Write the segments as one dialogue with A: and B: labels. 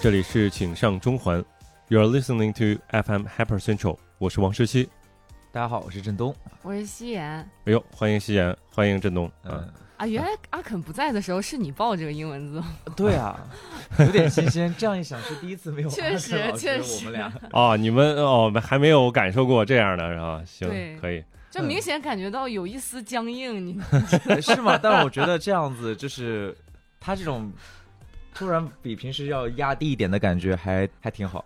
A: 这里是请上中环，You're listening to FM Hyper Central，我是王石溪。
B: 大家好，我是振东。
C: 我是夕颜
A: 哎呦，欢迎夕颜，欢迎振东啊！
B: 嗯，
C: 啊。原来阿肯不在的时候是你报这个英文字吗，
B: 对啊， 有点新鲜。这样一想是第一次没 有
C: 确实
B: 阿肯老师
C: 确
B: 我
C: 实
B: 们俩
A: 哦，你们哦还没有感受过这样的是吧？行
C: 对，
A: 可以。
C: 就明显感觉到有一丝僵硬。你
B: 呃是吗？但我觉得这样子就是他这种突然比平时要压低一点的感觉还还挺好。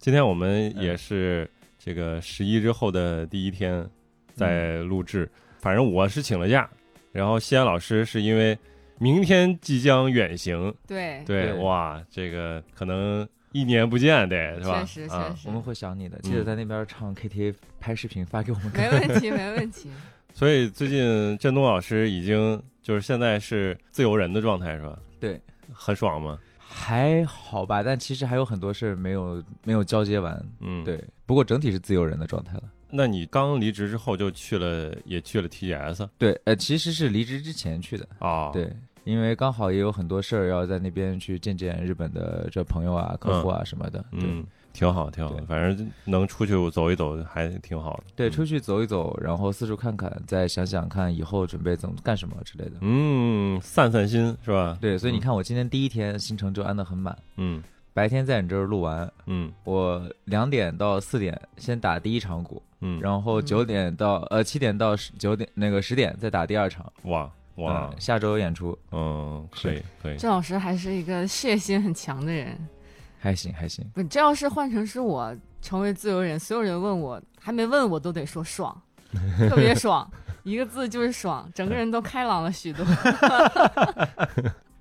A: 今天我们也是这个十一之后的第一天在录制，反正我是请了假，然后西安老师是因为明天即将远行，
C: 对，
A: 对，
B: 对
A: 哇，这个可能一年不见得是吧？
C: 确实
A: 啊
C: 确
B: 我们
C: 实，
B: 会想你的，记得在那边唱 KTV 拍视频发给我们看。
C: 没问题没问题。
A: 所以最近振东老师已经就是现在是自由人的状态是吧？
B: 对，
A: 很爽吗？
B: 还好吧，但其实还有很多事儿没有没有交接完。
A: 嗯，。
B: 对，不过整体是自由人的状态了。
A: 那你刚离职之后就去了，也去了 TGS
B: 对，呃，其实是离职之前去的。
A: 啊？，
B: 对，因为刚好也有很多事儿要在那边去见见日本的这朋友啊、客户啊什么的。对、
A: 嗯，挺好，挺好的，
B: 对
A: 反正能出去走一走还挺好的。
B: 对，
A: 嗯
B: 出去走一走，然后四处看看，再想想看以后准备怎么干什么之类的。
A: 嗯，散散心是吧？
B: 对，所以你
A: 嗯
B: 看，我今天第一天行程就安得很满，
A: 嗯
B: 白天在你这儿录完，
A: 嗯
B: 我两点到四点先打第一场鼓，
A: 嗯，
B: 然后
C: 嗯
B: 九点到呃七点到十九点那个十点再打第二场。
A: 哇哇
B: 嗯，下周有演出，
A: 嗯，可以可以，
C: 郑老师还是一个事业心很强的人。
B: 还行还行。
C: 不，这要是换成是我成为自由人，所有人问我，还没问我都得说爽，特别爽，一个字就是爽，整个人都开朗了许多。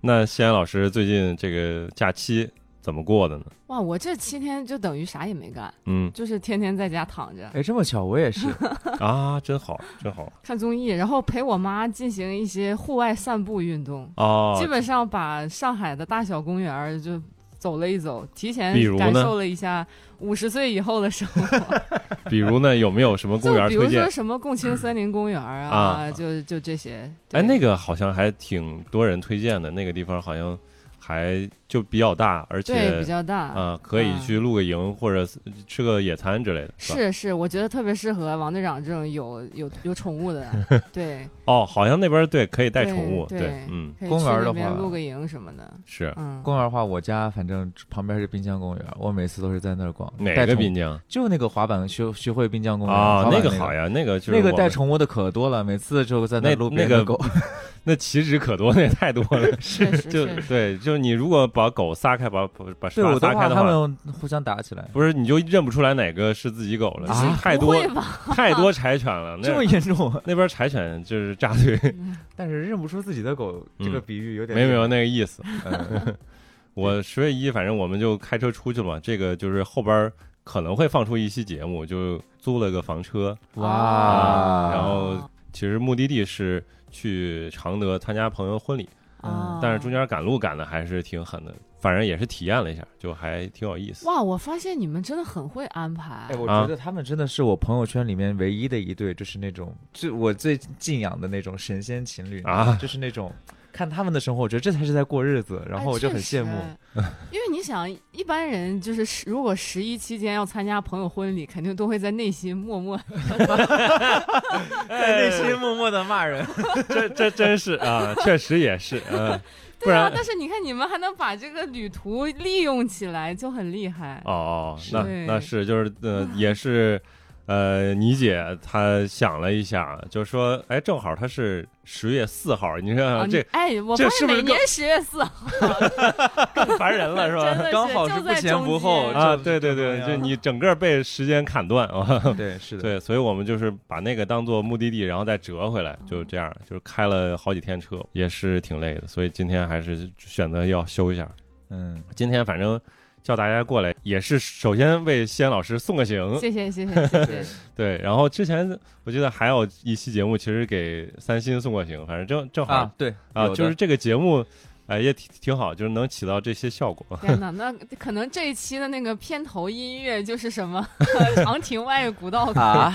A: 那西安老师最近这个假期怎么过的呢？
C: 哇，我这七天就等于啥也没干，
A: 嗯
C: 就是天天在家躺着
B: 哎，这么巧，我也是。
A: 啊，真好，真好
C: 看综艺，然后陪我妈进行一些户外散步运动，
A: 哦
C: 基。本上把上海的大小公园儿就走了一走，提前
A: 比如呢
C: 感受了一下五十岁以后的生活。
A: 啊比如呢，有没有什么 公
C: 就
A: 园
C: 比如
A: 推荐
C: 说？什么共青森林公园儿
A: 啊
C: 啊，就就这些。
A: 哎，那
C: 个
A: 个好像还挺多人推荐的，那个地方好像还就比较大，而
C: 对比
A: 且
C: 较大。嗯
A: 啊、可以去露个营或者呃吃个野餐之类的。吧
C: 是是，我觉得特别适合王队长这种有有有宠物的， 对，
A: 哦，好像那边对可以带
C: 对
A: 宠物，
C: 对
A: 嗯，
C: 可以
B: 公
C: 去
B: 园儿
C: 那
B: 的
C: 边
B: 话
C: 露个营什么的，
A: 是
C: 嗯，
B: 公园的话，我家反正旁边是滨江公园，我每次都是在那儿逛。
A: 哪
B: 带
A: 个
B: 宠
A: 滨江
B: 就那个滑板学学会滨江公园
A: 啊？
B: 滑板
A: 那
B: 嗯那
A: 个好，呀，那个就是
B: 那个
A: 我
B: 带
A: 们
B: 宠物的可多了，每次就在
A: 那
B: 路边
A: 那个
B: 的狗。
A: 那岂止可多，那也太多了。
C: 确 实
A: 就
C: 确实
A: 对，就你如果把狗撒开，把把把
B: 对
A: 沙
B: 我
A: 撒
B: 的
A: 开
B: 话，
A: 的
B: 他
A: 话，
B: 们互相打起来，
A: 不是你就认不出来哪个是自己狗了，
B: 啊
A: 太
C: 不
A: 多
C: 会 吧？
A: 太多柴犬了。那
B: 这么严重啊？
A: 那边柴犬就是扎堆，
B: 但是认不出自己的狗，
A: 嗯
B: 这个比喻有点
A: 没有没有那个意思。
B: 嗯
A: 我十月一，反正我们就开车出去嘛。这个就是后边儿可能会放出一期节目，就租了个房车。
B: 哇，
A: 啊然后其实目的地是去常德参加朋友婚礼，
C: 啊，
A: 但是中间赶路赶的还是挺狠的，反正也是体验了一下，就还挺有意思。
C: 哇，我发现你们真的很会安排
B: 哎，。我
A: 啊
B: 觉得他们真的是我朋友圈里面唯一的一对，就是那种最我最敬仰的那种神仙情侣
A: 啊
B: 就是那种看他们的生活，我觉得这才是在过日子，然后我就很羡慕。
C: 哎，确实因为你想，一般人就是十如果十一期间要参加朋友婚礼，肯定都会在内心默默
B: 在内心默默的骂人。
A: 这 这真是啊，确实也是，嗯，不
C: 对啊
A: 然。
C: 但是你看，你们还能把这个旅途利用起来，就很厉
B: 啊
C: 害。
A: 哦，那
C: 对
A: 那是就是呃，也是呃，倪姐她想了一下，就说，哎，正好她是十月四号，你
C: 啊
A: 看
C: 你
A: 这
C: 哎，我
A: 这
C: 发
A: 是
C: 现
A: 不是
C: 每年十月四号，
A: 烦人了是
C: 真
A: 吧？
C: 的
B: 刚好
C: 是
B: 是
C: 就
B: 不
C: 在
B: 前
C: 中
B: 不后
C: 间
B: 就
A: 啊，
B: 是
A: 对对
B: 这
A: 对，
B: 样
A: 就你整个被时间砍断 啊，
B: 对，是的，
A: 对，所以我们就是把那个当做目的地，然后再折回来，就这样，就是开了好几天车，也是挺累的，所以今天还是选择要休一下。
B: 嗯，
A: 今天反正叫大家过来，也是首先为西安老师送个
B: 嗯
A: 行，
C: 谢谢谢谢谢谢。
A: 对，然后之前我记得还有一期节目，其实给三星送过行，反正正正好
B: 啊
A: 啊，
B: 对有的
A: 就是这个节目，哎、也挺挺好，就是能起到这些效果。
C: 天哪，那可能这一期的那个片头音乐就是什么 长亭外古道歌，
B: 啊，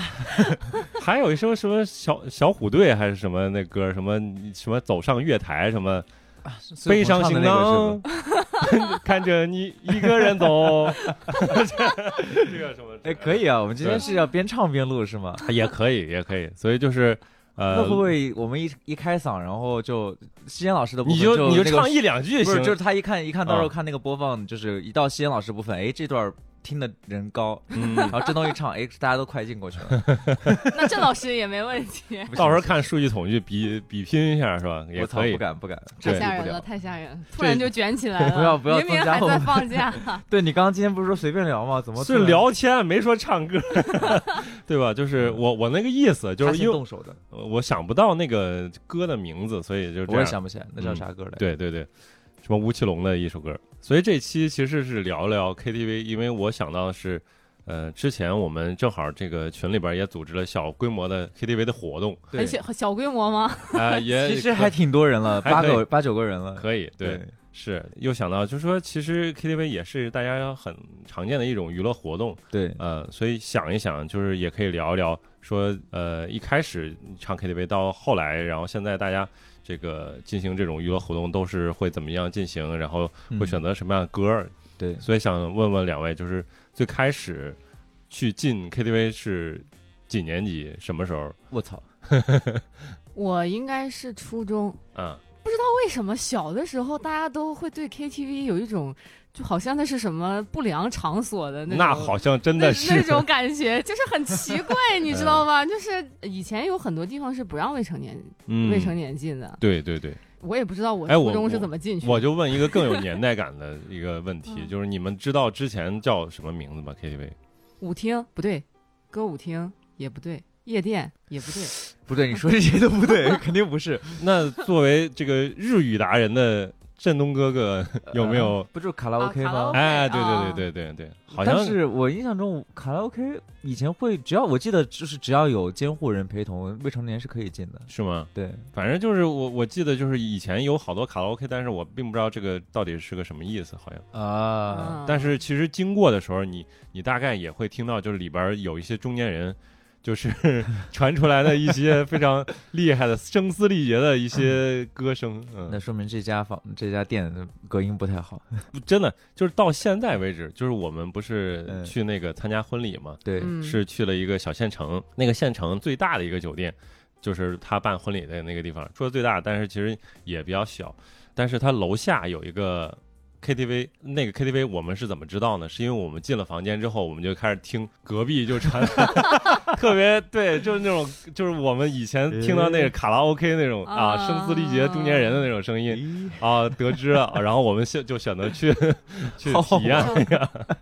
A: 还有一首什么小小虎队还是什么那歌，什么什么走上月台什么悲伤行囊，
B: 囊
A: 看着你一个人走，这 这个什么？
B: 哎，可以啊，我们今天是要边唱边录是吗？
A: 也可以，也可以。所以就是呃
B: 那会，不会我们一一开嗓，然后就西安老师的部
A: 你
B: 分
A: 就你就
B: 就那个
A: 唱一两句
B: 不
A: 行
B: 是，就是他一看一看到时候
A: 啊
B: 看那个播放，就是一到西安老师部分，哎，这段儿听的人高，
A: 嗯，
B: 然后郑东一唱，哎，大家都快进过去了。
C: 那郑老师也没问 题，
B: 不行
A: 到时候，看数据统计比比拼一下是吧？
B: 不行
A: 也
B: 我操，
A: 可以
B: 不。敢不敢，
A: 对
B: 真
C: 太吓
B: 受不
C: 人了，
B: 了。
C: 太吓人了，突然就卷起来 了。
B: 不要不要
C: 明明
B: 增加
C: 还
B: 我
C: 在
B: 们
C: 放假，
B: 对你刚刚今天不是说随便聊吗？怎么突
A: 是
B: 然
A: 聊天没说唱歌， 对吧？就是我我那个意思，就
B: 嗯他
A: 是
B: 先
A: 因为
B: 动手的？
A: 我想不到那个歌的名字，所以就这
B: 我也
A: 样。
B: 想不起来，那叫啥歌来？
A: 对对对，什么吴奇隆的一首歌。所以这期其实是聊聊 KTV，因为我想到的是，呃，之前我们正好这个群里边也组织了小规模的 KTV 的活 动，
B: 对
C: 很小很小规模吗？
A: 啊、也
B: 其实还挺多人了，
A: 还
B: 八
A: 可以
B: 个八九个人了。
A: 可以，对，是又想到，就是说，其实 KTV 也是大家很常见的一种娱乐活动，
B: 对，
A: 呃，所以想一想，就是也可以聊一聊说，呃，一开始唱 KTV 到后来，然后现在大家这个进行这种娱乐活动都是会怎么样进行，然后会选
B: 择
A: 择什么样的歌儿，
B: 嗯对。
A: 所以想问问两位，就是最开始去进 KTV 是几年级，什么时候？
B: 我操，
C: 我应该是初中，
A: 嗯，
C: 为什么小的时候大家都会对 KTV 有一种就好像那是什么不良场所的那种
A: 那好像真
C: 那
A: 的
C: 那
A: 是，
C: 种感 觉，就是很奇怪，你知道吗？ 就是以前有很多地方是不让未成年、
A: 嗯，
C: 未成年进的，
A: 对对对。
C: 我也不知道我
A: 哎我
C: 初中是怎么进去的。
A: 我就问一个更有年代感的一个问题，
C: 嗯
A: 就是你们知道之前叫什么名字吗？KTV
C: 舞厅不对，歌舞厅也不对，夜店也不对，
B: 不对，你说这些都不对， 肯定不是。
A: 那作为这个日语达人的振东哥哥有没有？
B: 呃不就是卡拉 OK
C: 啊卡拉
B: 吗
C: OK？
A: 哎，对
C: 呃啊
A: 对对对对对，好像
B: 但是我印象中卡拉 OK 以前会，只要我记得就是只要有监护人陪同，未成年是可以进的。
A: 是吗？
B: 对，
A: 反正就是我我记得就是以前有好多卡拉 OK，但是我并不知道这个到底是个什么意思，好像。
B: 啊，
C: 嗯
A: 但是其实经过的时候，你你大概也会听到，就是里边儿有一些中年人，就是 传出来的一些非常厉害的声嘶力竭的一些歌声。嗯，
B: 那说明这家房这家店的隔音不太好。
A: 不真的就是到现在为止，就是我们不是
B: 嗯
A: 去那个参加婚礼嘛，
B: 对，
C: 嗯，
A: 是去了一个小县城，那个县城最大的一个酒店，就是他办婚礼的那个地方，说最大，但是其实也比较小，但是他楼下有一个。KTV 那个 KTV 我们是怎么知道呢？是因为我们进了房间之后，我们就开始听隔壁就传来， 特别对，就是那种就是我们以前听到那个卡拉 OK 那种啊
C: 啊
A: 声嘶力竭中年人的那种声音，
B: 咦
A: 啊，得知了，然后我们就就选择去去
B: 好好
A: 体验，
C: 就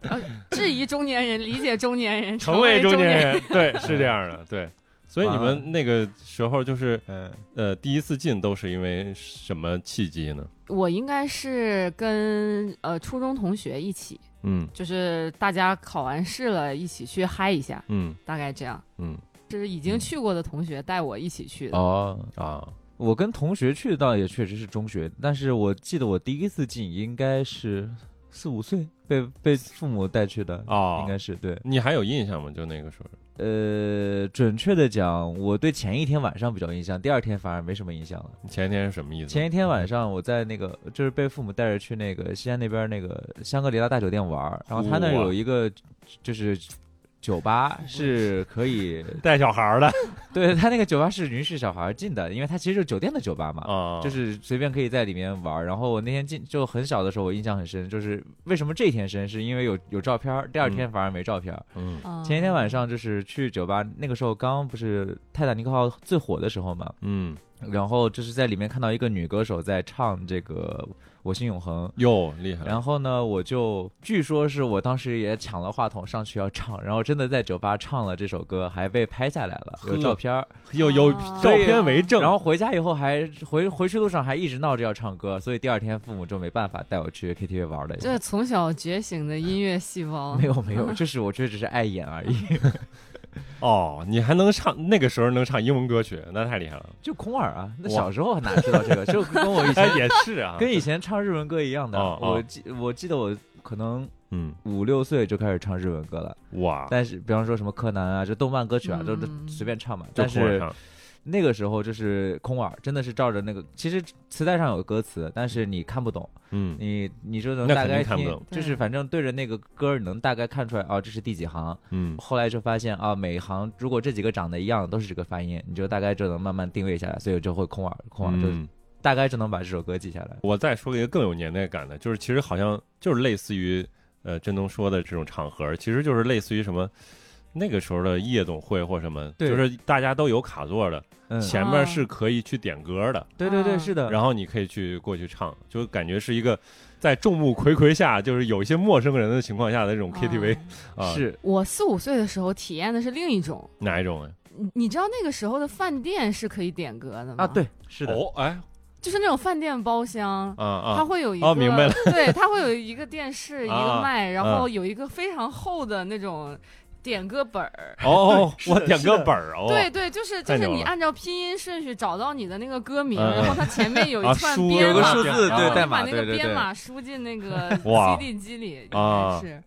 C: 呃质疑中年人，理解中年人，
A: 成
C: 成
A: 为中
C: 中
A: 年
C: 人。
A: 人，对，是这样 的，对。所以你
B: 哇
A: 们那个时候就是
B: 嗯，
A: 呃第一次进都是因为什么契机呢？
C: 我应该是跟呃初中同学一起，
A: 嗯
C: 就是大家考完试了，一起去嗨一下，
A: 嗯
C: 大概这样。
A: 嗯
C: 就是已经去过的同学带我一起去的。
B: 哦，
A: 啊
B: 我跟同学去的倒也确实是中学，但是我记得我第一次进应该是四五岁，被被父母带去的，
A: 啊
B: 应该是对。
A: 你还有印象吗？就那个时候
B: 呃，准确的讲，我对前一天晚上比较有印象，第二天反而没什么印象了。
A: 前一天是什么意思？
B: 前一天晚上我在那个就是被父母带着去那个西安那边那个香格里拉大酒店玩儿，然后他那儿
A: 哇
B: 有一个就是酒吧是可以，
A: 带小孩儿的
B: 对他那个酒吧是允许小孩儿进的，因为它其实就是酒店的酒吧嘛。
A: 啊，
B: 就是随便可以在里面玩儿。然后我那天进就很小的时候，我印象很深，就是为什么这一天深，是因为有有照片儿，第二天反而没照片儿。
A: 嗯
C: 嗯
B: 前一天晚上就是去酒吧，那个时候刚不是《泰坦尼克号》最火的时候嘛，
A: 嗯
B: 然后就是在里面看到一个女歌手在唱这个《我心永恒》。
A: 哟厉害了，
B: 然后呢，我就据说是我当时也抢了话筒上去要唱，然后真的在酒吧唱了这首歌，还被拍下来了，有
A: 呵
B: 照片儿。
A: 有有
C: 啊
A: 照片为证，
B: 然后回家以后还回回去路上还一直闹着要唱歌，所以第二天父母就没办法带我去 KTV 玩了。
C: 这是从小觉醒的音乐细胞
B: 没。有没有， 就是我确实是碍眼而已，
A: 哦，你还能唱那个时候能唱英文歌曲，那太厉害了，
B: 就空耳啊。那小时候哪知道这个，就跟我以
A: 哎
B: 前
A: 也是啊，
B: 跟以前唱日文歌一样的。
A: 哦哦
B: 我记我记得我可能
A: 嗯
B: 五六岁就开始唱日文歌了，
A: 哇，
B: 但是比方说什么柯南啊，这动漫歌曲啊，
C: 嗯
B: 都是随便唱嘛。
A: 就
B: 但
A: 空耳
B: 是
A: 唱
B: 那个时候就是空耳，真的是照着那个，其实磁带上有歌词，但是你看不懂，
A: 嗯，
B: 你你就能
A: 那
B: 大
A: 肯定
B: 概
A: 看不
B: 听
A: 懂，
B: 就是反正对着那个歌儿能大概看出来啊，这是第几行。
A: 嗯，
B: 后来就发现啊，每一行如果这几个长得一样，都是这个发音，你就大概就能慢慢定位下来，所以就会空耳，空耳就
A: 嗯
B: 大概就能把这首歌记下来。
A: 我再说一个更有年代感的，就是其实好像就是类似于呃振东说的这种场合，其实就是类似于什么那个时候的夜总会或什么，
B: 对
A: 就是大家都有卡座的，
B: 嗯，
A: 前面是可以去点歌的，
B: 对对对，
C: 啊
B: 是的。
A: 然后你可以去过去唱，就感觉是一个在众目睽睽下，就是有一些陌生人的情况下的这种 KTV
C: 啊
A: 啊，
B: 是
C: 我四五岁的时候体验的是另一种，
A: 哪一种啊？
C: 你你知道那个时候的饭店是可以点歌的吗？
B: 啊，，对，是的，
A: 哦，哎
C: 就是那种饭店包厢，
A: 啊
C: 它
A: 啊，
C: 会有一个，
A: 哦明白了
C: 对，它会有一个 电视，一
A: 啊
C: 个麦，然后有一个非常厚的那种点歌本儿。
A: 哦，
B: 是的
A: 我点
B: 是
A: 个
B: 的
A: 本儿哦，
C: 对对，就是就
A: 太
C: 是
A: 牛
C: 你
A: 了
C: 按照拼音顺序找到你的那个歌名，
A: 嗯嗯
C: 然后它前面有
A: 啊
C: 一串
A: 输
C: 编
B: 有个
C: 码，
B: 数字
C: 然后
B: 对
C: 你
B: 代
C: 把
B: 码，
C: 那
B: 对
C: 个
B: 对
C: 编
B: 对，
C: 码输进那个
A: 哇
C: CD 机里，
A: 啊
C: 应该是。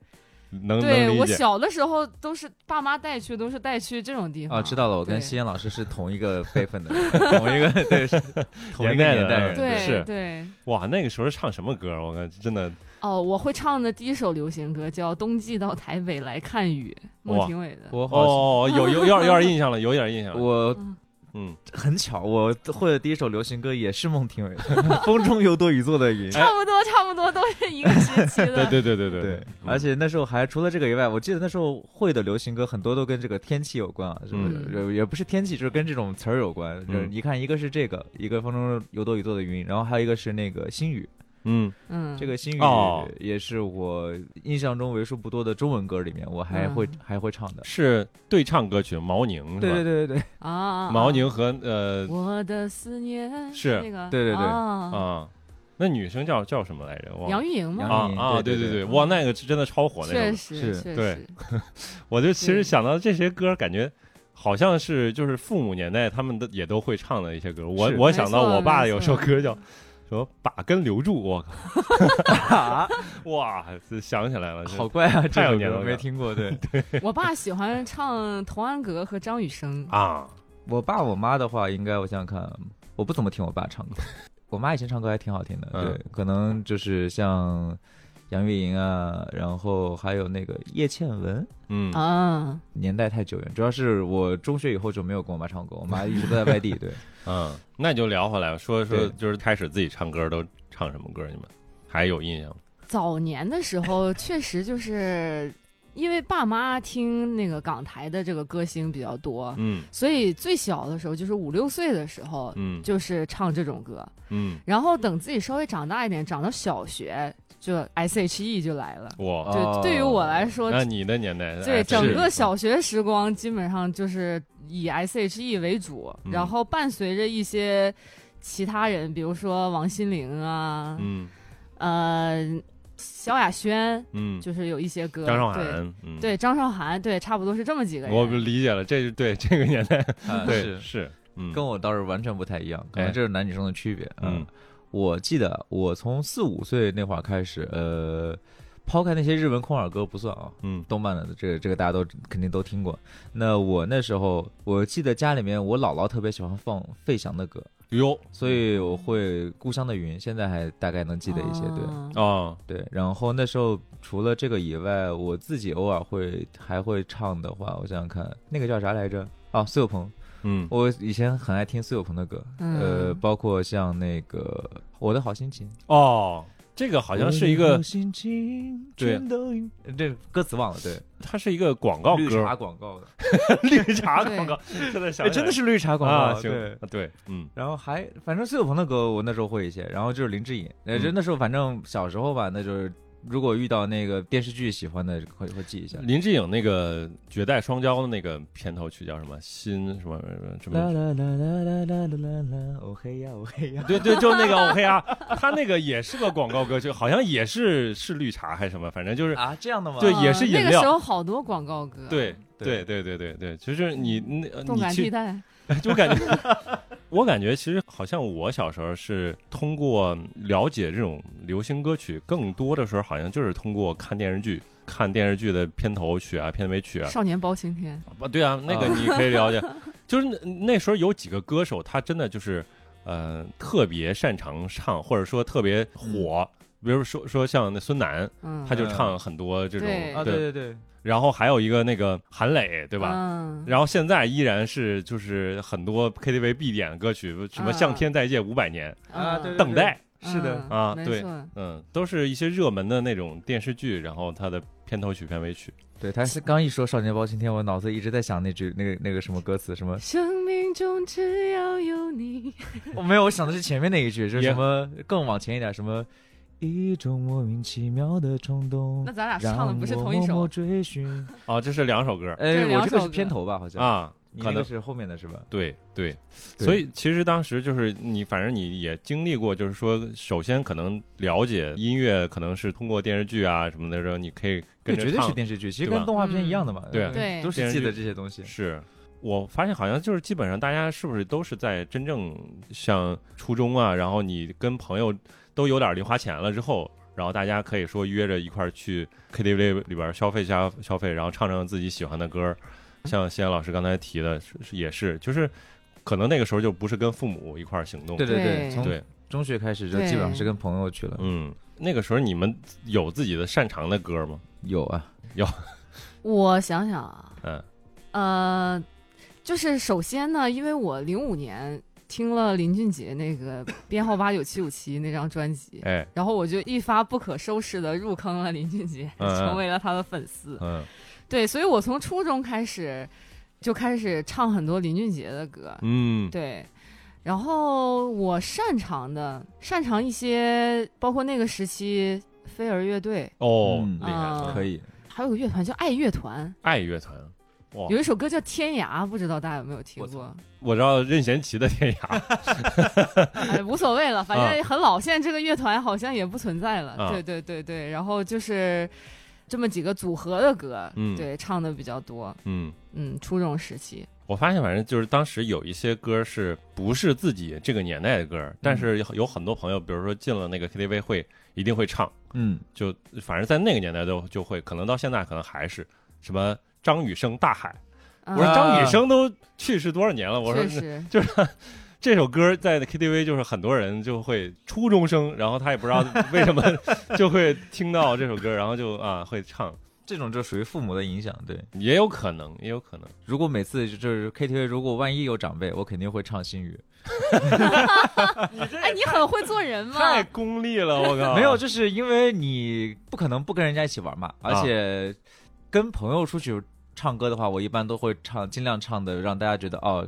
A: 能
C: 对
A: 能理
C: 我
A: 解。
C: 小的时候都是爸妈带去，都是带去这种地方。
B: 哦，知道了，我跟
C: 对
B: 西安老师是同一个辈分的人，同一个 对，是同一个
A: 年代的嗯
B: 年代人，
C: 对
A: 是
C: 对。
A: 哇，那个时候唱什么歌？我看真的
C: 哦，我会唱的第一首流行歌叫《冬季到台北来看雨》，
A: 哇
C: 孟庭苇的。
B: 我好，
A: 哦，有有有点有点印象了，有点印 象了。
B: 我
A: 嗯，
B: 很巧，我会的第一首流行歌也是孟庭苇的 《风中有朵雨做的云》。
C: 差不多，差不多都是一个 时期
A: 对
C: 的。
A: 对对对
B: 对，
A: 嗯
B: 而且那时候还除了这个以外，我记得那时候会的流行歌很多都跟这个天气有关啊，是不是？
C: 嗯
B: 也也不是天气，就是跟这种词儿有关。就是
A: 嗯
B: 你看，一个是这个，一个风中有朵雨做的云，然后还有一个是那个星雨，
A: 嗯，
C: 嗯，
B: 这个星语
A: 哦
B: 也是我印象中为数不多的中文歌里面，我还会、还会唱的。
A: 是对唱歌曲毛宁是吧？
B: 嗯对对对对对，
C: 啊啊，啊
A: 毛，宁和呃
C: 我的思念
A: 是
C: 那个，
B: 对对对
C: 啊，
A: 啊，那女生叫叫什么来着？忘了
C: 杨钰莹
B: 杨
C: 吗？
A: 啊
B: 钰莹
A: 啊，
B: 对
A: 对对，
B: 对
A: 哇，那个是真的超火那
C: 确
A: 种。
C: 实，
B: 是
C: 确
A: 对
C: 实，
A: 我就其实
C: 对
A: 想到这些歌，感觉。好像是就是父母年代他们的也都会唱的一些歌，我
B: 是
A: 我想到
C: 没错
A: 我爸有首
C: 没错
A: 歌叫什么“把根留住”，我靠，
B: 啊、
A: 哇，这想起来了，这
B: 好怪啊，
A: 太
B: 这
A: 有
B: 首
A: 年代
B: 歌
A: 感
B: 没听过。对
C: 我爸喜欢唱童安格和张 雨生，
A: 啊，
B: 我爸我妈的话，应该我想想看，我不怎么听我爸唱 歌，我妈以前唱歌还挺好听的。
A: 嗯
B: 对，可能就是像杨钰莹啊，然后还有那个叶倩文。
A: 嗯
C: 啊，
B: 年代太久远，主要是我中学以后就没有跟我妈唱歌，我妈一直都在外地。 对，
A: 嗯，那你就聊回来，说说
B: 对
A: 就是开始自己唱歌都唱什么歌？你们还有印象吗？
C: 早年的时候确实就是因为爸妈听那个港台的这个歌星比较多，
A: 嗯
C: 所以最小的时候就是五六岁的时候，
A: 嗯
C: 就是唱这种歌。
A: 嗯，
C: 然后等自己稍微长大一点，长到小学，就 S H E 就来了。
A: 我
B: 哦
C: 对，对于我来说，
A: 那你的年代
C: 对
A: 哎
C: 整
A: 是
C: 个小学时光基本上就是以 S H E 为主，
A: 嗯
C: 然后伴随着一些其他人，比如说王心凌啊，
A: 嗯
C: 呃，萧亚轩，
A: 嗯，
C: 就是有一些歌，
A: 张韶涵，嗯
C: 对，对，张韶涵，对，差不多是这么几个人。
A: 我理解了，这是对这个年代，
B: 啊
A: 对是，嗯
B: 跟我倒是完全不太一样，可
A: 哎
B: 能这是男女生的区别。
A: 嗯
B: 嗯，我记得啊我从四五岁那会儿开始，呃，抛开那些日文空耳歌不算啊，
A: 嗯
B: 动漫的这个这个大家都肯定都听过。那我那时候，我记得家里面我姥姥特别喜欢放费翔的歌，
A: 哟
B: 所以我会《故乡的云》，现在还大概能记得一些。对
C: 啊
A: 啊
B: 对，然后那时候除了这个以外，我自己偶尔会还会唱的话，我想想看，那个叫啥来着？啊，苏有朋，
A: 嗯
B: 我以前很爱听苏有朋的歌，
C: 嗯
B: 呃，包括像那个《我的好心情》，
A: 哦，这个好像是一
B: 我的
A: 个
B: 好，心情
A: 对
B: 全都因这歌词忘了，对，
A: 它是一个广告
B: 绿茶
A: 歌，
B: 广告的，
A: 绿茶
C: 对
A: 广告， 现在想起
B: 哎
A: 来
B: 真的是绿茶广
A: 啊，
B: 告，
A: 行
B: 对。
A: 对，嗯
B: 然后还反正苏有朋的歌我那时候会一些，然后就是林志颖，呃，
A: 嗯
B: 就那时候反正小时候吧，那就是如果遇到那个电视剧喜欢的会会记一下。
A: 林志颖那个《绝代双骄》的那个片头曲叫什么？心什么什
B: 啦
A: 么？
B: 啦啦啦啦啦啦啦啦，哦嘿呀哦嘿 呀，
A: 对对，就那个 OK 啊，他那个也是个广告歌曲，好像也是是绿茶还是什么，反正就是
B: 啊这样的吗？
A: 对
C: 啊
A: 也是饮
C: 那个
A: 料
C: 时候好多广告歌，
A: 对对对
B: 对
A: 对对对，就是你那呃
C: 动
A: 你
C: 感地
A: 去，
C: 带，
A: 就感觉，我感觉其实好像我小时候是通过了解这种流行歌曲，更多的时候好像就是通过看电视剧，看电视剧的片头曲啊、片尾曲啊，
C: 少年包青天
B: 啊
A: 不对啊，那个你可以了解，就是那那时候有几个歌手，他真的就是呃特别擅长唱，或者说特别火。
B: 嗯
A: 比如说说像那孙楠，
C: 嗯，
A: 他就唱很多这种
C: 对
B: 啊，对对对，
A: 然后还有一个那个韩磊，对吧？
C: 嗯，
A: 然后现在依然是就是很多 KTV 必点歌曲，什么
C: 嗯
A: 向天再借五百年，
B: 啊对
A: 等待，
B: 是的，
C: 嗯
A: 啊
C: 没
A: 对
C: 错
A: 嗯，都是一些热门的那种电视剧，然后它的片头曲、片尾曲，
B: 对，他是刚一说少年包青天，我脑子一直在想那句那个那个什么歌词，什么
C: 生命中只要有你，
B: 我没有，我想的是前面那一句，就是
A: 也
B: 什么更往前一点，什么一种莫名其妙的冲动
C: 那，咱俩
B: 让
C: 唱的不是
B: 我
C: 同一
B: 默默
C: 首，
B: 追寻。
A: 啊，这是两首歌
B: 哎
C: 这，两
B: 我这个
C: 首
B: 是
C: 歌
B: 片头吧？好像，
A: 啊，
B: 呃你
A: 可
B: 那
A: 能
B: 个是后面的是吧？
A: 对对，
B: 对
A: 所以其实当时就是你，反正你也经历过，就是说，首先可能了解音乐，可能是通过电视剧啊什么的，然后你可以
B: 这
A: 跟着
B: 绝对
A: 唱
B: 是。电视剧，其实
A: 对吧
B: 跟动画片一样的嘛。
A: 对
B: 嗯
C: 对
B: 都是记得这些东西。
A: 是我发现好像就是基本上大家是不是都是在真正像初中啊，然后你跟朋友都有点零花钱了之后，然后大家可以说约着一块儿去 KTV 里边消费消消费，然后唱唱自己喜欢的 歌儿。像西安老师刚才提的，是是也是，就是可能那个时候就不是跟父母一块儿行动，
B: 对对，
C: 对
B: 从
A: 对
B: 中学开始就基本上是跟朋友去了。
A: 嗯，那个时候你们有自己的擅长的歌吗？
B: 有啊，
C: 我想想啊，
A: 嗯
C: 呃，就是首先呢，因为我零五年听了林俊杰那个编号八九七五七那张专辑，
A: 哎，
C: 然后我就一发不可收拾的入坑了林俊杰，
A: 嗯嗯
C: 成为了他的粉丝。
A: 嗯
C: 对，所以我从初中开始就开始唱很多林俊杰的歌，
A: 嗯，
C: 对。然后我擅长的，擅长一些，包括那个时期飞儿乐队，
A: 哦，
B: 嗯
A: 厉害了，
C: 嗯
B: 可以。
C: 还有个乐团叫爱乐团，
A: 爱乐团，哇
C: 有一首歌叫《天涯》，不知道大家有没有听
B: 我操
C: 过？
A: 我知道任贤齐的《天涯》
C: 哎，无 所谓了，反正很老。现在这个乐团好像也不存在了。
A: 啊
C: 对对对对，然后就是这么几个组合的歌，
A: 嗯
C: 对，唱的比较多。
A: 嗯，
C: 嗯，初中时期，
A: 我发现反正就是当时有一些歌是不是自己这个年代的歌，
B: 嗯
A: 但是有有很多朋友，比如说进了那个 KTV 会一定会唱，
B: 嗯，
A: 就反正在那个年代都就会，可能到现在可能还是什么张雨生《大海》，
C: 嗯
A: 我说
B: 啊
A: 张雨生都去世多少年了，我说
C: 确实，
A: 这首歌在 KTV 就是很多人就会初中生，然后他也不知道为 什么就会听到这首歌，然后就啊会唱，
B: 这种就属于父母的影响。对，
A: 也有可能，也有可能。
B: 如果每次就是 KTV，如果万一有长辈，我肯定会唱新语。
C: 哎，你很会做人嘛？
A: 太功利了，我靠！
B: 没有，就是因为你不可能不跟人家一起玩嘛，而
A: 啊
B: 且跟朋友出去唱歌的话，我一般都会唱，尽量唱的让大家觉得哦，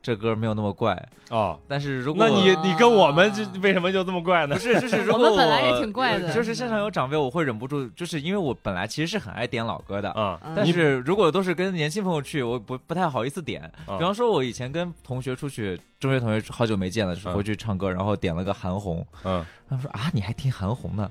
B: 这歌没有那么怪。
A: 哦，
B: 但是如果
A: 那你
C: 啊
A: 你跟我们这为什么就这么怪呢
B: 不？是， 就是如
C: 我
B: 果
C: 们本来也挺怪的
B: 就是现场有长辈，我会忍不住，就是因为我本来其实是很爱点老歌的。
A: 啊，
C: 嗯
B: 但
A: 你
B: 是如果都是跟年轻朋友去，我不不太好意思点。
A: 啊
B: 比方说，我以前跟同学出去，中学同学好久没见了，
A: 嗯
B: 回去唱歌，然后点了个韩红，
A: 嗯，
B: 他们说啊，你还听韩红呢？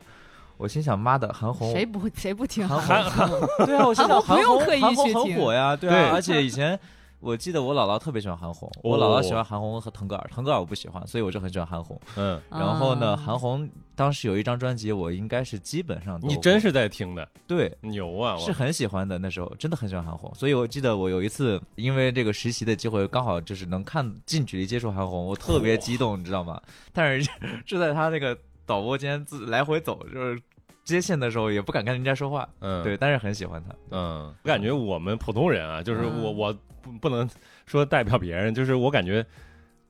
B: 我心想，妈的，韩红
C: 谁不会谁不听？
B: 韩红， 对啊，我想想
C: 韩
B: 韩
C: 红不用
B: 红，
C: 刻意
B: 韩红
C: 去
B: 很
C: 听
B: 火呀，对
A: 对
B: 啊，而且以前我记得我姥姥特别喜欢韩红，我姥姥喜欢韩红和腾格尔，腾格尔我不喜欢，所以我就很喜欢韩红。
A: 嗯，
B: 然后呢，
C: 啊
B: 韩红当时有一张专辑，我应该是基本上都
A: 你真是在听的，
B: 对。
A: 牛啊！我
B: 是很喜欢的，那时候真的很喜欢韩红，所以我记得我有一次因为这个实习的机会，刚好就是能看近距离接触韩红，我特别激动，你知道吗？但是就在他那个导播间自来回走，就是接线的时候也不敢跟人家说话，
A: 嗯
B: 对，但是很喜欢他。
A: 嗯，我感觉我们普通人啊，就是
C: 嗯
A: 我我不不能说代表别人，就是我感觉。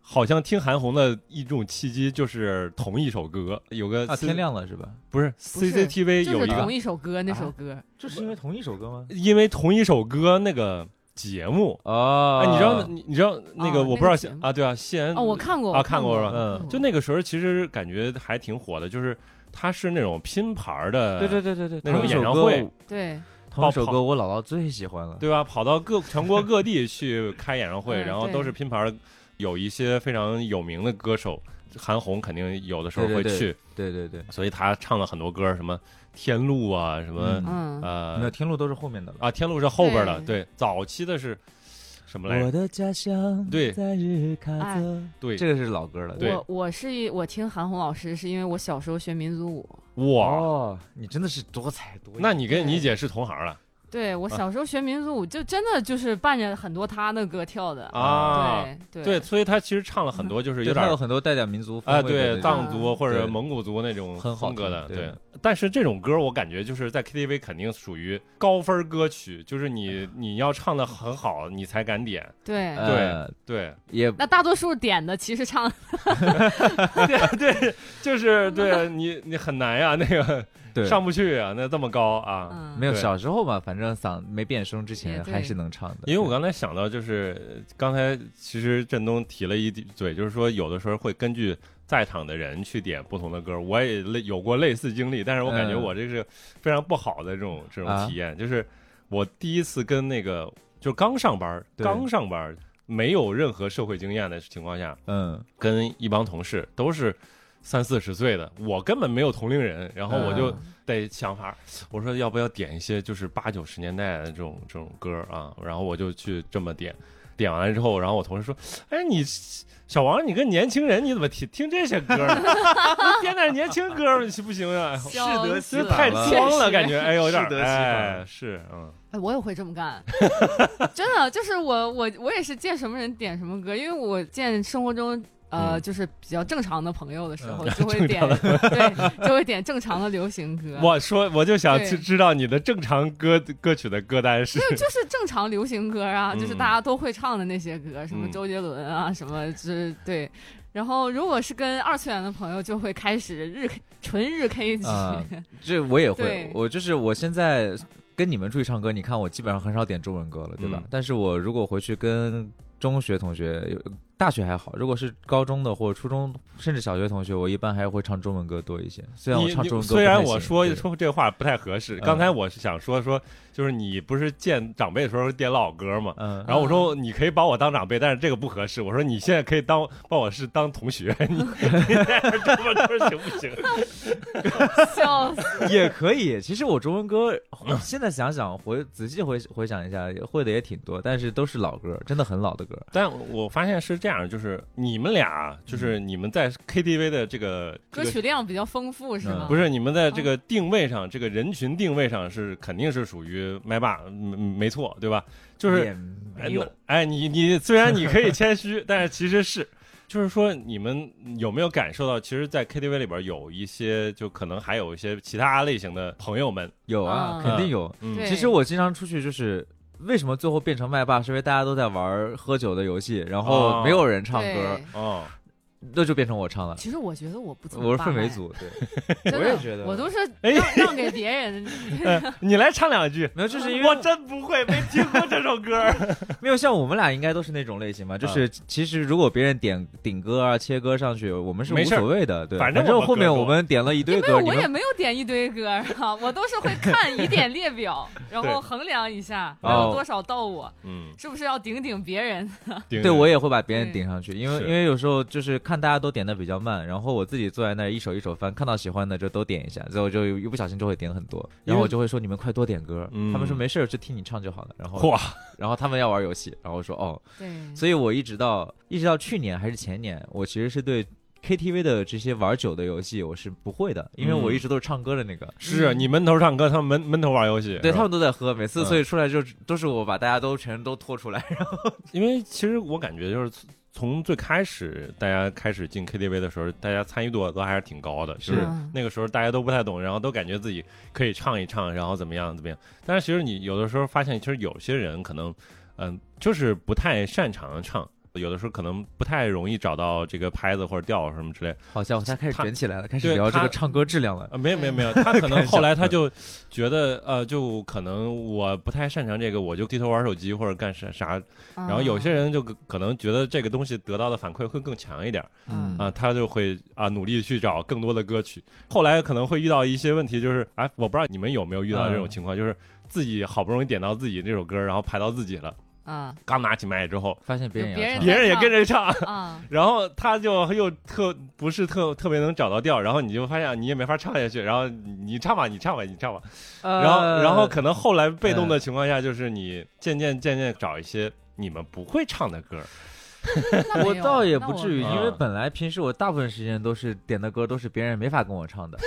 A: 好像听韩红的一种契机就是同一首歌，有个
B: 啊，
A: C-
B: 天亮了是吧？
A: 不是
C: 不是
A: CCTV
C: 就
A: 有
C: 是
A: 一个啊
C: 同，一首歌，那首歌
B: 这是因为同一首歌吗？
A: 因为同一首歌那个节目，
B: 哦，
A: 哎，你知道你你知道那个
C: 哦
A: 我
C: 那
A: 不知道
C: 个
A: 西
C: 节目
A: 啊，对啊，谢安
C: 哦，我看过
A: 啊
C: 我
A: 看
C: 看
A: 过是吧
B: 嗯
A: 就
C: 那
A: 那个时候其实感觉还挺火的，就是它是那种拼盘儿的，
B: 对对对对对，
A: 那种
B: 同一首
A: 演唱
B: 歌
A: 会
B: 我，
C: 对
B: 同一首
A: 爆
B: 歌我姥姥最喜欢了。
A: 对吧？跑到各全国各地去开演唱会，
C: 嗯
A: 然后
C: 对
A: 都是拼盘儿，有一些非常有名的歌手，韩红肯定有的时候
B: 对
A: 会去，
B: 对对对对，
A: 所以她唱了很多歌，什么《天路》啊，什么、
C: 嗯
B: 没有
A: 呃
B: 天路都是后面的了。
A: 啊，《天路》是后边的，
C: 对
A: 对，早期的是什么来着？
B: 的家乡
A: 对
B: 在日喀
C: 哎
A: 对，
B: 这个是老歌了。
A: 对
C: 我我是一我听韩红老师是因为我小时候学民族舞，
A: 哇，
B: 哦哦，你真的是多才多艺。
A: 那你跟你姐是同行了，
C: 对我小时候学民族舞，就真的就是伴着很多他的歌跳的。
A: 啊，
C: 对
A: 对，所以他其实唱了很多，就是有
B: 对
A: 点
B: 它有
A: 儿
B: 很多带点民族风
A: 啊，
B: 味的
A: 对
B: 那种
A: 藏族或者
B: 对
A: 蒙古族那种
B: 很好
A: 风格的，
B: 听
A: 对
B: 对。
A: 但是这种歌我感觉就是在 KTV 肯定属于高分歌曲，就是
B: 哎
A: 你你要唱的很好，你才敢点。
C: 对
B: 呃
A: 对
B: 也
C: 那大多数点的其实唱
A: 对，就是对你你很难呀，那个
B: 对
A: 上不去啊，那这么高啊。
C: 嗯
B: 没有
A: 对
B: 小时候嘛，反正嗓没变声之
C: 也
B: 前
C: 对
B: 还是能唱的。
A: 因为我刚才想到，就是呃刚才其实振东提了一嘴，就是说有的时候会根据在场的人去点不同的歌。我也类有过类似经历，但是我感觉
B: 嗯
A: 我这是非常不好的这种这种
B: 啊
A: 体验，就是我第一次跟那个就刚上班儿，
B: 对
A: 刚上班儿没有任何社会经验的情况下，
B: 嗯
A: 跟一帮同事都是。三四十岁的我根本没有同龄人，然后我就
B: 嗯
A: 得想法儿，我说要不要点一些就是八九十年代的这种这种歌儿啊，然后我就去这么点，点完了之后，然后我同事说，哎你小王你跟年轻人你怎么听听这些歌儿呢？ 你点点年轻歌儿你不行 啊？
C: 笑死
B: 得其
A: 这
B: 反
A: 太
B: 了
A: 装了，感觉哎有点儿
B: 适得其反
A: 哎是嗯
C: 哎，我也会这么干，真的就是我我我也是见什么人点什么歌，因为我见生活中。呃，
A: 嗯
C: 就是比较正常的朋友的时候，
B: 嗯
C: 就会点对，就会点正常的流行
B: 啊
C: 歌，
A: 我说我就想
C: 对
A: 知知道你的正常歌歌曲的歌单是
C: 没有就是正常流行歌啊，
A: 嗯
C: 就是大家都会唱的那些歌，什么
A: 嗯
C: 周杰伦啊，什么之对。然后如果是跟二次元的朋友，就会开始日 K- 纯日 K 级，
B: 啊， 这我也会
C: 对，
B: 我就是我现在跟你们出去唱歌，你看我基本上很少点中文歌了，对吧
A: 嗯？
B: 但是我如果回去跟中学同学、有大学还好，如果是高中的或者初中甚至小学同学，我一般还会唱中文歌多一些。虽然我
A: 你
B: 唱
A: 你
B: 中文歌不
A: 虽
B: 太行，
A: 然我说
B: 对
A: 说这话不太合适，
B: 嗯
A: 刚才我是想说说，就是你不是见长辈的时候点老歌嘛，
B: 嗯，
A: 然后我说你可以把我当长辈，但是这个不合适。我说你现在可以当把我是当同 学，你你这么歌行不行？
C: 笑死！
B: 也可以。其实我中文歌现在想想，回仔细回回想一下，会的也挺多，但是都是老歌，真的很老的歌。
A: 但我发现是这样，就是你们俩，就是
B: 嗯
A: 你们在 KTV 的这个这
C: 歌。
A: 个
C: 曲啊量比较丰富是吗？
B: 嗯
A: 不是你们在这个定位上，这个人群定位上是肯定是属于麦霸，没没错，对吧？就是
B: 也
A: 哎
B: 没有
A: 那，哎，你你虽然你可以谦虚，但是其实 是，就是说你们有没有感受到，其实，在 KTV 里边有一些，就可能还有一些其他类型的朋友们，
B: 有啊，
C: 嗯
B: 肯定有。
A: 嗯，
C: 对
B: 其实我经常出去就是。为什么最后变成麦霸？是因为大家都在玩儿喝酒的游戏，然
A: 哦
B: 后没有人唱歌
C: 对，，
A: 哦，
B: 那就变成我唱了。
C: 其实我觉得我不怎么
B: 我是
C: 霸
B: 氛围
C: 麦，
B: 组，对，
C: 真的
B: 我也觉得
C: 我都是
A: 哎
C: 让让给别人。
A: 你来唱两句。
B: 没有，就是 因为
A: 我真不会，没听过这首歌。
B: 没有像我们俩应该都是那种类型嘛，
A: 嗯
B: 就是其实如果别人点顶歌啊、切歌上去，我们是
A: 没
B: 无
A: 事儿
B: 所谓的，对。
A: 反
B: 反
A: 正我们
B: 后面
A: 歌多
B: 我们点了一堆
C: 没有，
B: 歌，你
C: 我
B: 们
C: 也没有点一堆歌啊，我都是会看疑点列表，然后衡量一下
B: 哦
C: 还有多少到我，
A: 嗯，
C: 是不是要顶顶别人？
B: 对，我
A: 也
B: 也会把别人顶上去，因为
A: 是
B: 因为有时候就是看大家都点的比较慢，然后我自己坐在那儿一首一首翻，看到喜欢的就都点一下，所以我就一不小心就会点很多，
A: 因为
B: 然后我就会说你们快多点歌，
A: 嗯
B: 他们说没事儿就听你唱就好了，然后
A: 哇，
B: 然后他们要玩游戏，然后我说哦，
C: 对，
B: 所以我一直到一直到去年还是前年，我其实是对。KTV 的这些玩酒的游戏我是不会的，因为
A: 嗯
B: 我一直都是唱歌的那个，
A: 是啊你闷头唱歌，他们闷闷头玩游戏。是吧
B: 对他们都在喝，每次
A: 嗯
B: 所以出来就都是我把大家都全都拖出来，
A: 因为其实我感觉就是从从最开始大家开始进 KTV 的时候，大家参与度都还是挺高的，就是是那个时候大家都不太懂，然后都感觉自己可以唱一唱，然后怎么样怎么样。但是其实你有的时候发现，其实有些人可能，嗯、就是不太擅长唱。有的时候可能不太容易找到这个拍子或者调什么之类，
B: 好像他开始
A: 他
B: 卷起来了，开始
A: 对
B: 聊这
A: 他
B: 个唱歌质量了。
A: 呃，没有没有没有，他可能后来他就觉得，呃，就可能我不太擅长这个，我就低头玩手机或者干啥啥。
C: 嗯
A: 然后有些人就可可能觉得这个东西得到的反馈会更强一点，
C: 嗯
A: 啊，他就会啊努力去找更多的歌曲。后来可能会遇到一些问题，就是哎，我不知道你们有没有遇到这种
B: 嗯
A: 情况，就是自己好不容易点到自己这首歌，然后排到自己了，
C: 啊
A: 刚拿起麦之后，
B: 发现别人
C: 别
B: 也要
C: 人
B: 唱
A: 别人也跟着唱，
C: 啊，
A: 然后他就又特不是特特别能找到调，然后你就发现你也没法唱下去，然后你你唱吧，你唱吧，你唱吧，
B: 呃
C: 呃
A: 然后然后可能后来被动的情况下，就是你渐渐渐渐找一些你们不会唱的歌，
C: 那
B: 我
C: 没有
B: 倒也
C: 那
B: 不
C: 我
B: 至于，
A: 啊
B: 因为本来平时我大部分时间都是点的歌都是别人没法跟我唱的，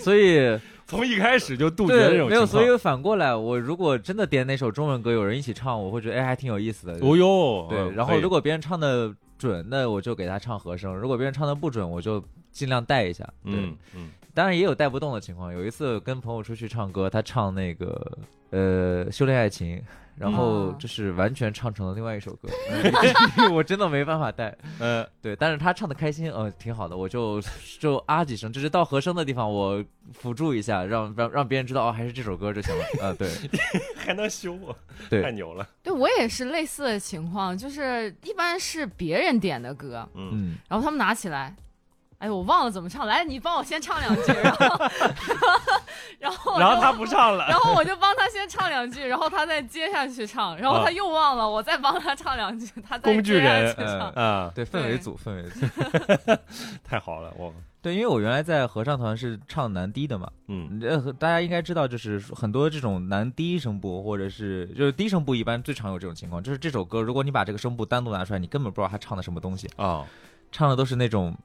B: 所以
A: 从一开始就杜绝这
B: 对，
A: 种
B: 没有，
A: 情
B: 所
A: 况。
B: 以反过来，我如果真的点哪首中文歌，有人一起唱，我会觉得哎，还挺有意思的。
A: 哦哟，
B: 对，
A: 嗯
B: 然
A: 可
B: 后
A: 以
B: 如果别人唱的准，那我就给他唱和声；如果别人唱的不准，我就尽量带一下。对，
A: 嗯嗯
B: 当然也有带不动的情况。有一次跟朋友出去唱歌，他唱那个呃《修炼爱情》，然后
C: 嗯
B: 就是完全唱成了另外一首 歌，我真的没办法带。
A: 呃
B: 对，但是他唱的开心，呃，挺好的，我就就啊几声，就是到和声的地方我辅助一下，让让让别人知道哦，还是这首歌就行了。啊、 对，
A: 还能修我，
B: 对
A: 太牛了。
C: 对我也是类似的情况，就是一般是别人点的歌，
A: 嗯，
B: 嗯，
C: 然后他们拿起来，哎，我忘了怎么唱，来，你帮我先唱两句，然后， 然后我就，
A: 然后他不唱
C: 然
A: 了，
C: 后我就帮他先唱两句，然后他再接下去唱，然后
A: 啊
C: 他又忘了，我再帮他唱两句，他再
A: 工具
C: 接下
A: 人
C: 去唱
B: 嗯
A: 啊，
B: 对，氛围组，氛围组。
A: 太好了，我
B: 对，因为我原来在合唱团是唱男低的嘛，
A: 嗯
B: 呃，和大家应该知道，就是很多这种男低声部或者是就是低声部，一般最常有这种情况，就是这首歌如果你把这个声部单独拿出来，你根本不知道他唱的什么东西，
A: 啊，
B: 唱的都是那种，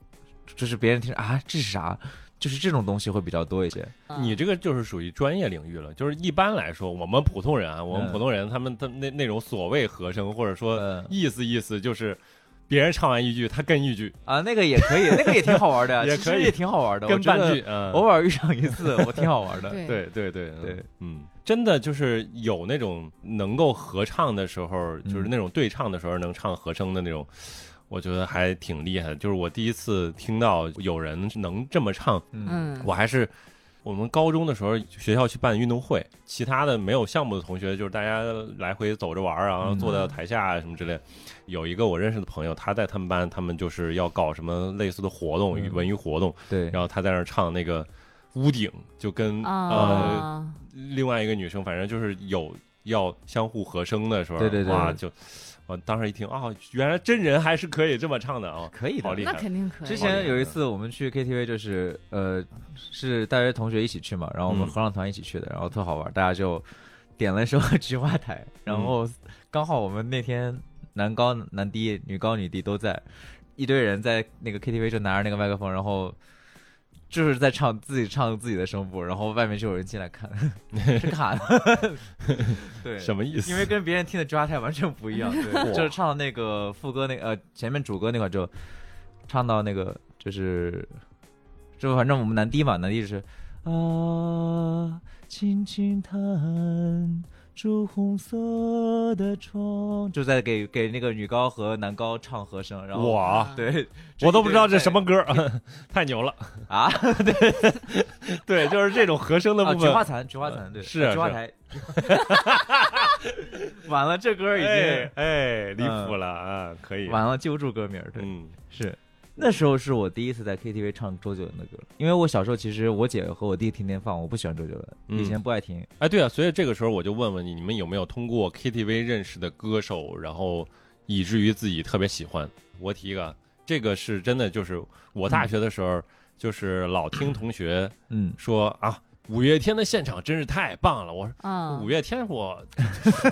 B: 就是别人听着啊这是啥，就是这种东西会比较多一些。
A: 你这个就是属于专业领域了。就是一般来说，我们普通人啊，我们普通人他们他们那那种所谓和声，或者说
B: 嗯
A: 意思意思，就是别人唱完一句，他跟一句，
B: 啊，那个也可以，那个也挺好玩的呀，
A: 也
B: 其
A: 可
B: 实
A: 以
B: 也挺好玩的，我
A: 跟
B: 觉
A: 半
B: 得
A: 句，嗯，
B: 偶尔遇上一次，我挺好玩的。
C: 对
A: 对对对
B: 对，
A: 嗯，真的就是有那种能够合唱的时候，就是那种对唱的时候能唱和声的那种，我觉得还挺厉害的。就是我第一次听到有人能这么唱，
B: 嗯
C: 嗯，
A: 我还是。我们高中的时候，学校去办运动会，其他的没有项目的同学，就是大家来回走着玩儿啊，然后
B: 嗯
A: 坐到台下啊什么之类。有一个我认识的朋友，他在他们班，他们就是要搞什么类似的活动，
B: 嗯
A: 文娱活动，
B: 对，
A: 然后他在那儿唱那个《屋顶》，就跟呃
C: 啊，
A: 另外一个女生，反正就是有要相互和声的时候，
B: 对对对
A: 哇，就我当时一听啊、原来真人还是可以这么唱的 啊、
B: 可以
A: 好
B: 的
A: 厉。害
C: 那肯定可以。
B: 之前有一次我们去 KTV，就是呃，是大学同学一起去嘛，然后我们
A: 嗯
B: 合唱团一起去的，然后特好玩，大家就点了一首 《菊花台》，然后
A: 嗯
B: 刚好我们那天男高男低、女高女低都在，一堆人在那个 KTV 就拿着那个麦克风，然后。就是在唱自己唱自己的声部，然后外面就有人进来看， 是卡的。 对，
A: 什么意思？
B: 因为跟别人听的《抓太》完全不一样，
A: 哇
B: 对，就是唱那个副歌那个呃前面主歌那块就唱到那个就是就反正我们男低嘛，男低就是啊，轻轻弹朱红色的窗，就在给给那个女高和男高唱和声，然后
A: 哇，
B: 对，
A: 我都不知道这什
B: 么
A: 么歌， 太牛了！
B: 啊，
A: 对，就是这种和声的
B: 啊
A: 部
B: 菊
A: 分，
B: 花残，菊花残，对，
A: 是啊
B: 菊花
A: 是啊
B: 台。 完了，这歌已
A: 哎
B: 经嗯
A: 哎，离谱了啊，可以，
B: 完了，记不住歌名儿，对。
A: 嗯
B: 是，那时候是我第一次在 KTV 唱周杰伦的歌，因为我小时候其实我姐和我弟天天放，我不喜欢周杰伦，
A: 嗯
B: 以前不爱听。
A: 哎，对啊，所以这个时候我就问问你，你们有没有通过 KTV 认识的歌手，然后以至于自己特别喜欢？我提一个啊，这个是真的，就是我大学的时候，就是老听同学
B: 嗯，
A: 说啊，五月天的现场真是太棒了。我说
C: 嗯
A: 五，月天我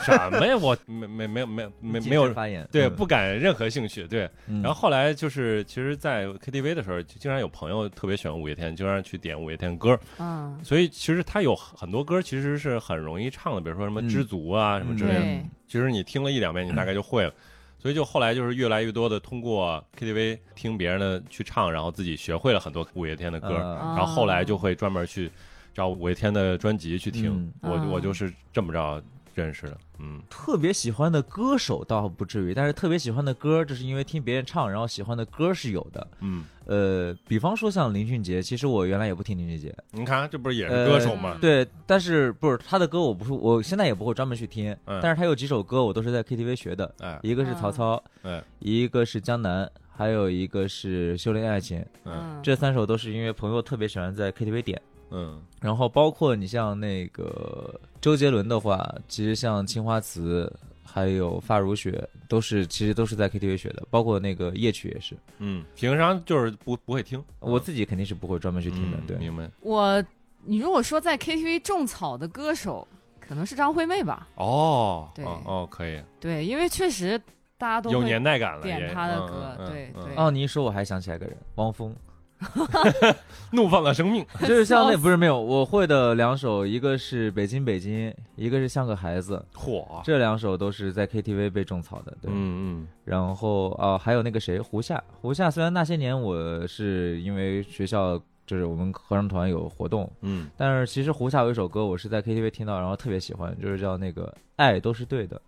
A: 什么呀？我没没没没没没
B: 谨慎
A: 有。
B: 发言，
A: 对，
B: 嗯
A: 不感任何兴趣。对，
B: 嗯
A: 然后后来就是，其实，在 KTV 的时候，就经常有朋友特别喜欢五月天，经常去点五月天歌。
C: 嗯，
A: 所以其实他有很多歌其实是很容易唱的，比如说什么
B: 嗯
A: 《知足》啊什么之类的。
C: 对，
A: 其实你听了一两遍，你大概就会了。所以就后来就是越来越多的通
B: 嗯
A: 过 KTV 听别人的去唱，然后自己学会了很多五月天的歌。
B: 呃
A: 然后后来就会专门去找五月天的专辑去听。
B: 嗯
A: 我
C: 嗯
A: 我就是这么着认识的，嗯
B: 特别喜欢的歌手倒不至于，但是特别喜欢的歌，就是因为听别人唱，然后喜欢的歌是有的。
A: 嗯，
B: 呃，比方说像林俊杰，其实我原来也不听林俊杰，
A: 你看这不是也是
B: 呃
A: 歌手吗？
B: 对，但是不是他的歌，我不是，我现在也不会专门去听，
A: 嗯
B: 但是他有几首歌我都是在 KTV 学的，
A: 哎
B: 一个是曹
C: 啊
B: 操，
A: 哎
B: 一个是江南，还有一个是修炼爱情，
A: 嗯
B: 这三首都是因为朋友特别喜欢在 KTV 点。
A: 嗯
B: 然后包括你像那个周杰伦的话，其实像《青花瓷》还有《发如雪》都是其实都是在 KTV 学的，包括那个夜曲也是，
A: 嗯，平常就是不不会听，
B: 我自己肯定是不会专门去听的。
A: 嗯
B: 对，
A: 明白
C: 我，你如果说在 KTV 种草的歌手，可能是张惠妹吧？
A: 哦，
C: 对
A: 哦哦可以，
C: 对，因为确实大家都
A: 有
C: 会
A: 年代感了也，
C: 点他的
A: 嗯
C: 歌
A: 嗯嗯
C: 对
A: 嗯
C: 对
B: 哦，你一说我还想起来个人，汪峰。
A: 怒放的 生命，
B: 就是像那不是没有，我会的两首，一个是《北京北京》，一个是《像个孩子
A: 嚯》，，
B: 这两首都是在 KTV 被种草的。啊对，
A: 嗯嗯，
B: 然后啊、还有那个谁，胡夏，胡夏虽然那些年我是因为学校就是我们合唱团有活动，
A: 嗯，
B: 但是其实胡夏有一首歌我是在 KTV 听到，然后特别喜欢，就是叫那个《爱都是对的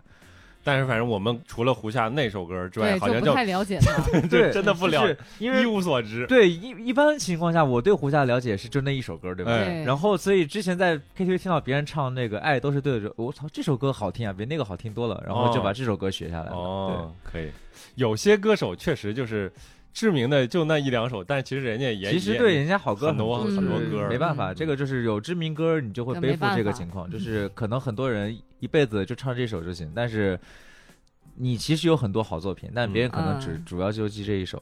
A: 但是反正我们除了胡夏那首歌之外，
C: 对，
A: 好像
C: 就不
A: 就
C: 太了解他。》，
B: 对，
A: 真的不了
B: 就是因
A: 一
B: 为
A: 无所知。
B: 对一一般情况下我对胡夏了解是就那一首歌，对吧？
A: 哎
C: 对，
B: 然后，所以之前在 KTV 听到别人唱那个《爱都是对的时候》，我操，这首歌好听啊，比那个好听多了。然后就把这首歌学下来了。
A: 哦，可以。有些歌手确实就是知名的就那一两首，但其实人家也
B: 对，其实
A: 也
B: 对人家好歌
A: 很多
C: 很多
B: 就是
A: 歌
B: 没办法，
A: 嗯
B: 这个就是有知名歌，你就会
C: 那
B: 背
C: 没
B: 负
C: 办
B: 这个
C: 法
B: 情况，就是可能很多人一辈子就唱这首就行，但是你其实有很多好作品，但别人可能只
C: 嗯
B: 主要就记这一首。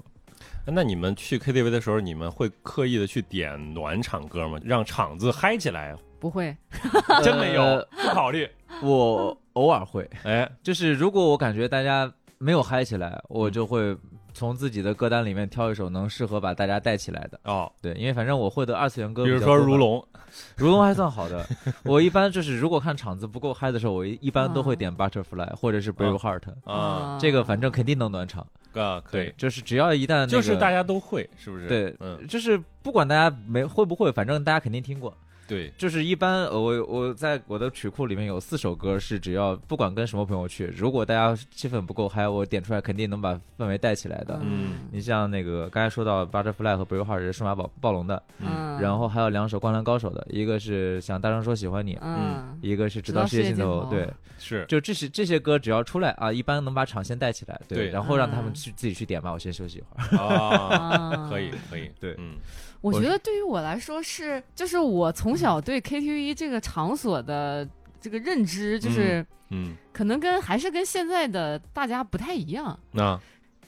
A: 那你们去 KTV 的时候，你们会刻意的去点暖场歌吗？让场子嗨起 来？
C: 不会，
A: 真没有
B: 呃，
A: 不考 虑。
B: 我偶尔会，
A: 哎，
B: 就是如果我感觉大家没有嗨起来，我
A: 嗯
B: 就会从自己的歌单里面挑一首能适合把大家带起来的。
A: 哦，
B: 对，因为反正我会的二次元歌，
A: 比如说如，龙，
B: 如龙还算好的。我一般就是如果看场子不够嗨的时候，我一一般都会点 Butterfly 或者是 Braveheart，、
C: 嗯
A: 啊，
B: 这个反正肯定能暖场。
A: 啊，可以，
B: 就是只要一旦、那个、
A: 就是大家都会，是不是？
B: 对
A: 嗯，
B: 就是不管大家没会不会，反正大家肯定听过。
A: 对，
B: 就是一般呃我我在我的曲库里面有四首歌是只要不管跟什么朋友去，如果大家气氛不够嗨，我点出来肯定能把氛围带起来的。
A: 嗯
B: 你像那个刚才说到 Butterfly 和 Braveheart 是数码暴暴龙的，
A: 嗯
C: 嗯，
B: 然后还有两首《灌篮高手》的，一个是想大声说喜欢你，
C: 嗯，
B: 一个是直
C: 直
B: 到
C: 到
B: 世界
C: 世界
B: 尽
C: 尽
B: 头。
C: 头
B: 对，
A: 是
B: 就这些这些歌只要出来啊，一般能把场先带起来。
A: 对
B: 然后让他们
C: 嗯
B: 去自己去点吧，我先休息一 会儿。
A: 啊，
C: 啊
A: 可以，可以，
B: 对
A: 嗯，
C: 我
B: 我
C: 觉
B: 是
C: 得对于我来说是，就是我从小对 KTV 这个场所的这个认知，就是
A: 嗯，
C: 可能跟还是跟现在的大家不太一样，
A: 那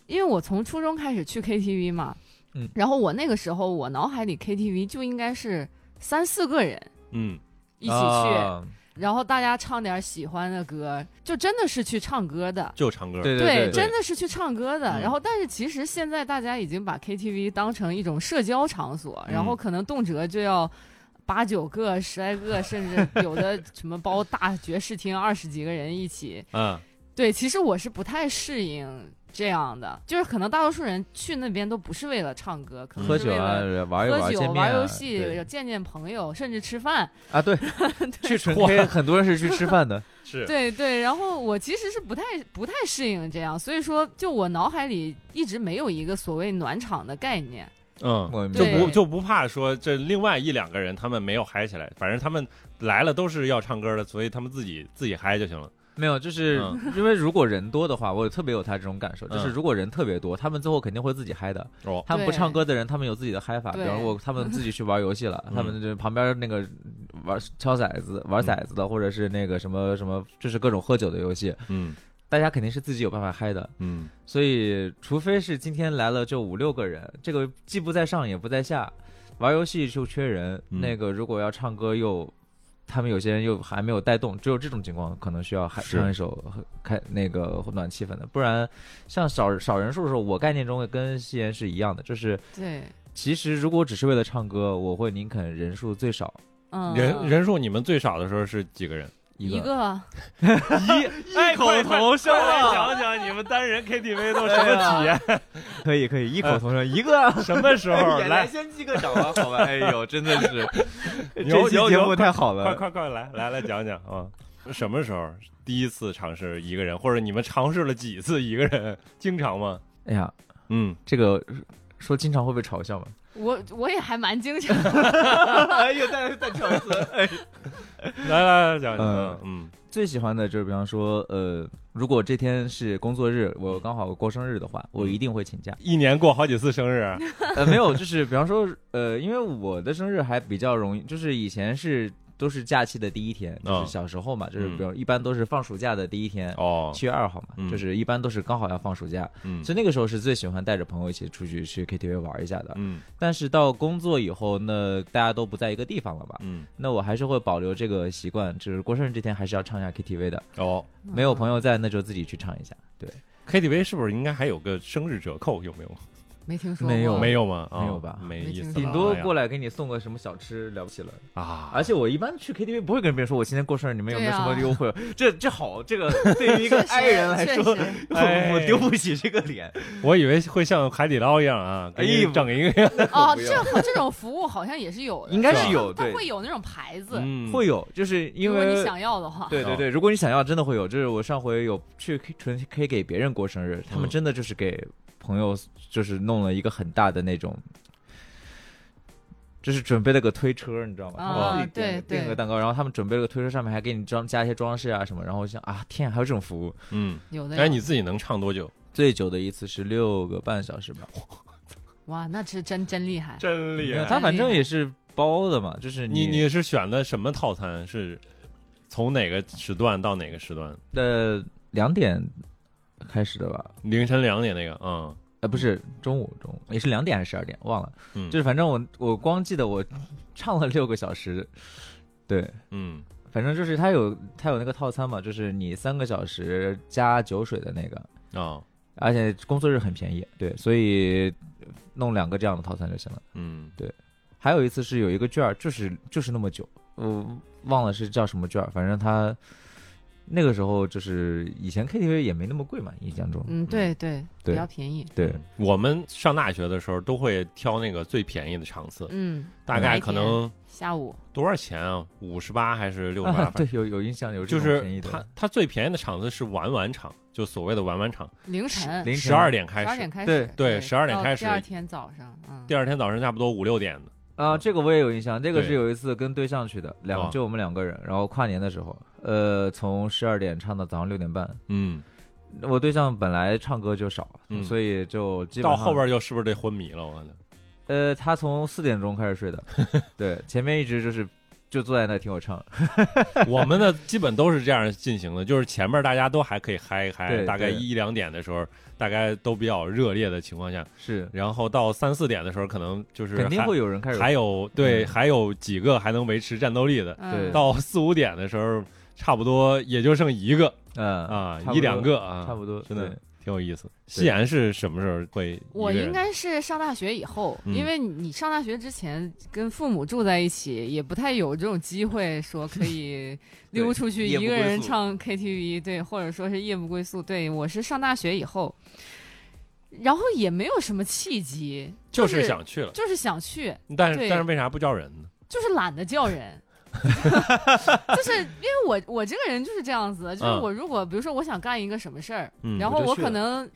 C: 因为我从初中开始去 KTV 嘛，
B: 嗯
C: 然后我那个时候我脑海里 KTV 就应该是三四个人
A: 嗯，
C: 一起去，
B: 啊
C: 然后大家唱点喜欢的歌，就真的是去唱歌的。
A: 就唱歌，
B: 对对，
C: 真的是去唱歌的。
A: 嗯
C: 然后，但是其实现在大家已经把 KTV 当成一种社交场所，
A: 嗯
C: 然后可能动辄就要八九个、十来个，甚至有的什么包大爵士厅二十几个人一起。
A: 啊，
C: 对，其实我是不太适应这样的，就是可能大多数人去那边都不是为了唱歌，可
B: 喝
C: 能是
B: 酒
C: 为
B: 啊
C: 了。，
B: 玩一
C: 喝酒、
B: 见面啊
C: 玩游
B: 对
C: 戏、见见朋友，甚至吃饭。
B: 啊， 对，去纯 K 很多人是去吃饭的，
A: 是，
C: 对对，然后我其实是不太不太适应这样，所以说就我脑海里一直没有一个所谓暖场的概念。
A: 嗯，
B: 我
A: 就
C: 对
A: 不就不怕说这另外一两个人他们没有嗨起来，反正他们来了都是要唱歌的，所以他们自己自己嗨就行了。
B: 没有，就是
A: 嗯
B: 因为如果人多的话，我特别有他这种感受，就是
A: 嗯
B: 如果人特别多，他们最后肯定会自己嗨的。
A: 哦，
B: 他们不
C: 对
B: 唱歌的人，他们有自己的嗨法，比
C: 对
B: 方我他们自己去玩游戏了，
A: 嗯
B: 他们就旁边那个玩敲骰子、玩骰子的，或者是那个什么什么，就是各种喝酒的游戏，
A: 嗯
B: 大家肯定是自己有办法嗨的。
A: 嗯，
B: 所以，除非是今天来了就五六个人，这个既不在上也不在下，玩游戏就缺人，
A: 嗯
B: 那个如果要唱歌又。他们有些人又还没有带动，只有这种情况可能需要嗨
A: 是
B: 唱一首开那个暖气氛的，不然像少少人数的时候，我概念中跟西岩是一样的，就是
C: 对，
B: 其实如果只是为了唱歌，我会宁肯人数最少
C: 嗯，
A: 人人数你们最少的时候是几个人？
B: 一
C: 一
B: 个。
C: 个
A: 一
B: 异口同声啊
A: 想想你们单人 KTV 都
B: 哎呀
A: 验？
B: 可以可以，异口同声，一个。啊
A: 什么 时候
B: 也
A: 嗯来？
B: 先击个掌吧， 好吧？哎呦，真的是，
A: 牛
B: 这期
A: 牛
B: 节
A: 牛
B: 目太好
A: 快
B: 了。
A: 快快来来来讲讲啊！什么时候第一次尝试一个人，或者你们尝试了几次一个人？经常吗？
B: 哎呀，
A: 嗯，
B: 这个说经常会被嘲笑吗？
C: 我我也还蛮经常
B: 哎呦，再再跳一次。
A: 来来来讲讲
B: 嗯，
A: 嗯
B: 最喜欢的就是，比方说，呃，如果这天是工作日，我刚好过生日的
A: 嗯
B: 话，我一定会请 假。
A: 一年过好几次生日，啊
B: 呃，没有，就是比方说，呃，因为我的生日还比较容易，就是以前是都是假期的第一天，就
A: 嗯
B: 是小时候嘛，就是
A: 嗯
B: 比如一般都是放暑假的第一天，
A: 哦，
B: 七月二号嘛，
A: 嗯
B: 就是一般都是刚好要放暑假，
A: 嗯
B: 所以那个时候是最喜欢带着朋友一起出去去 KTV 玩一下的。
A: 嗯
B: 但是到工作以后，那大家都不在一个地方了吧？
A: 嗯，
B: 那我还是会保留这个习惯，就是过生日这天还是要唱一下 KTV 的。
A: 哦
C: 嗯
B: 没有朋友在，那就自己去唱一下。对，
A: ，KTV 是不是应该还有个生日折扣？有没有？
C: 没听说过，
B: 没有
A: 没有吗？啊
B: 没有吧
A: 没
C: 没
A: 意
C: 听
A: 思了，
C: 说
B: 顶多
A: 哎呀
B: 过来给你送个什么小吃，了不起了。
A: 啊，
B: 而且我一般去 KTV 不会跟别人说我今天过生日，你们有没有
C: 对
B: 什
C: 啊
B: 么优惠？这这好，这个对于一个
C: 确实
B: 爱人来说，
C: 确实哦
B: 我
A: 哎
B: 我丢不起这个脸。
A: 我以为会像海底捞一样啊，给
B: 哎
A: 你
B: 不
A: 整一个，
C: 哦，
B: 不
C: 这
B: 要
C: 好这种服务好像也是有 的，
B: 应该
A: 是
B: 是有，
C: 它
B: 对，
C: 会有那种牌子，
A: 嗯
B: 会有，就是因
C: 如果
B: 为
C: 你想要的话，
B: 对对对，如果你想要，真的会有。就是我上回有去 K- 纯 K 给别人过生日，他
A: 嗯
B: 们真的就是给朋友，就是弄了一个很大的那种，就是准备了个推车，你知道吗？
C: 啊
B: 他们自己
C: 对
B: 订订了
C: 对
B: 个蛋糕，然后他们准备了个推车，上面还给你装加一些装饰啊什么。然后我想啊，天，还有这种服务！
A: 嗯，
C: 有的有。
A: 哎，你自己能唱多久？
B: 最久的一次是六个半小时吧，
C: 哇，那是真真厉害，
A: 真厉
B: 他反
C: 哎
B: 正也是包的嘛，就是
A: 啊你
B: 你
A: 你是选的什么套餐？是从哪个时段到哪个时段？
B: 的呃两点开始的吧。
A: 凌晨两点那个，嗯
B: 呃，不是中午，中午也是两点还是十二点，忘了。
A: 嗯，
B: 就是反正我我光记得我 唱了六个小时，对，
A: 嗯
B: 反正就是它有它有那个套餐嘛，就是你三个小时加酒水的那个，
A: 啊
B: 而且工作日很便宜，对，所以弄两个这样的套餐就行了。
A: 嗯
B: 还有一次是有一个券儿，就是就是那么久，我忘了是叫什么券儿，反正它那个时候就是以前 KTV 也没那么贵嘛，印象中，
C: 嗯，对对，
B: 对
C: 比较便宜，
B: 对，
A: 我们上大学的时候都会挑那个最便宜的场次，
C: 嗯，
A: 大概可能
C: 下午
A: 多少钱啊？五十八还是六十八
B: 啊？ 对，有有印象，有
A: 就
B: 这种便
A: 是
B: 宜的
A: 它它最便宜的场子是玩玩场，就所谓的玩玩场，
C: 凌晨
B: 凌晨
A: 十二点
C: 十
A: 开
C: 二
A: 始
C: 点，开
B: 对
C: 始，
A: 对12点
C: 到
A: 开始
C: 第二天早上，嗯，
A: 第二天早上差不多五六点的。
B: 啊，这个我也有印象，这个
A: 对
B: 是有一次跟对象去的，
A: 啊
B: 两就我们两个人，然后跨年的时候，呃，从十二点唱到早上六点半。
A: 嗯，
B: 我对象本来唱歌就少，
A: 嗯
B: 所以就基本
A: 到
B: 上
A: 后边就是不是得昏迷了？我感觉
B: 呃，他从四点钟开始 睡的，对，前面一直就是就坐在那听我唱，
A: 我们呢，基本都是这样进行的，就是前面大家都还可以嗨一嗨，
B: 对
A: 大概
B: 对
A: 一两点的时候，大概都比较热烈的情况下，
B: 是
A: 然后到三四点的时候，可能就是
B: 肯定
A: 还
B: 会有人开始
A: 还有对，
B: 嗯
A: 还有几个还能维持战斗力的，
C: 嗯
B: 对
A: 到四五点的时候，差不多也就剩一个
B: 嗯
A: 啊
B: 差不，多
A: 一两个啊，
B: 差不多，
A: 真的
B: 对
A: 挺有意思。西安是什么时候会一个人？
C: 我应该是上大学以后，
A: 嗯
C: 因为你你上大学之前跟父母住在一起，也不太有这种机会说可 以溜出去
B: 夜
C: 一
B: 不
C: 个
B: 归
C: 人
B: 宿
C: 唱 KTV，对，或者说是夜不归宿。对我是上大学以后，然后也没有什么契机，
A: 就
C: 就是
A: 是想去了，
C: 就是想去，
A: 但是
C: 对
A: 但是为啥不叫人呢？
C: 就是懒得叫人。 就是因为我我这个人就是这样子，就是
A: 嗯
C: 我如果比如说我想干一个什么事儿，
A: 嗯
C: 然
B: 我
C: 后
B: 就
C: 我
B: 去
C: 可
B: 了
C: 能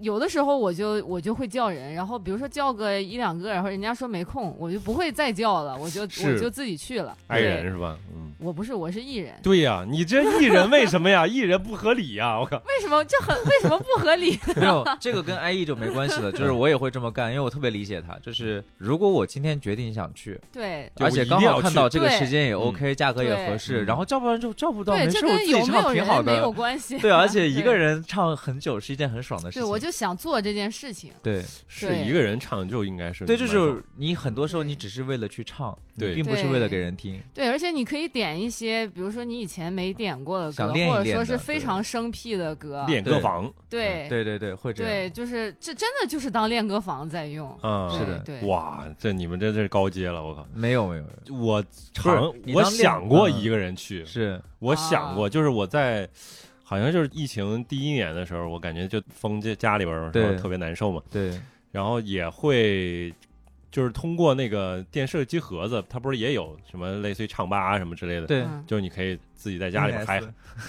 C: 有的时候我就我就会叫人，然后比如说叫个一两个，然后人家说没空，我就不会再叫了，我就我
A: 是
C: 就自己去了。
A: 爱人
C: 对，
A: 是吧？嗯，
C: 我不是我是艺人，
A: 对呀，你这艺人为什么呀？艺人不合理呀！我靠，
C: 为什么这很为什么不合理？
B: 没有，这个跟 IE 就没关系了，就是我也会这么干，因为我特别理解他，就是如果我今天决定想去，
C: 对。
A: 就
B: 而
A: 我
B: 且
A: 一
B: 刚
A: 定
B: 好
A: 要
B: 看
A: 去
B: 到这个
C: 对
B: 时间也
A: 嗯
B: OK，价格也合适，
A: 嗯
B: 然后叫不然就叫不到，
C: 对，
B: 没
C: 这
B: 事，我
C: 跟
B: 自己
C: 有没有
B: 唱挺好
C: 人没有
B: 的。
C: 关系。
B: 对，而且一个
C: 对。
B: 人唱很久是一件很爽的事
C: 对，
B: 情。
C: 我就想做这件事情。
B: 对
A: 是
C: 对
A: 一个人唱就应该是
B: 对，就
A: 蛮爽
B: 是你很多时候你
C: 对
B: 只是为了去唱，你
A: 对
B: 并不是为了给
C: 对
B: 人听。
C: 对，而且你可以点一些，比如说你以前没点过的歌，
B: 想练一
C: 或者
B: 练
C: 说是
B: 的
C: 非
B: 对
C: 常生僻的歌。
A: 练歌嗯房
C: 对
B: 对对对，会这样。
C: 对，就是这真的就是当练歌房在用。
A: 啊，
B: 是的
C: 对，对
A: 哇，这你们这这是高阶了，我靠！
B: 没有没有，没有
A: 我尝
B: 你
A: 我
B: 当练
A: 想过
B: 嗯
A: 一个人去，
B: 是
A: 我想
C: 啊
A: 过，就是我在好像就是疫情第一年的时候，我感觉就封在家里边儿，
B: 对
A: 然后特别难受嘛。
B: 对
A: 然后也会就是通过那个电视机盒子，它不是也有什么类似于唱吧啊什么之类的，
B: 对，
C: 嗯
A: 就是你可以自己在家里边嗨，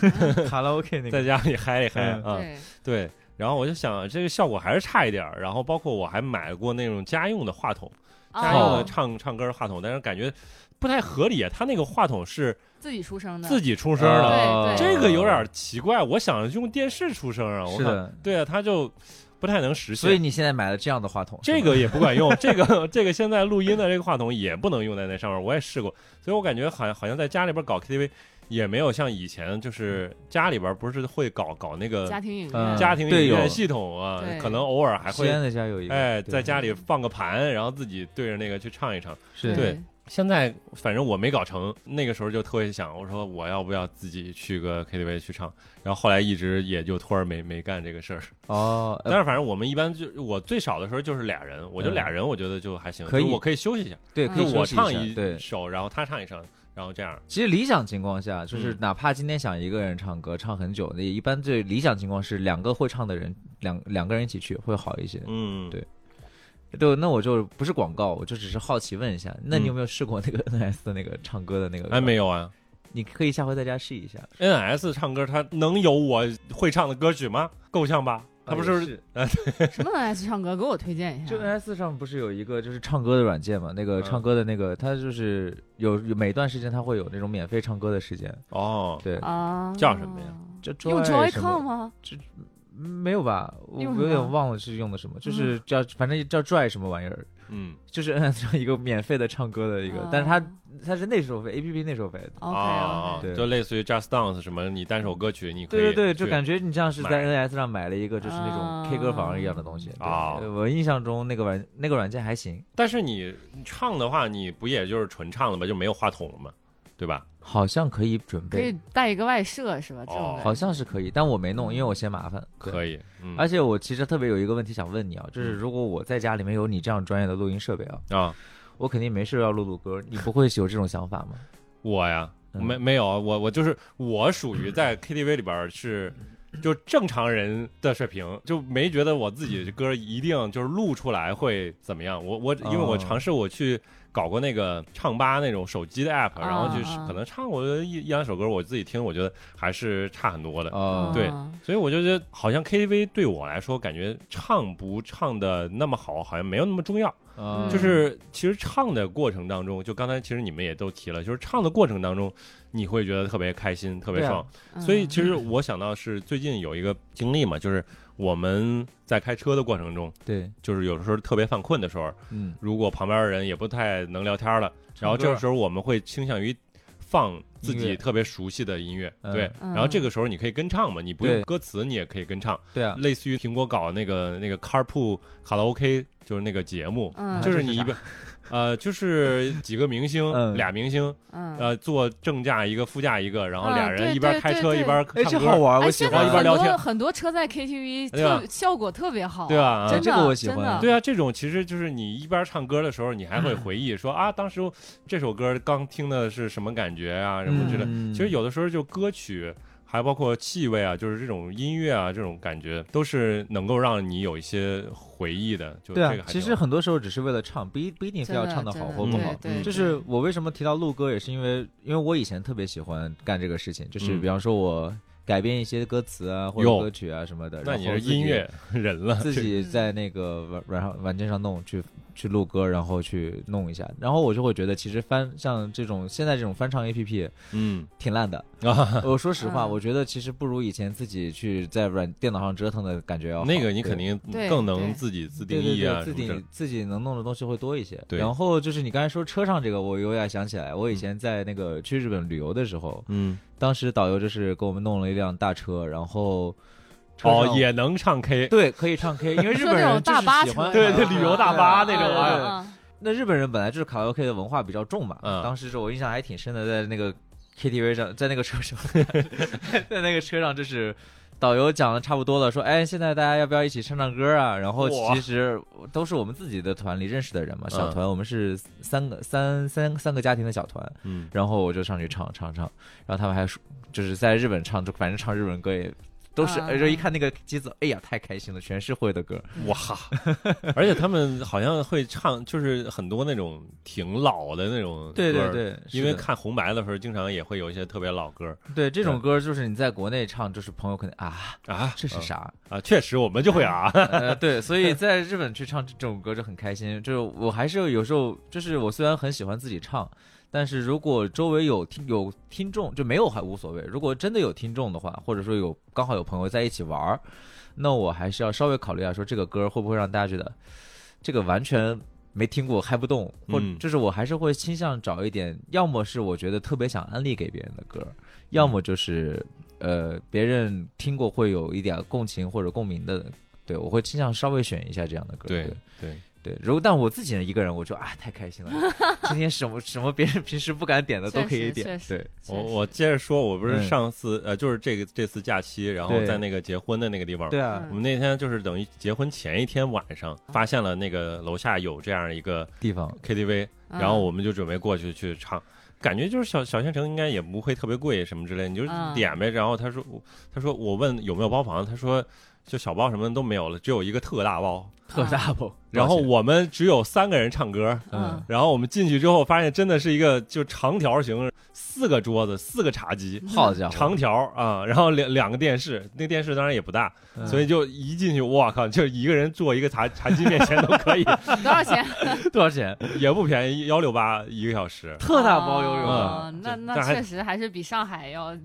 B: NS 卡拉 OK 那
A: 在
B: 个，
A: 家里嗨一嗨
B: 嗯
A: 啊，
C: 对，
A: 对。然后我就想，这个效果还是差一点儿。然后包括我还买过那种家用的话筒，家用的
C: 哦，
A: 唱唱歌的话筒，但是感觉不太合理。啊它那个话筒是
C: 自己出声的，
A: 自己出声的，
B: 哦
C: 啊嗯对对
A: 这个有点奇怪。我想用电视出声啊，我
B: 是
A: 看
B: 的。
A: 对啊，它就不太能实现。
B: 所以你现在买了这样的话筒，
A: 这
B: 是吧
A: 个也不管用，这个这个现在录音的这个话筒也不能用在那上面，我也试过，所以我感觉好像好像在家里边搞 KTV 也没有像以前就是家里边不是会搞搞那个
C: 家庭影
B: 嗯
C: 院，
A: 家庭
B: 对
A: 影院
B: 有
A: 系统啊
C: 对，
A: 可能偶尔还
B: 西安
A: 会
B: 的家有一个，
A: 哎
B: 对
A: 在家里放个盘，然后自己对着那个去唱一唱，
B: 是
A: 对现在反正我没搞成，那个时候就特别想，我说我要不要自己去个 KTV 去唱，然后后来一直也就托儿没没干这个事儿。
B: 哦，
A: 但是反正我们一般就我最少的时候就是俩人，我就俩人，我觉得就还行，
B: 嗯可以
A: 就是我可以休息一下，
B: 对，
C: 嗯
B: 可
A: 就
B: 以
A: 是
B: 休
A: 我
B: 息一下
A: 唱一
B: 对。
A: 首，然后他唱一首，然后这样。
B: 其实理想情况下，就是
A: 嗯
B: 哪怕今天想一个人唱歌唱很久，那一般最理想情况是两个会唱的人，两两个人一起去会好一些。
A: 嗯，
B: 对对，那我就不是广告，我就只是好奇问一下，那你有没有试过那个 NS 的那个唱歌的那个？
A: 哎，嗯没，有啊
B: 你可以下回在家试一下。
A: ，NS 唱歌他能有我会唱的歌曲吗？够呛吧？他不
B: 啊
A: 是
B: 也是
C: 什么 NS 唱歌，给我推荐一
B: 就
C: 下。
B: NS 上不是有一个就是唱歌的软件嘛？那个
A: 嗯
B: 唱歌的那个，它就是有有每段时间它会有那种免费唱歌的时间。
A: 哦，
B: 对，
C: 啊，
A: 叫什么呀？
B: 就
C: 用 Joycon
B: Con
C: 吗？
B: 没有吧？我
C: 用
B: 我
C: 什么嗯
B: 有点忘了是用的什么，就是叫反正叫 Joy 什么玩意儿，
A: 嗯，
B: 就是 NS 上一个免费的唱歌的一
C: 啊
B: 个，但是
C: 嗯
B: 它它是内收费，APP 内收费的。
A: 啊，
C: OK，
B: 对
A: 就类似于 Just Dance 什么，你单首歌曲你可以
B: 对对对，就
A: 去
B: 感觉你像是在
A: 买
B: NS 上买了一个就是那
C: 啊
B: 种 K 歌房一样的东西。对
A: 啊
B: 呃我印象中那个软那个软件还行，
A: 但是你唱的话，你不也就是纯唱了吗？就没有话筒了吗？对吧？
B: 好像可以准
C: 可以
B: 备，
C: 带一个外设是吧？这
A: 哦
C: 种
B: 好像是可以，但我没弄，因为我嫌麻烦。对哎
A: 可以，嗯
B: 而且我其实特别有一个问题想问你啊，就是
A: 嗯
B: 如果我在家里面有你这样专业的录音设备啊，
A: 啊，
B: 我肯定没事要录录歌，你不会有这种想法吗？
A: 我呀，
B: 嗯
A: 没没有，啊我我就是我属于 在 KTV 里边儿是。就正常人的水平，就没觉得我自己的歌一定就是录出来会怎么样。我我因为我
B: 哦
A: 尝试我去搞过那个唱吧那种手机的 app，、
C: 啊
A: 然后
B: 嗯
A: 就是
C: 啊
A: 可能唱过一一两首歌，我自己听，我觉得还是差很多的。
B: 哦、
A: 对
C: 嗯
A: 所以我就觉得，好像 KTV 对我来说，感觉唱不唱的那么好，好像没有那么重要。
B: 啊
C: 嗯
A: 就是其实唱的过程当中，就刚才其实你们也都提了，就是唱的过程当中，你会觉得特别开心，特别
B: 对啊
A: 爽。所以其
C: 嗯
A: 实我想到是最近有一个经历嘛，就是我们在开车的过程中，
B: 对，
A: 就是有时候特别犯困的时候，
B: 嗯，
A: 如果旁边的人也不太能聊天了，然后这个时候我们会倾向于放自
B: 音
A: 己
B: 乐
A: 特别熟悉的音乐，
B: 嗯
A: 对。
C: 嗯
A: 然后这个时候你可以跟唱嘛，你不用
B: 对
A: 歌词你也可以跟唱，
B: 对啊，
A: 类似于苹果搞那个那个 Carpool 卡拉 OK 就是那个节目，
C: 嗯
A: 就是
B: 啊这是
A: 你
B: 啥
A: 一个。 呃，就是几个明星，
B: 嗯啊
A: 俩明星，
C: 嗯，
A: 呃，坐正驾一个，副驾一个，然后
C: 嗯
A: 俩
C: 对
A: 人一边
C: 对
A: 开
C: 对
A: 车
C: 对
A: 一边
B: 哎，
A: 唱
B: 这好
A: 歌，
B: 玩，我
C: 哎
B: 喜
C: 现
A: 然
C: 在
A: 后一边
B: 欢。
C: 很
A: 聊
C: 多
A: 天
C: 很多车载 KTV
A: 对吧
C: 特效果特别好，
A: 对吧啊
C: 真的
B: 这个我喜欢
C: 真的
A: 对啊，这种其实就是你一边唱歌的时候，你还会回忆 说啊，当时这首歌刚听的是什么感觉啊，什么之类。
B: 嗯
A: 其实有的时候就歌曲，还包括气味啊，就是这种音乐啊，这种感觉都是能够让你有一些回忆的。就
B: 对
A: 这
B: 啊
A: 个，还
B: 其
A: 挺
B: 实
A: 好
B: 很多时候只是为了唱，不一不一定非要唱的好或不好。
A: 对
C: 嗯
A: 对
B: 就是我为什么提到录歌，也是因为因为我以前特别喜欢干这个事情，就是
A: 嗯
B: 比方说我改编一些歌词啊或者
A: 哟
B: 歌曲啊什么的。
A: 那
B: 然
A: 你
B: 后
A: 是
B: 自己
A: 音乐人了，
B: 自
A: 这
B: 己在那个软软上软件上弄去去录歌，然后去弄一下，然后我就会觉得其实翻像这种现在这种翻唱 A P P
A: 嗯
B: 挺 烂的。
A: 啊，
B: 我说实话，
C: 嗯
B: 我觉得其实不如以前自己去在软电脑上折腾的感觉嗯要好。
A: 那个你
B: 对
A: 肯定
C: 对
A: 更
C: 对
A: 能自己自定
B: 对对
A: 义啊，
B: 对自
A: 什么之
B: 己
A: 类
B: 自己能弄的东西会多一些。
A: 对
B: 然后就是你刚才说车上这个，我有点想起来，我以前在那个去日本旅游的时候，
A: 嗯，
B: 当时导游就是给我们弄了一辆大车，然后车
A: 哦
B: 上
A: 也能唱 K，
B: 对可以唱 K，因为日
C: 说
B: 本
C: 那
B: 人
C: 种
B: 就
C: 大
B: 是
C: 巴
B: 喜
C: 车，嗯
B: 欢
A: 对对
B: 啊
A: 旅游大巴那种
B: 对
A: 玩意儿
B: 对对那日本人本来就是卡拉 OK 的文化比较重嘛，
A: 嗯
B: 当时是我印象还挺深的，在那个 KTV 上，在那个车上， 在那个车上就是。导游讲的差不多了，说，哎，现在大家要不要一起唱唱歌啊？然后
A: 哇
B: 其实都是我们自己的团里认识的人嘛，小
A: 嗯
B: 团，我们是三个三三三个家庭的小团，
A: 嗯，
B: 然后我就上去唱唱唱，然后他们还说，就是在日本唱，就反正唱日本歌也都是，
C: 啊
B: 哎就一看那个机子，哎呀，太开心了，全是会的歌，
A: 哇！而且他们好像会唱，就是很多那种挺老的那种歌，
B: 对对，对，
A: 因为
B: 是的
A: 看红白的时候，经常也会有一些特别老歌
B: 对这种
A: 对
B: 歌，就是你在国内唱，就是朋友可能啊，
A: 啊，
B: 这是啥？
A: 嗯啊？确实，我们就会啊，
B: 呃，对，所以在日本去唱这种歌就很开心。就是我还是有时候，就是我虽然很喜欢自己唱，但是如果周围有听有听众，就没有还无所谓。如果真的有听众的话，或者说有刚好有朋友在一起玩儿，那我还是要稍微考虑一下，说这个歌会不会让大家觉得这个完全。没听过嗨不动，或
A: 嗯
B: 就是我还是会倾向找一点，要么是我觉得特别想安利给别人的歌，要么就是呃别人听过会有一点共情或者共鸣的，对我会倾向稍微选一下这样的歌。
A: 对对，
B: 对，如果但我自己一个人，我就啊太开心了，今天什么什么别人平时不敢点的呃都可以
C: 确
B: 点，
C: 实
B: 对，
C: 确
A: 我
C: 实
A: 我接着说，我不是
B: 嗯
A: 上次、呃，就是这个这次假期，然后
B: 对
A: 在那个结婚的那个地方，
B: 对啊
C: 嗯
A: 我们那天就是等于结婚前一天晚上发现了那个楼下有这样一个
B: 地方
A: KTV，
C: 嗯
A: 然后我们就准备过去去唱。感觉就是小小县城应该也不会特别贵什么之类，你就
C: 嗯
A: 点呗。然后他说，他说我问有没有包房，他说就小包什么的都没有了，只有一个 特大包。
B: 特大包，
A: 然后我们只有三个人唱歌，
B: 嗯
C: 嗯，
A: 然后我们进去之后发现真的是一个就长条形，四个桌子，四个茶几，
B: 好家伙，
A: 长条啊、然后两两个电视，那电视当然也不大，
B: 嗯
A: 所以就一进去，我靠， 就一个人坐一个茶茶几面前都可以，
C: 嗯多少钱？
B: 多少钱？
A: 也不便宜，幺六八一个小时。
B: 特大包游泳啊，
C: 哦
A: 嗯
C: 那
A: 这
C: 那
A: 但还
C: 确实还是比上海要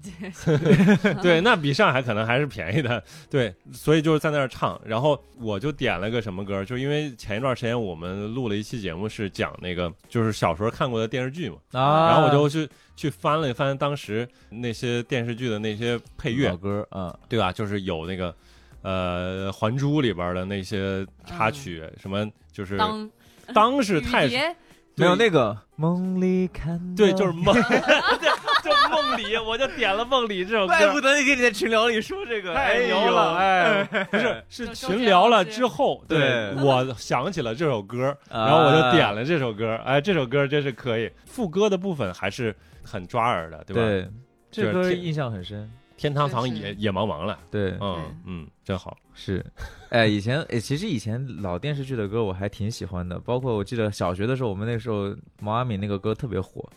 A: 对，那比上海可能还是便宜的。对，所以就是在那儿唱，然后我就点了个什么歌，就因为前一段时间我们录了一期节目，是讲那个就是小时候看过的电视剧嘛，
B: 啊
A: 然后我就去去翻了一翻当时那些电视剧的那些配乐
B: 老，歌，嗯，
A: 对吧？就是有那个呃《还珠》里边的那些插曲，
B: 嗯
A: 什么就是
C: 当
A: 当是太
C: 雨蝶
B: 没有那个梦里看到，
A: 对，就是 梦，就梦里，我就点了梦里这首歌。
B: 怪不得你跟你在群聊里说这个，
A: 太牛
B: 哎呦
A: 了，，哎，不是，是
C: 就
A: 群聊了
C: 周杰伦
A: 之后，
B: 对啊
A: 我想起了这首歌，
B: 然
A: 然后我就点，了这首歌，哎，这首歌真是可以，副歌的部分还是很抓耳的，对吧？
B: 对，这
A: 就
B: 歌
A: 是
B: 印象很深，
A: 天堂堂
C: 真是
A: 也也茫茫了，
B: 对，
A: 嗯嗯，真好，
B: 是，哎，以前哎，其实以前老电视剧的歌我还挺喜欢的，包括我记得小学的时候，我们那时候毛阿敏那个歌特别火，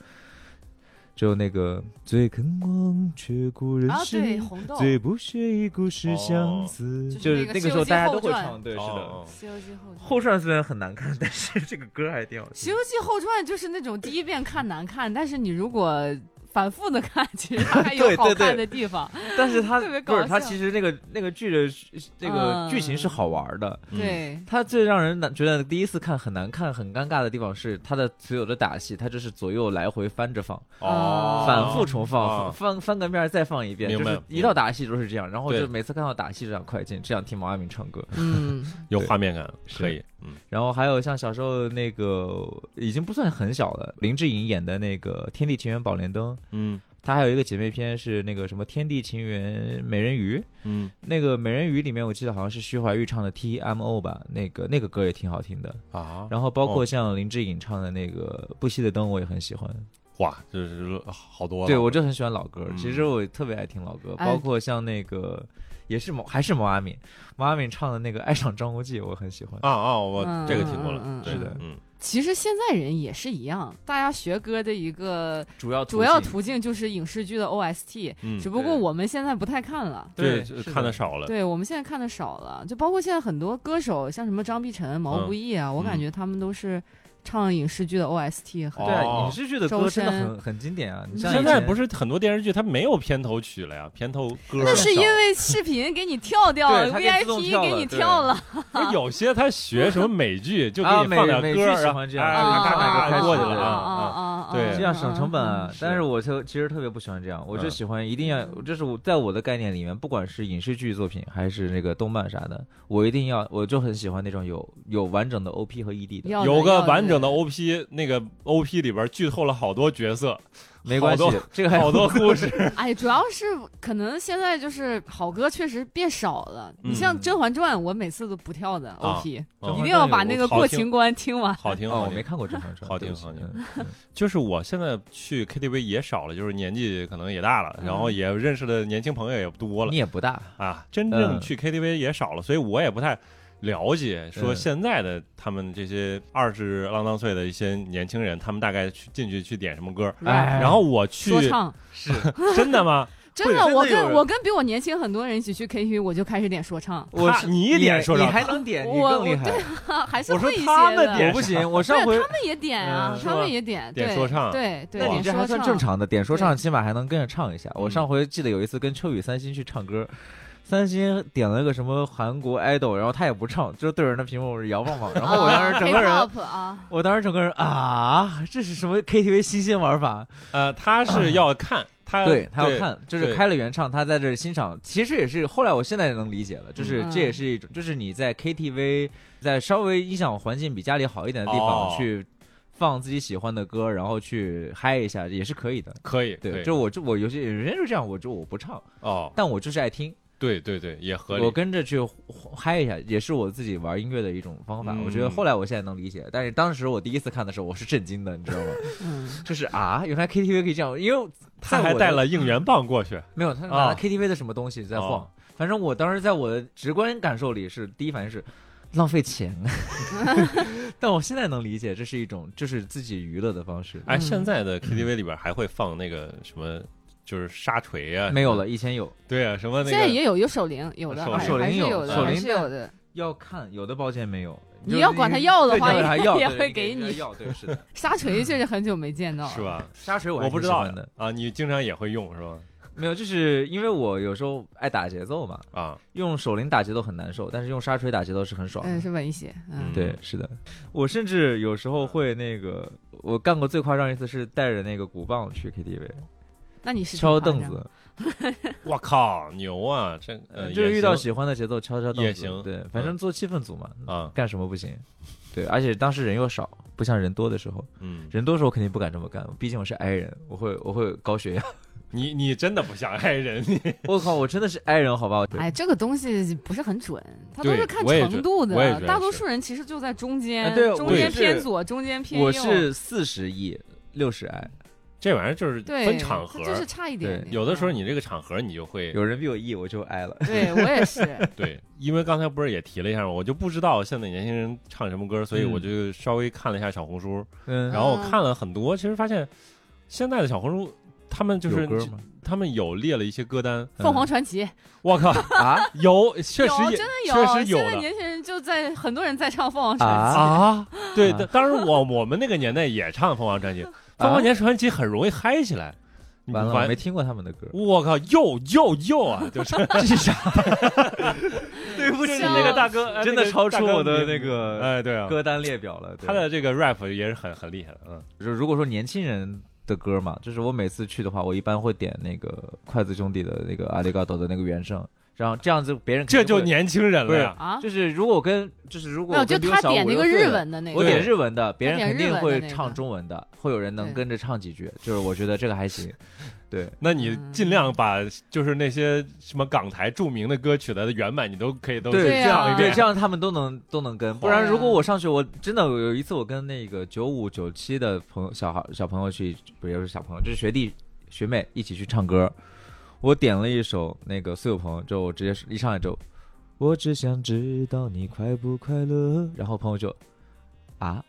B: 就那个最肯忘却故人
C: 啊，
B: 事，
C: 对，红豆，
B: 最不屑一顾是
A: 哦
B: 相思，就
C: 就是
B: 是
C: 那个
B: 那
C: 西
B: 个时
C: 游
B: 候
C: 记
B: 大家
C: 后
B: 都会
C: 传
B: 唱，对，是的。
A: 哦，
C: 《西游记后传》
B: 后传虽然很难看，但是这个歌还挺好
C: 西
B: 听
C: 游。记后传》就是那种第一遍看难看，但是你如果反复的看，其实它还有
B: 对对
C: 好
B: 对
C: 看的地方。
B: 但是它
C: 特别嗯
B: 不是
C: 搞
B: 它，
C: 笑
B: 其实那个那个剧的那个剧情是好玩的，
A: 嗯，
C: 对，
B: 他最让人难觉得第一次看很难看、很尴尬的地方是他的所有的打戏，他就是左右来回翻着放，
C: 嗯
A: 哦，
B: 反复重放，
A: 哦
B: 翻翻个面儿再放一遍，
A: 明
B: 就
A: 白
B: 是一到打戏都是这样。然后
A: 对
B: 就每次看到打戏就想快进，这样听毛阿敏唱歌。
C: 嗯，
A: 有画面感，
B: 是
A: 可以，嗯，
B: 然后还有像小时候那个已经不算很小了，林志颖演的那个《天地情缘宝莲灯》，
A: 嗯
B: 他还有一个姐妹篇是那个什么《天地情缘美人鱼》。
A: 嗯
B: 那个美人鱼里面，我记得好像是徐怀钰唱的 T M O 吧，那个那个歌也挺好听的。
A: 啊，
B: 然后包括
A: 哦
B: 像林志颖唱的那个《不熄的灯》，我也很喜欢。
A: 哇，就是好多了，
B: 对，我就很喜欢老歌。
A: 嗯
B: 其实我特别爱听老歌，
C: 哎
B: 包括像那个也是毛，还是毛阿敏，毛阿敏唱的那个《爱上张无忌》，我很喜欢。
A: 啊啊，我
C: 嗯
A: 这个听过
C: 嗯
A: 了，
C: 嗯
A: 对
B: 是的
A: 嗯，
C: 其实现在人也是一样，大家学歌的一个
B: 主要
C: 主要途径就是影视剧的 OST，
A: 嗯
C: 只不过
B: 对
C: 我们现在不太看了。
B: 对
A: 这
B: 是的
A: 看的少了，
C: 对，我们现在看的少了，就包括现在很多歌手，像什么张碧晨、毛不易啊，我感觉他们都是唱影视剧的 OST 很。
B: 对啊
A: 哦
B: 影视剧的
C: 周
B: 歌真的
C: 深
B: 很很经典啊！你像
A: 现在不
B: 是
A: 是很多电视剧它没有片头曲了呀，片头歌
C: 那是
A: 少
C: 因为视频给你跳掉
B: 对
C: 了
B: 它给自动
C: ，VIP
B: 跳了
C: 给你
B: 对
C: 跳了，
A: 不是有些他学什么美 剧，就给
B: 啊
A: 你
B: 美
A: 放点
B: 美
A: 歌，
B: 剧喜
A: 然后
B: 欢这样
A: 哎，
B: 啊
A: 咔咔
B: 啊
A: 咔
B: 啊
A: 过去
B: 啊
A: 了
B: 啊
A: 啊啊！
C: 啊
A: 对
B: 这样省成本啊，但是
A: 嗯是
B: 我就其实特别不喜欢这样，我就
A: 嗯
B: 喜欢一定要，这是我在我的概念里面，不管是影视剧作品还是那个动漫啥的，我一定要，我就很喜欢那种有有完整的 OP 和 ED 的，
C: 要
A: 有个完整
C: 的
A: 的 OP，那个 OP 里边剧透了好多角 色，
B: 没关系
A: 好多，
B: 这个还
A: 好多故事。
C: 要的。哎，主要是可能现在就是好歌确实变少了。你像
B: 嗯
C: 《甄嬛传》，我每次都不跳的 OP，
A: 嗯
C: 一定要把那个
A: 好
C: 过
A: 听
C: 情关听完。
A: 好听，
B: 哦，
A: 好
B: 我没
A: 听。
B: 看过《甄 嬛传》，
A: 好听
B: 对不起
A: 好听。
B: 嗯
A: 就是我现在去 KTV 也少了，就是年纪可能也大
C: 嗯
A: 了，然后也认识的年轻朋友也多了
B: 你也不大，
A: 啊， 真
B: 嗯
A: 正去 KTV 也少了，所以我也不太了解说
B: 嗯
A: 现在的他们这些二十啷当岁的一些年轻人，他们大概去进去去点什么歌。
B: 哎
A: 然后我去
C: 说唱
B: 是
A: 真的吗？
C: 真的，
B: 真的
C: 我
B: 有
C: 跟
B: 人
C: 我跟比我年轻很多人一起去 KTV，我就开始点说唱，
B: 我
A: 他
B: 是
A: 你一点说
B: 你
A: 唱
B: 还能点，你
C: 我
B: 更
C: 我
B: 厉害。
C: 还是
A: 我说
C: 会一些的。
A: 他们点
B: 我不行，我
C: 不是
B: 上回
C: 他们也点啊
B: 嗯，
C: 他们也点
A: 点
C: 对
A: 说唱
C: 对对，
B: 那你
C: 点
B: 这
C: 说
B: 还算正常的，点说唱起码还能跟着唱一下。我
A: 嗯
B: 上回记得有一次跟秋雨、三星去唱歌，三星点了个什么韩国 idol，然后他也不唱，就对着那屏幕摇晃晃，
C: 啊
B: 然后我当时整个人，
C: ，K-pop 啊，
B: 我当时整个人啊，这是什么 KTV 新鲜玩法？
A: 呃，他是要看，他
B: 对他要看，就是
A: 对
B: 开了原唱，他在这儿欣赏，其实也是后来我现在能理解了，就是
C: 嗯
B: 这也是一种，就是你在 KTV，在稍微音响环境比家里好一点的地
A: 哦
B: 方去放自己喜欢的歌，然后去嗨一下也是可以的。
A: 可以，
B: 对，就我就我有些有些人就这样，我就我不唱，
A: 哦，
B: 但我就是爱听，
A: 对对对，也合理。
B: 我跟着去嗨一下，也是我自己玩音乐的一种方法。
A: 嗯
B: 我觉得后来我现在能理解，但是当时我第一次看的时候，我是震惊的，你知道吗？
C: 嗯，
B: 就是啊，原来 KTV 可以这样，因为
A: 他
B: 在
A: 还
B: 我的嗯
A: 带了应援棒过去，
B: 没有，他拿
A: 啊
B: KTV 的什么东西在晃。
A: 哦
B: 反正我当时在我的直观感受里是第一反应是浪费 钱，但我现在能理解这是一种就是自己娱乐的方式。
A: 哎，
C: 嗯
A: 现在的 KTV 里边还会放那个什么，就是沙锤啊，
B: 没有了，，以前有
A: 对啊，什么那
C: 现在
A: 个
C: 也有有手铃，有的
A: 手
C: 还
B: 手
C: 还
B: 铃
C: 是
B: 有
C: 有的，
A: 手
C: 还
B: 铃
C: 是
B: 但
C: 有的。
B: 要看，有的包间没有。
C: 你
B: 就是
C: 要管他要的
B: 对
C: 话
B: 你要管他
C: 也
B: 要
C: 也
B: 对
C: 会
B: 你
C: 给
B: 你
C: 你
B: 要对是 的。
C: 沙锤确实很久没见到，
A: 是？吧？
B: 沙锤我还
A: 我不
B: 挺
A: 知
B: 喜
A: 道
B: 欢的，
A: 啊，你经常也会用是吧？
B: 没有，就是因为我有时候爱打节奏嘛，
A: 啊，
B: 用手铃打节奏很难受，但是用沙锤打节奏是很爽的。
C: 嗯，是文一些，嗯
A: 嗯，
B: 对，是的，我甚至有时候会那个，我干过最夸张一次是带着那个鼓棒去 KTV
C: 那你是挺
B: 敲
C: 夸
B: 凳
C: 张，
B: 子，
A: 我靠，牛啊！这呃，
B: 嗯就是
A: 也
B: 遇到
A: 行
B: 喜欢的节奏敲敲凳子
A: 也行嗯
B: 对，反正做气氛组嘛，
A: 啊，
B: 干什么不行？对，而且当时人又少，不像人多的时候，
A: 嗯，
B: 人多的时候肯定不敢这么干，毕竟我是 I 人，我会我会高血压。
A: 你你真的不像爱人，你
B: 我靠，我真的是 I 人，好吧？对
C: 哎，这个东西不是很准，它都
A: 对
C: 是看
A: 我也
C: 程
A: 觉
C: 度
A: 我也觉
C: 的。
A: 得
C: 大多
A: 是
C: 数人其实就在中
B: 哎，
C: 间
B: 对
C: 中
B: 我
C: 间
B: 是
C: 偏左，中间偏右。
B: 我是四十亿，六十 I，
A: 这玩意儿就是
C: 对，
A: 分场合
C: 它，就是差一点
B: 对
C: 点。
A: 有的时候
C: 嗯
A: 你这个场合你就会，
B: 有人比我 E 我就 I 了。
C: 对我也是
A: 对，因为刚才不是也提了一下吗？我就不知道现在年轻人唱什么歌，所以
B: 嗯
A: 我就稍微看了一下小红书，
B: 嗯，
A: 然后我
C: 啊
A: 看了很多，其实发现现在的小红书，他们就是
B: 有歌吗？
A: 他们有列了一些歌单，
C: 凤凰传奇
A: 我靠，
B: 啊，
A: 有确
C: 有
A: 实也
C: 真的
A: 确实有
C: 现在
A: 的
C: 年轻人就在很多人在唱凤凰传
B: 啊
C: 奇，
A: 啊，对，
B: 啊
A: 但当然我我们那个年代也唱凤凰传奇，凤凰年传奇很容易嗨起来， 你
B: 完了，我
A: 完
B: 没听过他们的歌。
A: 我靠，又又又啊，就是这 是啥？对不
C: 起
A: 那个大哥呃
B: 真的
A: 那个
B: 超出
A: 大哥
B: 我
A: 你
B: 的那个
A: 哎，对啊，
B: 歌单列表了。对
A: 他的这个 rap 也是很很厉害的，嗯，
B: 就是如果说年轻人的歌嘛，就是我每次去的话，我一般会点那个筷子兄弟的那个《阿里嘎多》的那个原声，然后这样子别人
A: 这
B: 肯定
A: 就
B: 会
A: 年轻人了呀，
C: 啊，
B: 就是如果我跟就是如果我
C: 没有，哦就
B: 跟比我
C: 他
B: 小
C: 点
B: 五
C: 那
B: 六
C: 个
B: 岁
C: 日
B: 的
C: 文的那个，
B: 我点日文的，别人
C: 点
B: 肯
C: 日
B: 定
C: 文的
B: 会
C: 那个
B: 唱中文的，会有人能
C: 对
B: 跟着唱几句，就是我觉得这个还 行。对，
A: 那你尽量把
B: 嗯
A: 就是那些什么港台著名的歌曲的原版，你都可以都
B: 对
A: 这
C: 对啊
A: 样一哦
B: 对，
A: 遍
B: 这。样他们都能都能跟，不然
C: 对啊
B: 如果我上去，我真的有一次我跟那个九五九七的朋友小孩小朋友去，不也不是小朋友，就是学弟学妹一起去唱歌，我点了一首那个苏有朋，就我直接一上来就，我只想知道你快不快乐，然后朋友就。啊，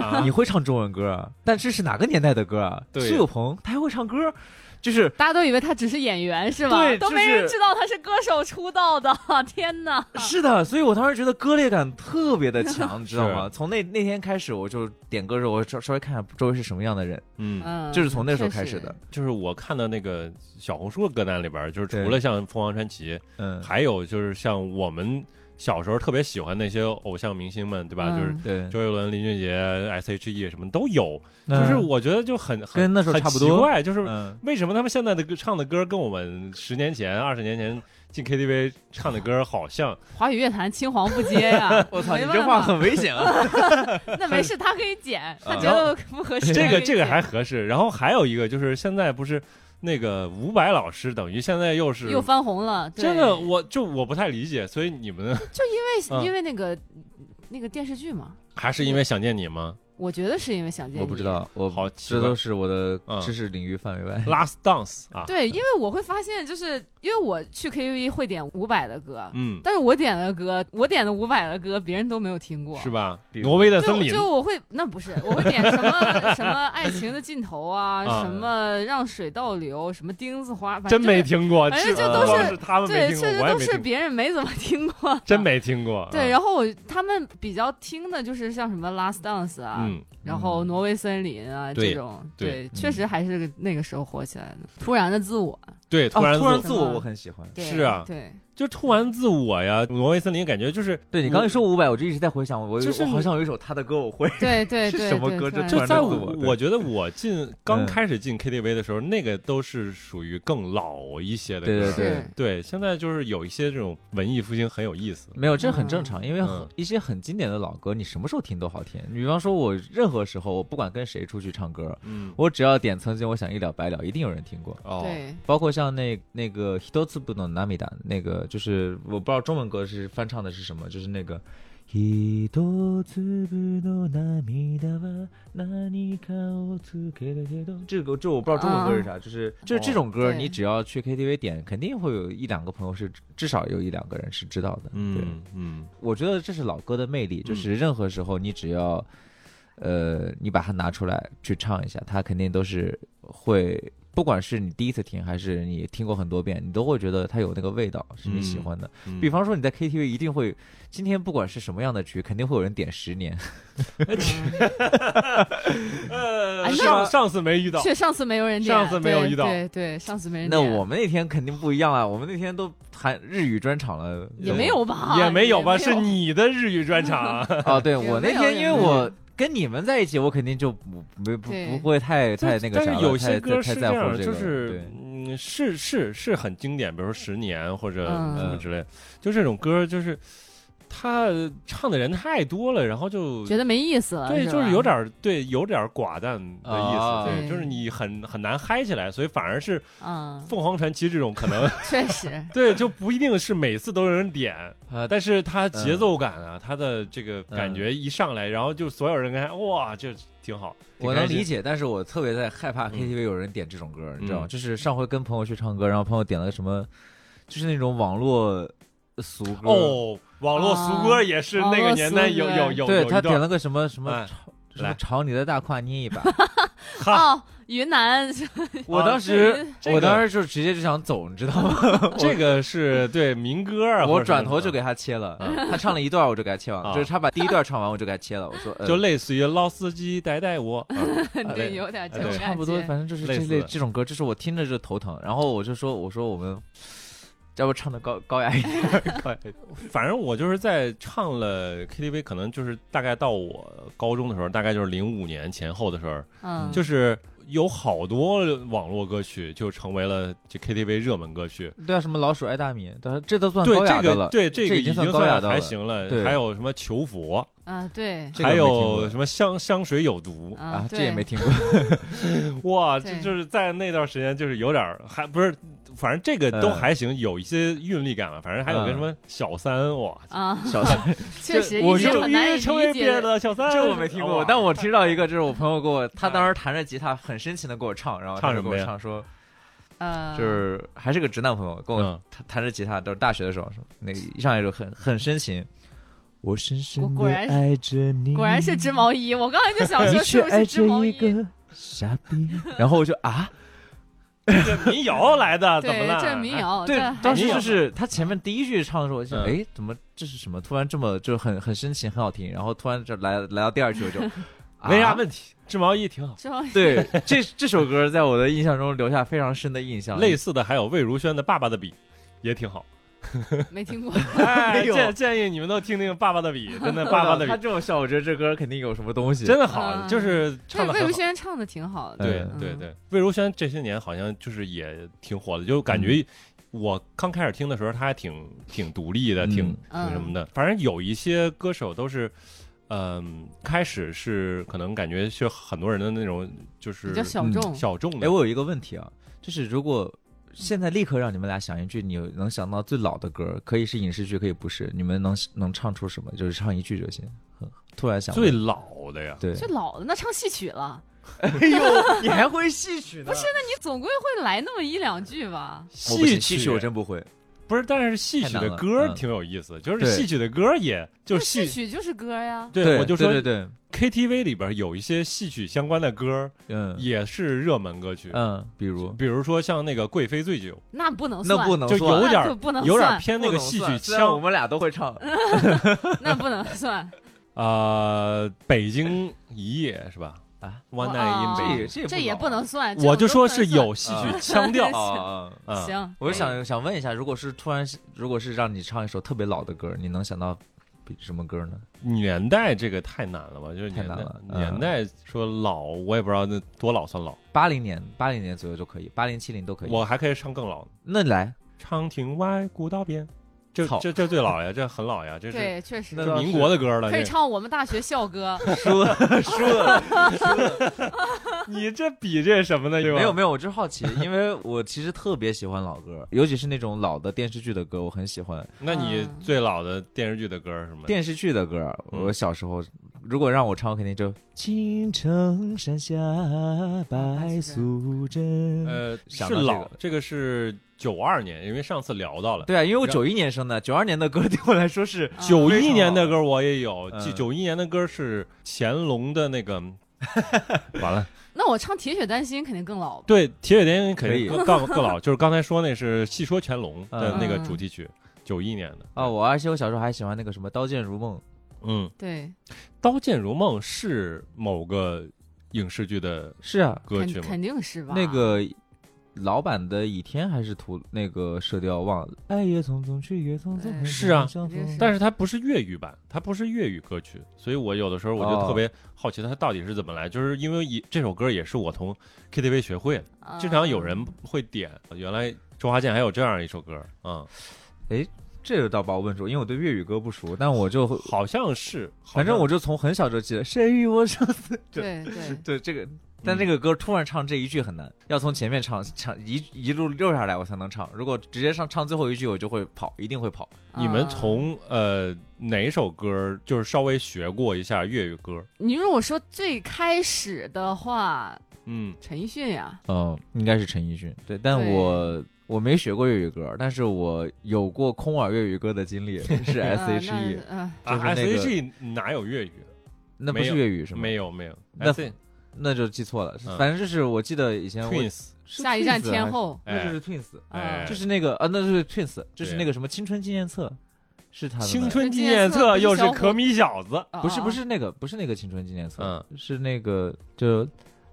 A: 啊
B: 你会唱中文歌啊？但这是哪个年代的歌啊？
A: 对
B: 苏有朋他还会唱歌，就是
C: 大家都以为他只是演员是吧？
B: 对
C: 都
B: 就
C: 没人
B: 是
C: 知道他是歌手出道的， 天哪！
B: 是的，所以我当时觉得割裂感特别的强，你知道
A: 是
B: 吗？从那那天开始，我就点歌的时候，我稍稍微看看周围是什么样的人，
A: 嗯，
C: 嗯，
B: 就是从那时候
C: 确
B: 开
C: 实
B: 始的。。
A: 就是我看到那个小红书的歌单里边，就是除
B: 对
A: 了像凤凰传奇，
B: 嗯，
A: 还有就是像我们小时候特别喜欢那些偶像明星们，对吧？就是
C: 嗯
B: 对，
A: 周杰伦、林俊杰、S.H.E 什么都有，就
B: 那
A: 是我觉得就很很
B: 嗯跟那时候差不多
A: 很奇怪，就是
B: 嗯，
A: 为什么他们现在的歌唱的歌跟我们十年前、二十年前进 KTV 唱的歌好
B: ！
A: 像？
C: 华语乐坛青黄不接呀
B: 我操，
C: 没
B: 你
C: 办
B: 这话
C: 法
B: 很危险啊！
C: 那没事，他可以剪，他
A: 嗯
C: 觉得不合适。
A: 这
C: 他可
A: 个
C: 以
A: 这个
C: 剪
A: 还合适。然后还有一个就是现在不是那个伍佰老师，等于现在又是
C: 又翻红了，对
A: 真的，我就我不太理解，所以你们
C: 因
A: 嗯
C: 为因为那个那个电视剧嘛，
A: 还是因为想见你吗？
C: 我觉得是因为想见你。
B: 我不知。
A: 啊
B: 道，我
A: 好奇
B: 这
A: 怪
B: 都是我的
A: 嗯
B: 知识领域范围 外。
A: ，Last Dance 啊，
C: 对，因为我会发现，就是因为我去 KTV 会点伍佰的歌，
A: 嗯，
C: 但是我点的歌，我点的伍佰的歌，别人都没有听过。
A: 是吧？
B: 比如
A: 挪威的森
C: 就
A: 林，
C: 就我会那不是，我会点什么什么爱情的尽头啊，
A: 啊
C: 什么让水倒流，什么钉子花，反
A: 真
C: 正
A: 没听过，
C: 反正
A: 是
C: 就
A: 不
C: 都
A: 光
C: 是
A: 是他们没
C: 对，
A: 听过，
C: 确实
A: 我也
C: 都
A: 没
C: 是
A: 听过，
C: 别人没怎么听过，
A: 真。没听过。嗯
C: 对，
A: 后
C: 然后我他们比较听的就是像什么《Last Dance》啊，
A: 嗯，
C: 然后挪威森林啊
A: 对
C: 这种，
A: 对嗯
C: 对，确实还是那个时候火起来的。突然的自我，
A: 对，
B: 哦，
A: 然
B: 突然
A: 自
B: 自我，我很喜欢。
C: 对
A: 是啊
C: 对，
A: 就突然自我呀，挪威森林感觉就是
B: 对你刚才说伍佰，我就一直在回想，我
A: 就是
B: 我好像有一首他的歌我会，
C: 对 对
B: 是
C: 对，
B: 什么
C: 对
B: 歌这
C: 突然
B: 突
A: 就
B: 然
A: 在
B: 的
A: 我
B: 自我对
A: 我觉得我进刚
B: 嗯
A: 开始进 KTV 的时候，那个都是属于更老一些的歌。
B: 对对对
C: 是
A: 对现在就是有一些这种文艺复兴很有意思。
B: 没有，这很正常，因为很
A: 嗯
B: 一些很经典的老歌，你什么时候听都好听。你比方说，我任何时候，我不管跟谁出去唱歌，
A: 嗯，
B: 我只要点曾经我想一了百了，一定有人听过。
A: 哦，
C: 对，
B: 包括像那那个《一つぶの涙》，那个就是我不知道中文歌是翻唱的是什么，就是那个。一つぶの涙は何かをつけるけど，这个就我不知道中文歌是啥，就是就是这种歌，
C: 对
B: 你只要去 KTV 点，肯定会有一两个朋友是至少有一两个人是知道的。对，
A: 嗯嗯，
B: 我觉得这是老歌的魅力，就是任何时候你只要，呃，你把它拿出来去唱一下，它肯定都是会，不管是你第一次听还是你听过很多遍，你都会觉得它有那个味道是你喜欢的。
A: 嗯
B: 比方说你在 KTV 一定会，今天不管是什么样的局，肯定会有人点《十年》
A: 呃，
C: 哎
A: 上
C: 那
A: 上次没遇到，
C: 却上次没有人点，
A: 上次没有
C: 对
A: 遇到
C: 对对，上次没人
B: 那
C: 点，
B: 我们那天肯定不一样啊，我们那天都谈日语专场了，
C: 也没有吧，
A: 啊也没有吧？是你的日语专场，
B: 哦，对
C: 也
B: 我那
C: 没有
B: 天
C: 也
B: 因为
C: 没
B: 我跟你们在一起，我肯定就不没不
C: 对
B: 不会太太那个
A: 但
B: 啥了，
A: 是有些
B: 太
A: 歌
B: 太
A: 是
B: 太在
A: 这
B: 乎
A: 样，就
B: 这个了
A: 是
B: 对
A: 嗯，是是是很经典，比如说《十年》或者
C: 嗯
A: 什么之类的，就这种歌，就是他唱的人太多了，然后就
C: 觉得没意思了，
A: 对，
C: 吧
A: 就是有点儿对，有点儿寡淡的意
B: 啊
A: 思，对，
C: 对
A: 就是你很很难嗨起来，所以反而是
C: 嗯，
A: 凤凰传奇这种可能
C: 确实，
A: 对，就不一定是每次都有人点，
B: 呃，
A: 但是它节奏感啊，它的这个
B: 嗯
A: 感觉一上来，然后就所有人看，哇，这挺好，
B: 我能理
A: 解，
B: 解，但是我特别在害怕
A: 嗯
B: KTV 有人点这种歌，你知道吗？
A: 嗯
B: 就是上回跟朋友去唱歌，然后朋友点了个什么，就是那种网络俗歌，
A: 哦，网络俗歌也是那个年代有
C: 啊
A: 有有有
B: 对
A: 一
B: 他点
A: 段，
B: 了个什么什么
A: 哎
B: 朝什么
A: 来
B: 朝你的大胯捏一把，
A: 啊
C: 哦，云南，
B: 我当时
A: 哦这个
B: 我当时就直接就想走，你知道 吗？
A: 这个是对民歌 啊，或
B: 我
A: 者
B: 转
A: 是嗯
B: 头就给他切了，他唱了一段我就给他切完了，
A: 啊
B: 就是他把第一段唱完我就给他切了，我说呃
A: 就类似于老司机带带我，啊
B: 嗯
C: 对，有点这
A: 对
C: 种
B: 差
C: 感
B: 不多，
C: 觉，
B: 反正就是
A: 类
B: 这
A: 似
B: 类
A: 的
B: 这种歌，就是我听着就头疼。然后我就说，我说我们要不唱的高高雅一点， 高雅一点。
A: 反正我就是在唱了 KTV，可能就是大概到我高中的时候，大概就是零五年前后的时候，
C: 嗯，
A: 就是有好多网络歌曲就成为了这 KTV 热门歌曲。
B: 对啊，什么老鼠爱大米，但是这都算
A: 对
B: 高雅
A: 这
B: 的
A: 个，
B: 了。
A: 对这个
B: 这已经算
A: 算
B: 高雅的了
A: 还行了。
B: 对
A: 还有什么求佛，
C: 啊，对，
B: 这个
A: 还
B: 没听过
A: 有什么香香水有毒，
B: 啊
C: 啊，，
B: 这也
C: 对
B: 没听过。
A: 哇，
C: 对
A: 这就是在那段时间就是有点儿还不是，反正这个都
B: 嗯
A: 还行，有一些韵律感吧。反正还有个
B: 嗯
A: 什么小三，哇，
C: 啊，
B: 小 三，
C: 确实，
B: 我
C: 已经
B: 就
C: 很难以
A: 成
C: 理
A: 为别
C: 解
A: 人的小三，
B: 这我没听过，啊
A: 哇
B: 哦但我听到一个，就是我朋友给我，他当时弹着吉他，很深情的给我唱，然后他
A: 唱
B: 就
A: 什
B: 给
A: 么
B: 我
A: 呀
B: 唱说，嗯
C: 呃，
B: 就是还是个直男朋友，跟我
A: 嗯
B: 弹弹着吉他，都是大学的时候，那个一上来就很很深 情。我深深
C: 我
B: 的
C: 果然是
B: 爱着你，
C: 果然是织毛衣，我刚才就想
B: 你
C: 说
B: 却
C: 是不
B: 爱
C: 是织
B: 着
C: 毛
B: 一
C: 衣？
B: 个傻逼。然后我就啊，
A: 这民谣来的，怎么
C: 对，
A: 了？哎
C: 这民谣，
B: 对
C: 这，
B: 当
C: 还
B: 时
A: 是
B: 就是他前面第一句唱的时候，我就想，
A: 嗯
B: 哎，怎么这是什么？突然这么就很很深情，很好听。然后突然就来来到第二句， 我就啊
A: 没啥
B: 题。
A: 问题，织毛衣挺好。
C: 织毛衣
B: 对，这这首歌在我的印象中留下非常深的印象。
A: 类似的还有魏如萱的《爸爸的笔》，也挺好。
C: 没听过，
A: 哎
B: 哎呦
A: 建建议你们都听听《爸爸的笔》，真的，《 爸爸的笔
B: 他》这么笑，我觉得这歌肯定有什么东西。
A: 真的好，
C: 嗯
A: 就是 唱
C: 对，
A: 的
C: 魏
A: 很
C: 如
A: 好。
C: 萱唱的挺好的，
A: 对
B: 嗯
A: 对对，魏如萱这些年好像就是也挺火的，就感
B: 嗯
A: 觉我刚开始听的时候，她还挺挺独立的，
B: 嗯
A: 挺
C: 嗯
A: 挺什么的。反正有一些歌手都是，嗯，开始是可能感觉是很多人的那种，就是
C: 比较小
B: 嗯
C: 众，
A: 小众
B: 哎，
A: 的。
B: 我有一个问题啊，就是如果现在立刻让你们俩想一句你能想到最老的歌，可以是影视剧，可以不是，你们能能唱出什么？就是唱一句就行。呵突然想
A: 最
B: 问
A: 老的呀，
B: 对，
C: 最老的那唱戏曲了，
B: 哎呦，你还会戏曲呢？不是，
C: 你总归会来那么一两句吧？
A: 戏
B: 戏曲我真不会。
A: 不是，但是戏曲
B: 太
A: 的
B: 难了
A: 歌
B: 嗯
A: 挺有意思，就是
B: 对
A: 戏曲的歌也就
C: 那
A: 是
C: 戏
A: 戏，
C: 曲就是歌呀，
A: 对，我就说
B: 对对对，
A: KTV 里边有一些戏曲相关的歌
B: 嗯
A: 也是热门歌曲，
B: 嗯，比如
A: 比如说像那个《贵妃醉酒
C: 那不能算，
B: 那不能
A: 就
B: 算
A: 有点
C: 那就不能》，
A: 有点
C: 算
A: 偏那个戏曲
B: 虽然我
A: 腔。
B: 们俩都会唱，
C: 那不能算，
A: 呃，北京一夜是吧？
B: 啊，
A: One
C: 哦
A: Night in
B: 这
A: Beijing
B: 这
C: 这也不能算。
A: 啊我就
C: 这
A: 说
C: 种都不
A: 是
C: 能算
A: 有戏曲腔 调
C: 这
B: 啊啊，啊
A: 啊。
C: 行，
B: 我就
C: 可以
B: 想想问一下，如果是突然，如果是让你唱一首特别老的歌，你能想到比什么歌呢？
A: 年代这个太难了吧？就是
B: 太
A: 年代
B: 难了嗯
A: 年代说老，我也不知道那多老算老，
B: 八零年，八零年左右就可以，八零七零都可以。
A: 我还可以唱更老。
B: 那来，
A: 长亭外，古道边，这
B: 操
A: 这这最老呀，这很老呀，这是
C: 对，确实
B: 那
A: 这民国的歌了。
C: 可以
A: 这
C: 唱我们大学校歌。
B: 输了输了，
A: 你这比这什么呢？对吧
B: 没有没有，我就是好奇， 因为我其实特别喜欢老歌，尤其是那种老的电视剧的歌，我很喜欢。
A: 那你
C: 嗯
A: 最老的电视剧的歌是什么？
B: 电视剧的歌，
A: 嗯
B: 我小时候如果让我唱，我肯定就《青城山下白素贞》。
A: 呃，
B: 想
A: 是
B: 到这
A: 老
B: 个，
A: 这个是九二年，因为上次聊到了。
B: 对啊，因为我
A: 然
B: 九一年生的，九二年的歌对我来说是
C: 啊
A: 九一年的歌我也有，
B: 嗯
A: 九九一年的歌是乾隆的那个，完了，
C: 那我唱《铁血丹心》肯定更老吧。
A: 对，铁血丹心肯
B: 可
A: 定
B: 以
A: 更更更老， 就是刚才说那是《戏说乾隆》的那个
C: 嗯
A: 主题曲，九一年的
B: 啊，，我而且我小时候还喜欢那个什么《刀剑如梦
A: 嗯，
C: 对，
A: 《刀剑如梦》是某个影视剧的》，
B: 是啊，
A: 歌曲
C: 肯
A: 吗？
C: 肯定是吧？
B: 那个老版的倚天还是屠那个射雕忘了，爱哎也匆匆，去也匆
C: 对
B: 匆，
A: 是啊
B: 相逢
C: 肯定是嗯
A: 但是它不是粤语版，它不是粤语歌曲，所以我有的时候我就特别好奇它到底是怎么来，就是因为以这首歌也是我从 KTV 学会的，
C: 啊
A: 经常有人会点，原来周华健还有这样一首歌，嗯，
B: 这个倒把我问住，因为我对粤语歌不熟，但我 就会
A: 好像是，好
B: 反正
A: 像
B: 我就从很小就记得谁与我生死，
C: 对对
B: 对这个。但这个歌突然唱这一句很难，要从前面唱唱一一路溜下来我才能唱。如果直接上唱最后一句，我就会跑，一定会跑。
A: 你们
C: 啊
A: 从呃哪首歌就是稍微学过一下粤语歌？
C: 你如果说最开始的话，
A: 嗯，
C: 陈奕迅呀，
B: 嗯，应该是陈奕迅。对，但
C: 对
B: 我我没学过粤语歌，但是我有过空耳粤语歌的 经历，是 S
C: 呃
B: H
C: 那
B: E，
C: 呃
A: 啊
B: 就是那个
A: S.H.E 哪有粤语？
B: 那不
A: 没
B: 是
A: 有
B: 粤语是吗？
A: 没有没有
B: 那
A: ，S
B: 那就记错了
A: 嗯。
B: 反正就是我记得以前我
A: Twins，啊
B: 是
C: 下一站
B: Twins 还
C: 天
B: 是，
C: 后，
B: 那就是 Twins，
A: 哎
C: 啊
B: 就是那个啊，那就是 Twins，就是
A: 对
B: 那个什么青春纪念册，是他的吗
A: 青春纪念册又是可米小子，
C: 啊
B: 不是
C: 啊
B: 不是那个不是那个青春纪念册，
A: 嗯，
B: 是那个就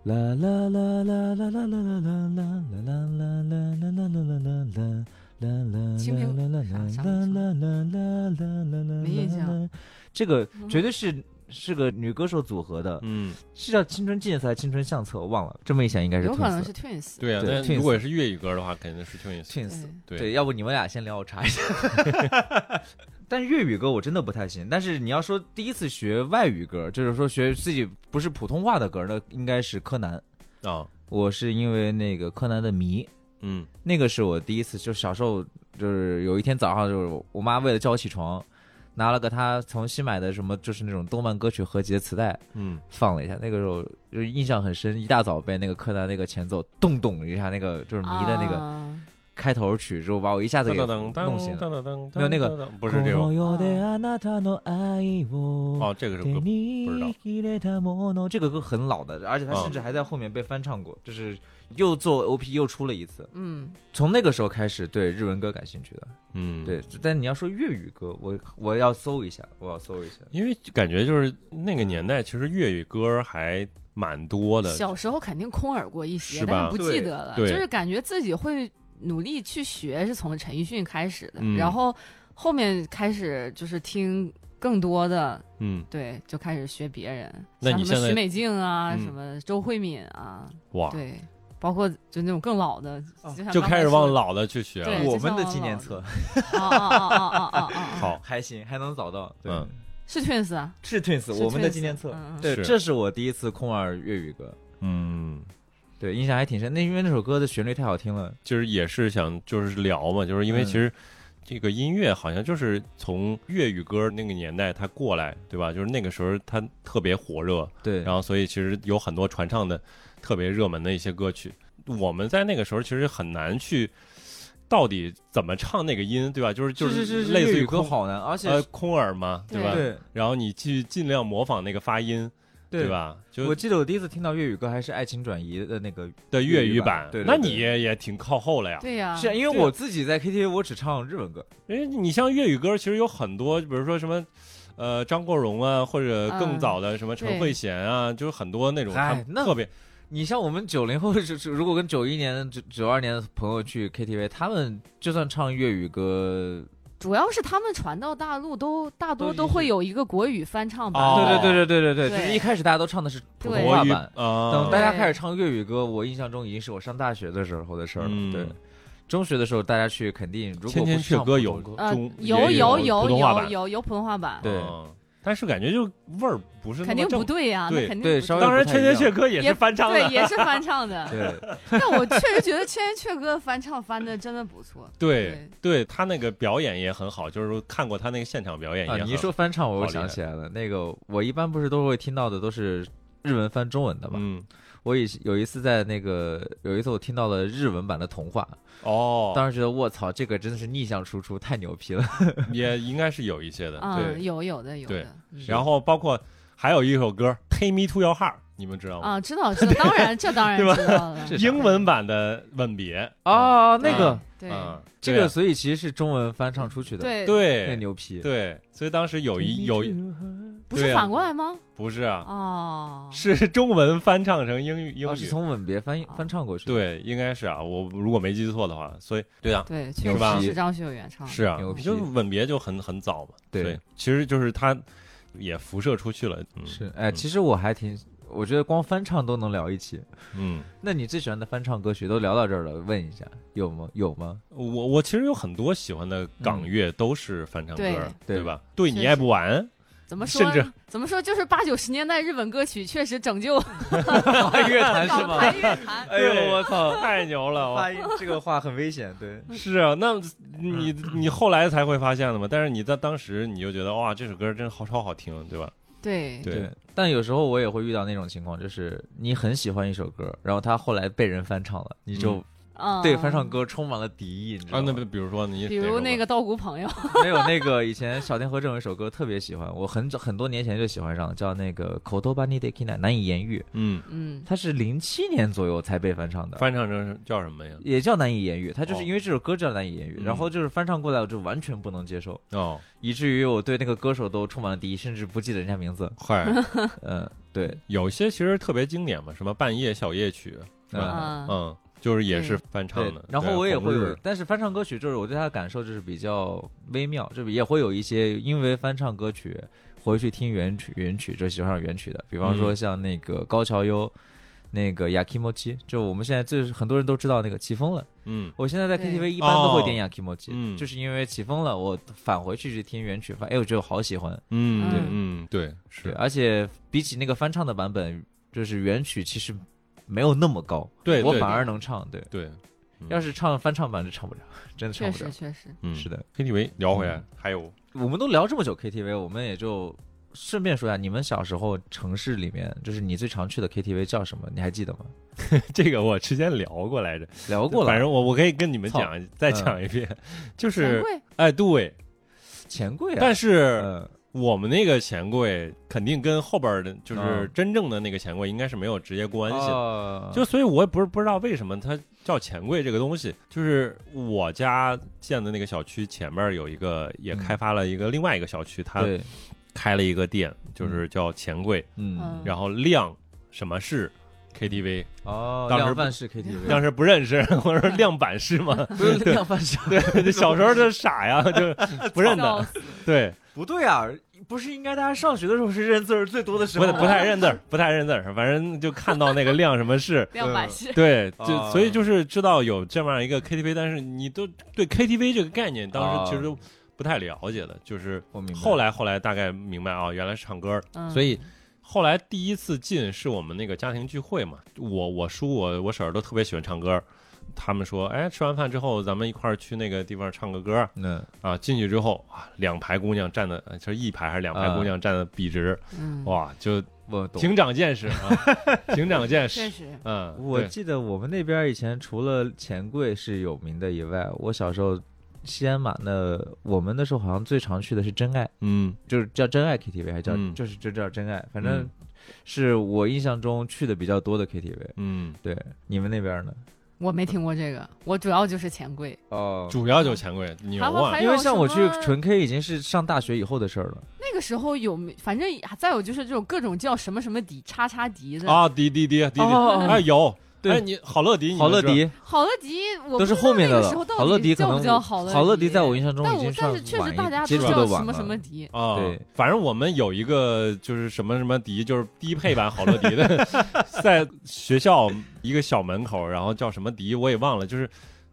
B: 啦啦啦啦啦啦啦啦啦啦啦啦啦啦啦啦啦啦啦。啦啦啦啦啦啦啦啦啦啦啦！这个绝对是是个女歌手组合的，
A: 嗯，
B: 是叫《青春纪念册》还是《青春相册》？我忘了。这么一想，应该是
C: 有可能是 Twins。
A: 对啊，
B: 对
A: 那
B: Twins
A: 如果是粤语歌的话，肯定是 Twins，
B: Twins。
C: 对
A: 对，
B: 要不你们俩先聊，我查一下。但是粤语歌我真的不太行，但是你要说第一次学外语歌，就是说学自己不是普通话的歌，那应该是柯南。
A: 啊，
B: 我是因为那个柯南的迷，
A: 嗯
B: 那个是我第一次，就小时候就是有一天早上，就是我妈为了叫我起床，拿了个她从新买的什么就是那种动漫歌曲合集的磁带
A: 嗯，
B: 放了一下，那个时候就印象很深，一大早被那个柯南那个前奏咚咚一下，那个就是迷的那个
C: 啊
B: 开头曲之后，把我一下子
A: 噔
B: 给
A: 噔噔
B: 弄
A: 噔
B: 醒
A: 噔
B: 了。
A: 噔噔，
B: 没有那个
A: 噔噔噔不是这种，哦，这个是歌，
B: 道。这个歌很老的，而且它
A: 哦
B: 甚至还在后面被翻唱过，就是又做 OP 又出了一次。
C: 嗯，
B: 从那个时候开始对日文歌感兴趣的。
A: 嗯，
B: 对，，但你要说粤语歌，我我要搜一下，我要搜一下。
A: 因为感觉就是那个年代，其实粤语歌还蛮多的，
C: 小时候肯定空耳过一
A: 是
C: 些，
A: 吧
C: 但是不记得了，就
A: 对对
C: 是感觉自己会努力去学，是从陈奕迅开始的
A: 嗯，
C: 然后后面开始就是听更多的，
A: 嗯，
C: 对，就开始学别人，
A: 那
C: 像
A: 你
C: 什
A: 现
C: 么
A: 在
C: 许美静啊，
A: 嗯
C: 什么周慧敏啊，
A: 哇，
C: 对，包括就那种更老的
B: 哦，
C: 像
A: 就
C: 刚
A: 开
C: 才
A: 始往
C: 说
A: 老的去学了
C: 对，
B: 我
C: 就像
B: 们的
C: 我
B: 纪念
C: 老
B: 册
C: 的，啊啊啊啊啊啊啊啊，
A: 好，
B: 还行，还能找到。对
A: 嗯，
C: 是 Twins 啊，
B: 是 Twins，
C: 是
B: 我们的
C: Twins，
B: 纪念册。
C: 嗯嗯
B: 对，
A: 是
B: 这是我第一次空耳粤语歌，
A: 嗯，
B: 对，印象还挺深。那因为那首歌的旋律太好听了。
A: 就是也是想就是聊嘛，就是因为
B: 嗯
A: 其实这个音乐好像就是从粤语歌那个年代它过来，对吧？就是那个时候它特别火热，
B: 对，
A: 然后所以其实有很多传唱的特别热门的一些歌曲，我们在那个时候其实很难去到底怎么唱那个音，对吧？就是就是
B: 是
A: 类似
B: 粤
A: 于
B: 语歌
A: 空
B: 好难，而且
A: 呃空耳嘛，
C: 对
A: 吧？
B: 对
A: 然后你去尽量模仿那个发音，对？吧？
B: 我
A: 就
B: 记得我第一次听到粤语歌还是《爱情转移》的那个，
A: 的粤
B: 粤
A: 语
B: 语版对对
A: 那
B: 对
A: 你也也挺靠后了呀。
C: 对呀，
B: 是啊因为我自己在 KTV 我只唱日文歌，
A: 因为你像粤语歌，其实有很多，比如说什么，呃张国荣啊，或者更
C: 嗯
A: 早的什么陈
C: 对
A: 慧娴啊，就是很多那种他
B: 哎
A: 们
B: 那
A: 特别
B: 你像我们九零后，就是如果跟九一年、九九二年的朋友去 KTV，他们就算唱粤语歌，
C: 主要是他们传到大陆都大多
B: 都
C: 都
B: 一
C: 会
B: 致
C: 有一个国语翻唱
A: 哦
C: 版，
B: 对对对对对对，
C: 对
B: 就是一开始大家都唱的是普
C: 对
B: 通
A: 国
B: 话
A: 语
B: 版，等
A: 啊
B: 大，家开始唱粤语歌，我印象中已经是我上大学的时候的事儿了。
A: 嗯
B: 对，中学的时候大家去肯定，如果
A: 千
B: 不
A: 千
B: 是
A: 阙
B: 唱
A: 歌
B: 普
A: 有
B: 通歌
C: 呃
A: 中，
C: 有
A: 也
C: 有
A: 有普
C: 有
A: 通话版
C: 有有有普通话版，
B: 对
A: 嗯但是感觉就味儿不是那
C: 肯
A: 么
C: 定
A: 正
C: 不。对呀，
A: 对
C: 那肯定
B: 对
C: 不
B: 稍微
A: 当然，
B: 不太
A: 千
B: 一
A: 千
B: 样
A: 阙歌也是
C: 也
A: 翻唱
C: 对，
A: 的，
C: 也是翻唱的。
B: 对，
C: 但我确实觉得千千阙歌翻唱翻的真的不错。
A: 对对，他那个表演也很好，就是说看过他那个现场表演也
B: 啊，
A: 很好。
B: 你一说翻唱，
A: 好
B: 我又
A: 厉
B: 想
A: 害
B: 起来了，那个我一般不是都会听到的都是日文翻中文的嘛。
A: 嗯，
B: 我以有一次在那个有一次我听到了日文版的童话，
A: 哦，
B: 当时觉得卧槽，这个真的是逆向输出，太牛批了。
A: 也应该是有一些的。
C: 嗯，
A: 对，
C: 有有的有
A: 对
C: 的。嗯
A: 然后包括还有一首歌《Take Me to Your Heart》，你们知道吗？
C: 啊，知道知道，当然这当 然
A: 对吧
C: 知道了。
B: 这
A: 英文版的《吻别》
B: 啊， 那个
C: 嗯 对
A: 嗯，
B: 这个，所以其实是中文翻唱出去的，，
C: 对，
B: 那
A: 对
B: 牛批。
A: 对，所以当时有一有一
C: 不
A: 对
C: 是
A: 啊
C: 反过来吗？
A: 不是啊，
C: 哦，
A: 是中文翻唱成英语英
B: 哦，
A: 语
B: 是。从吻别翻译翻唱过去的。
A: 对，应该是啊，我如果没记错的话，所以对啊，
C: 对，
A: 是
C: 确
A: 吧
C: 实是张学友原唱的。
A: 是啊
B: 牛，逼
A: 就是吻别就很很早嘛，
B: 对
A: 所以其实就是他也辐射出去了，嗯、
B: 是，哎，
A: 嗯
B: 其实我还挺，我觉得光翻唱都能聊一期。
A: 嗯，
B: 那你最喜欢的翻唱歌曲都聊到这儿了，问一下有吗？有 吗？
A: 我我其实有很多喜欢的港乐都是翻唱歌，
C: 对
A: 对
B: 对
A: 吧？对
C: 确
A: 你
C: 实
A: 爱不完，
C: 怎么
A: 甚
C: 说？
A: 至
C: 怎么说？就是八九十年代日本歌曲确实拯救
B: 乐坛
C: 港台 乐坛。
B: 哎呦，我操！
A: 太牛了，
B: 发
A: 我
B: 音这个话很危险，对，
C: 嗯
A: 是啊，那你你后来才会发现的嘛，但是你在当时你就觉得哇，这首歌真好超好听，对吧？
C: 哎对
A: 对
B: 但有时候我也会遇到那种情况，就是你很喜欢一首歌，然后它后来被人翻唱了，你就
C: 嗯，
B: 对翻唱歌充满了敌意，你知
A: 啊，
B: 道
A: 那
B: 吗？
A: 不比如说你
C: 比如那个稻谷 朋友，
B: 没有那个以前小天和正有一首歌特别喜欢，我很早很多年前就喜欢上了，叫那个《口头巴尼德基奈》，难以言喻，
A: 嗯，
C: 嗯，
B: 它是零七年左右才被翻唱的。
A: 翻唱成叫什么呀？
B: 也叫难以言喻，它就是
A: 哦
B: 因为这首歌叫难以言喻，
A: 嗯
B: 然后就是翻唱过来，我就完全不能接受，
A: 哦，
B: 以至于我对那个歌手都充满了敌意，甚至不记得人家名 字。
A: 快，
B: 嗯，对，
A: 有些其实特别经典嘛，什么半夜小夜曲，是吧？
B: 嗯，
C: 嗯，
A: 嗯，就是也是翻唱
B: 对
A: 的。。
B: 然后我也
A: 对啊
B: 会
A: 红
B: 有
A: 日，
B: 但是翻唱歌曲就是我对他的感受就是比较微妙，就是也会有一些因为翻唱歌曲回去听原曲，原曲就喜欢上原曲的，比方说
A: 嗯
B: 像那个高桥优。那个 Yakimochi，就我们现在最很多人都知道那个起风了。
A: 嗯
B: 我现在在
C: 对
B: KTV 一般都会点
A: 哦
B: Yakimochi，、
A: 嗯
B: 就是因为起风了，我返回去去听原曲，发现哎，我觉得我好喜欢。
A: 嗯
C: 对
A: 嗯，对，
B: 对，
A: 是
B: 而且比起那个翻唱的版本，就是原曲其实没有那么高，
A: 对
B: 我
A: 对
B: 反而能唱。对，
A: 对。嗯
B: 要是唱翻唱版就唱不了， 真的唱
C: 确
B: 不了
C: 实。确实，
A: 嗯
B: 是的，
A: KTV 聊回来，还有
B: 我们都聊这么久 KTV，我们也就顺便说一下，你们小时候城市里面，就是你最常去的 KTV 叫什么？你还记得吗？
A: 这个我之前聊过来着，
B: 聊过了，
A: 反正我我可以跟你们
B: 操
A: 讲再讲一 遍，就
C: 钱
A: 是
C: 柜
A: 哎对，
B: 钱柜啊，
A: 但
B: 是
A: 是
B: 嗯，
A: 我们那个钱柜肯定跟后边的，就是
B: 嗯
A: 真正的那个钱柜应该是没有直接关系的。
B: 哦
A: 就所以，我也不是不知道为什么它叫钱柜这个东西，就是我家建的那个小区前面有一个，也
B: 嗯
A: 开发了一个另外一个小区，它
B: 对，
A: 开了一个店，就是叫钱柜，
B: 嗯
C: 嗯，
A: 然后亮什么是 KTV，
B: 哦，
A: 当时
B: 量贩
A: 不
B: 式 KTV，
A: 当时不认识， 我说亮版是吗？
B: 不是量贩式，
A: 对，小时候就傻呀，就不 认
C: 造
A: 得，对，
B: 不对啊，不是应该大家上学的时候是认字儿最多的时
A: 不
B: 候啊
A: 太
B: 吗？
A: 不太认字儿， 不太认字儿，反正就看到那个亮什么是，
C: 亮百式，
A: 对，
B: 啊
A: 就所以就是知道有这么样一个 KTV，但是你都对 KTV 这个概念当时其实都不太了解的，就是
B: 我啊明白。
A: 后来后来大概明白啊，原来是唱歌。
C: 嗯
A: 所以后来第一次进是我们那个家庭聚会嘛，我我叔我我婶儿都特别喜欢唱歌，他们说，哎，吃完饭之后咱们一块儿去那个地方唱个歌
B: 嗯，
A: 啊。进去之后啊，两排姑娘站的，呃就是一排还是两排
B: 啊
A: 姑娘站的笔直，
C: 嗯，
A: 哇，就
B: 我懂。
A: 挺长见识 啊，挺长见识。
C: 确实，
A: 嗯，
B: 我
A: 对
B: 记得我们那边以前除了钱柜是有名的以外，我小时候西安嘛，那我们那时候好像最常去的是真爱，
A: 嗯
B: 就是叫真爱 KTV，还叫、
A: 嗯
B: 就是就叫真爱，反正
A: 嗯
B: 是我印象中去的比较多的 KTV。
A: 嗯。
B: 对，你们那边呢？
C: 我没听过这个，我主要就是钱柜，
B: 哦，
A: 主要就是钱柜牛
C: 还有
A: 啊
C: 还，
B: 因为像我去
C: 什么
B: 纯 K 已经是上大学以后的事儿了。
C: 那个时候有没，反正再有就是这种各种叫什么什么迪、叉叉迪的，
A: 啊，滴滴滴滴滴，哎有，
B: 对
A: 哎你好乐迪，你
B: 好乐
A: 们知道
B: 迪
C: 好乐迪，我
B: 都是后面的
C: 不知道那个时
B: 了
C: 候，到
B: 好乐迪
C: 底
B: 可
C: 叫
B: 能
C: 不叫
B: 我
C: 好乐
B: 好乐迪在我印象中
C: 但
B: 已
C: 我
B: 经上
C: 但是确实大家
B: 晚
C: 不
B: 接
C: 知
B: 触
A: 接触
B: 的
C: 道
B: 晚了。嗯
C: 什么什么迪，
A: 啊，
B: 对，
A: 反正我们有一个就是什么什么迪，就是低配版好乐迪 的，在学校一个小门口，然后叫什么迪我也忘了，就是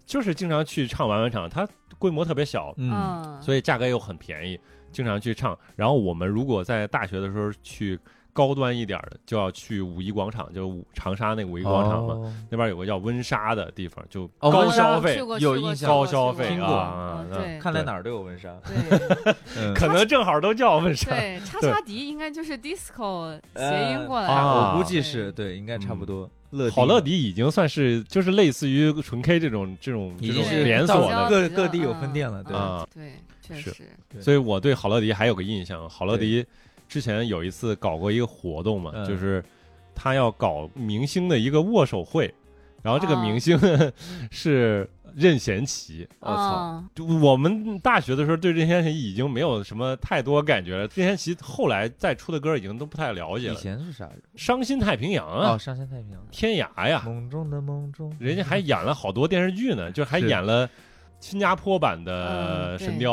A: 就是经常去唱玩玩场，它规模特别小，
B: 嗯，
C: 嗯，
A: 所以价格又很便宜，经常去唱。然后我们如果在大学的时候去高端一点儿的，就要去五一广场，就五长沙那个五一广场嘛，
B: 哦
A: 那边有个叫温莎的地方，就
B: 哦
A: 高
B: 温莎
A: 消费
C: 去，过
B: 有
C: 去过
B: 印
C: 去
B: 象
A: 高
C: 过
A: 消
C: 去
A: 费
C: 过
B: 啊
A: 啊
C: 嗯
A: 啊
C: 对
B: 看来哪儿都有纹纱。
C: 对
B: 嗯，
A: 可能正好都叫温莎。
C: 对，叉叉迪应该就是 disco 谐音过来
A: 呃
C: 的，
A: 啊
B: 我估计是对，应该差不多。嗯乐
A: 好乐迪已经算是就是类似于纯 K 这种这种
B: 已
A: 这
B: 经
A: 种
B: 是
A: 连锁的，
B: 到各各地有分店了
C: 对
A: 对啊
C: 啊对，确
A: 是
C: 实，
A: 所以我对好乐迪还有个印象。好乐迪之前有一次搞过一个活动嘛，
B: 嗯
A: 就是他要搞明星的一个握手会，然后这个
C: 啊
A: 明星 是任贤齐。
B: 我操，
C: 嗯，
A: 就我们大学的时候对任贤齐已经没有什么太多感觉了，任贤齐后来再出的歌已经都不太了解
B: 以
A: 了，《
B: 前是啥？
A: 伤心太平洋》啊，
B: 哦，上山太平洋，
A: 天涯》呀，
B: 梦中的梦中，
A: 人家还演了好多电视剧呢，就还
B: 是
A: 演了新加坡版的
C: 嗯
A: 《
C: 对
A: 神雕》。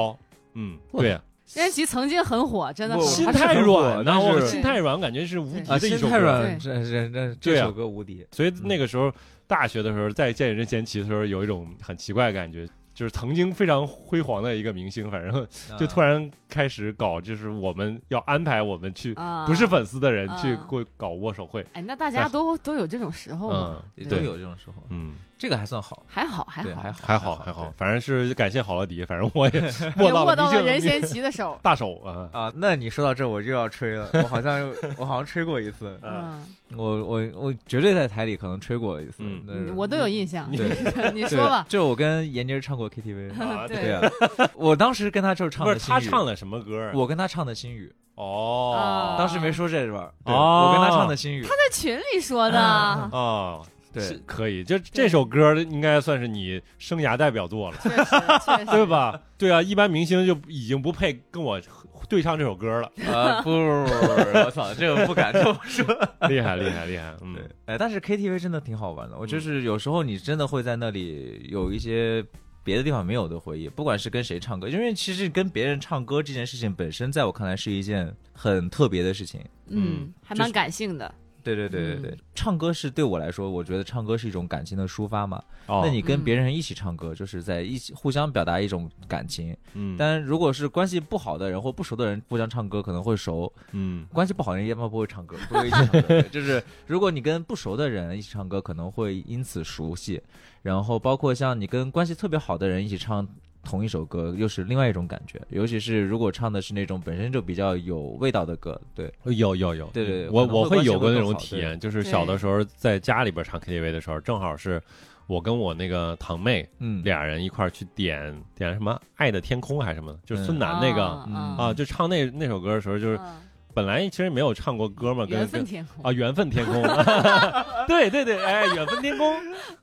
A: 嗯，
B: 哇
A: 对，
C: 任贤齐曾经很火，真的
B: 我
C: 很
A: 心
C: 火，
A: 太软
B: 但
A: 呐，
B: 是
A: 我
B: 对
A: 心太软，感觉是无敌
B: 啊，
A: 的一
B: 心
A: 首
B: 太
A: 歌。
B: 软，
C: 对
B: 这这这
A: 对
B: 这
A: 啊
B: 首歌无 敌。
A: 所以那个时候，大学的时候，在见任贤齐的时候，有一种很奇怪的感觉，就是曾经非常辉煌的一个明星，反正就突
B: 然
A: 然开始搞，就是我们要安排我们去
C: 啊，
A: 不是粉丝的人
C: 啊
A: 去过搞握手会。
C: 哎，那大家都都有这种时候嘛，
A: 嗯
B: 都
A: 对
B: 有这种时候，
A: 嗯，
B: 这个还算好，
C: 还好还
B: 对，
C: 好，
B: 还好，
A: 还好还
B: 还
A: 好，。反正是感谢好乐迪，反正我 也 握
C: 也
A: 到
C: 握
A: 了
C: 到
A: 明
C: 了
A: 星，
C: 任贤齐的手
A: 大手啊。
B: 啊，那你说到这儿我就要吹了，我好 像我好像吹过一次，
C: 嗯，
B: 我我我绝对在台里可能吹过一次
A: 嗯，
B: 那是
C: 我都有印象，
B: 对
C: 你
B: 对
C: 说吧，
B: 就我跟闫妮儿唱过 KTV，
A: 啊
C: 对
B: 对啊，我当时跟她就是唱
A: 不
B: 的啊
A: 是
B: 心
A: 他
B: 语
A: 唱的什么歌啊？
B: 我跟她唱的心语，
A: 哦，
C: 啊
B: 当时没说这段儿，对
A: 哦
B: 我跟她唱的心语，
C: 在群里说的，
A: 哦，是
B: 对，
A: 可以，就这首歌应该算是你生涯代表作了，
C: 确实确 实，
A: 对？ 吧？对啊，一般明星就已经不配跟我对唱这首歌了，
B: 啊，不 不不不不，我操，这个不 敢这么说。
A: 厉害厉害厉害，嗯
B: 对，哎，但是 KTV 真的挺好玩的，我就是有时候你真的会在那里有一些。别的地方没有的回忆，不管是跟谁唱歌，因为其实跟别人唱歌这件事情本身，在我看来是一件很特别的事情。嗯
A: 嗯
C: 嗯，还
B: 就
C: 蛮
B: 是
C: 感性的，
B: 对对对对对，唱歌是对我来说，我觉得唱歌是一种感情的抒发嘛。
A: 哦，
B: 那你跟
C: 嗯
B: 别人一起唱歌，就是在一起互相表达一种感情。
A: 嗯，
B: 但如果是关系不好的人或不熟的人互相唱歌，可能会熟；
A: 嗯
B: 关系不好的人一般不会唱歌，不会一起唱歌。 对就是如果你跟不熟的人一起唱歌，可能会因此熟悉。然后包括像你跟关系特别好的人一起唱同一首歌，又是另外一种感觉。尤其是如果唱的是那种本身就比较有味道的歌，对，
A: 有有有，
B: 嗯对对对
A: 我
B: 可能会
A: 我会有过那
B: 关系会
A: 种
B: 更好
A: 体验，就是小的时候在家里边唱 KTV 的时候，正好是我跟我那个堂妹
B: 嗯，
A: 俩人一块儿去点点什么《爱的天空》还是什么，就是孙楠那
C: 哦
A: 个。
B: 嗯
A: 啊，就唱那那首歌的时候，就是
C: 嗯
A: 本来其实没有唱过歌嘛，跟
C: 缘
A: 跟
C: 分天空
A: 啊，缘分天空， 对对对，哎，缘分天空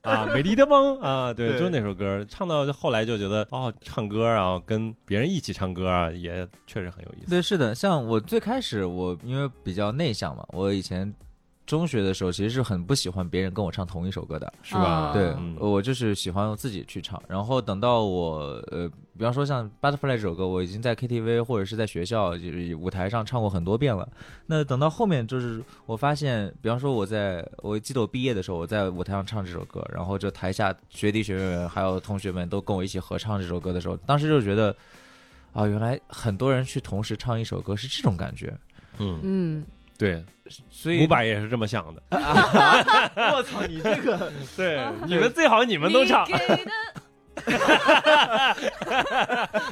A: 啊，美丽的梦啊，对，
B: 对
A: 就那首歌，唱到后来就觉得哦，唱歌啊，跟别人一起唱歌啊，也确实很有意思。
B: 对，是的，像我最开始我因为比较内向嘛，我以前中学的时候其实是很不喜欢别人跟我唱同一首歌的，
A: 是吧
C: 啊
B: 对、呃
A: 嗯
B: 我就是喜欢自己去唱。然后等到我呃，比方说像《Butterfly》这首歌，我已经在 KTV 或者是在学校就是舞台上唱过很多遍了。那等到后面就是我发现，比方说我在我记得我毕业的时候，我在舞台上唱这首歌，然后就台下学弟学妹们还有同学们都跟我一起合唱这首歌的时候，当时就觉得。啊，原来很多人去同时唱一首歌是这种感觉，
A: 嗯，
C: 嗯，
A: 对，
B: 所以
A: 伍佰也是这么想的。
B: 我操，你这个
A: 对，你们最好你们都唱
C: 你，给的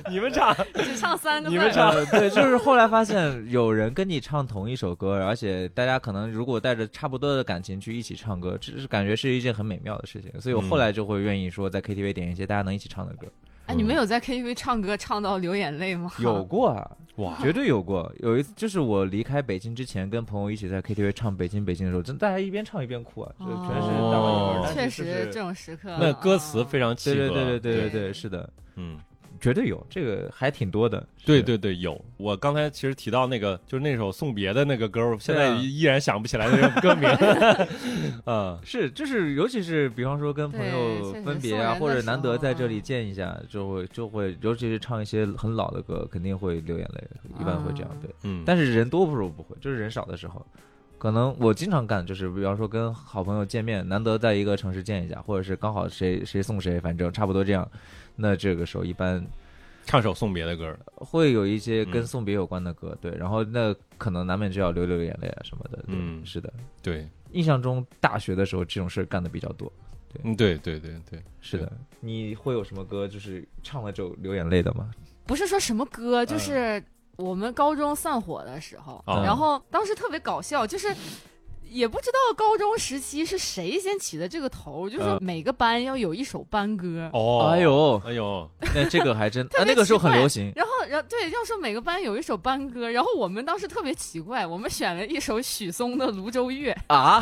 A: 你们唱，
B: 啊
C: 只唱三个字 儿，
A: 你们唱
B: 呃对， 就是后来发现有人跟你唱同一首歌，而且大家可能如果带着差不多的感情去一起唱嗯歌，这是感觉是一件很美妙的事情。所以我后来就会愿意说在 KTV 点一些大家能一起唱的歌。
C: 哎，你们有在 KTV 唱歌唱到流眼泪吗？
B: 有过 啊，
A: 哇，
B: 绝对有过。有一次就是我离开北京之前，跟朋友一起在 KTV 唱《北京北京》的时候，真大家一边唱一边哭啊，就全是大
A: 哦
B: 老爷们儿
C: 确
B: 但是就是
C: 实这种时刻，啊
A: 那歌词非
C: 常
A: 常契
B: 对
A: 合，
B: 对对对对对
C: 对
B: 对，是的，
A: 嗯，
B: 绝对有，这个还挺多的。是
A: 对对对，有。我刚才其实提到那个，就是那首送别的那个歌，我现在
B: 对啊
A: 依然想不起来那个歌 名。 啊，
B: 是，就是尤其是比方说跟朋友
C: 对确实
B: 分别
C: 送
B: 啊，
C: 人
B: 或者
C: 的时
B: 难得
C: 候
B: 在这
C: 啊
B: 里见一下，就会就会，尤其是唱一些很老的歌，肯定会流眼泪，一般会这样
C: 啊
B: 对。
A: 嗯，
B: 但是人多不如不会，就是人少的时候，可能我经常干的就是，比方说跟好朋友见面，难得在一个城市见一下，或者是刚好谁谁送谁，反正差不多这样。那这个时候一般
A: 唱首送别的歌，
B: 会有一些
A: 嗯
B: 跟送别有关的歌，对，然后那可能难免就要流流眼泪啊什么的，对
A: 嗯
B: 是的。
A: 对，
B: 印象中大学的时候这种事儿干的比较多，
A: 嗯，对对对对，
B: 是的
A: 对。
B: 你会有什么歌就是唱了就流眼泪的吗？
C: 不是说什么歌，就是我们高中散伙的时候，
A: 嗯哦
C: 然后当时特别搞笑，就是。也不知道高中时期是谁先起的这个头，就是说
B: 嗯
C: 每个班要有一首班歌，
A: 哦，
B: 哎，呦，
A: 哎呦，
B: 那这个还 真
C: 特别
B: 啊，那个时候
C: 奇怪
B: 很流行，
C: 然后，然后对，要说每个班有一首班歌，然后我们当时特别奇怪，我们选了一首许嵩的《泸 州月》，
B: 啊，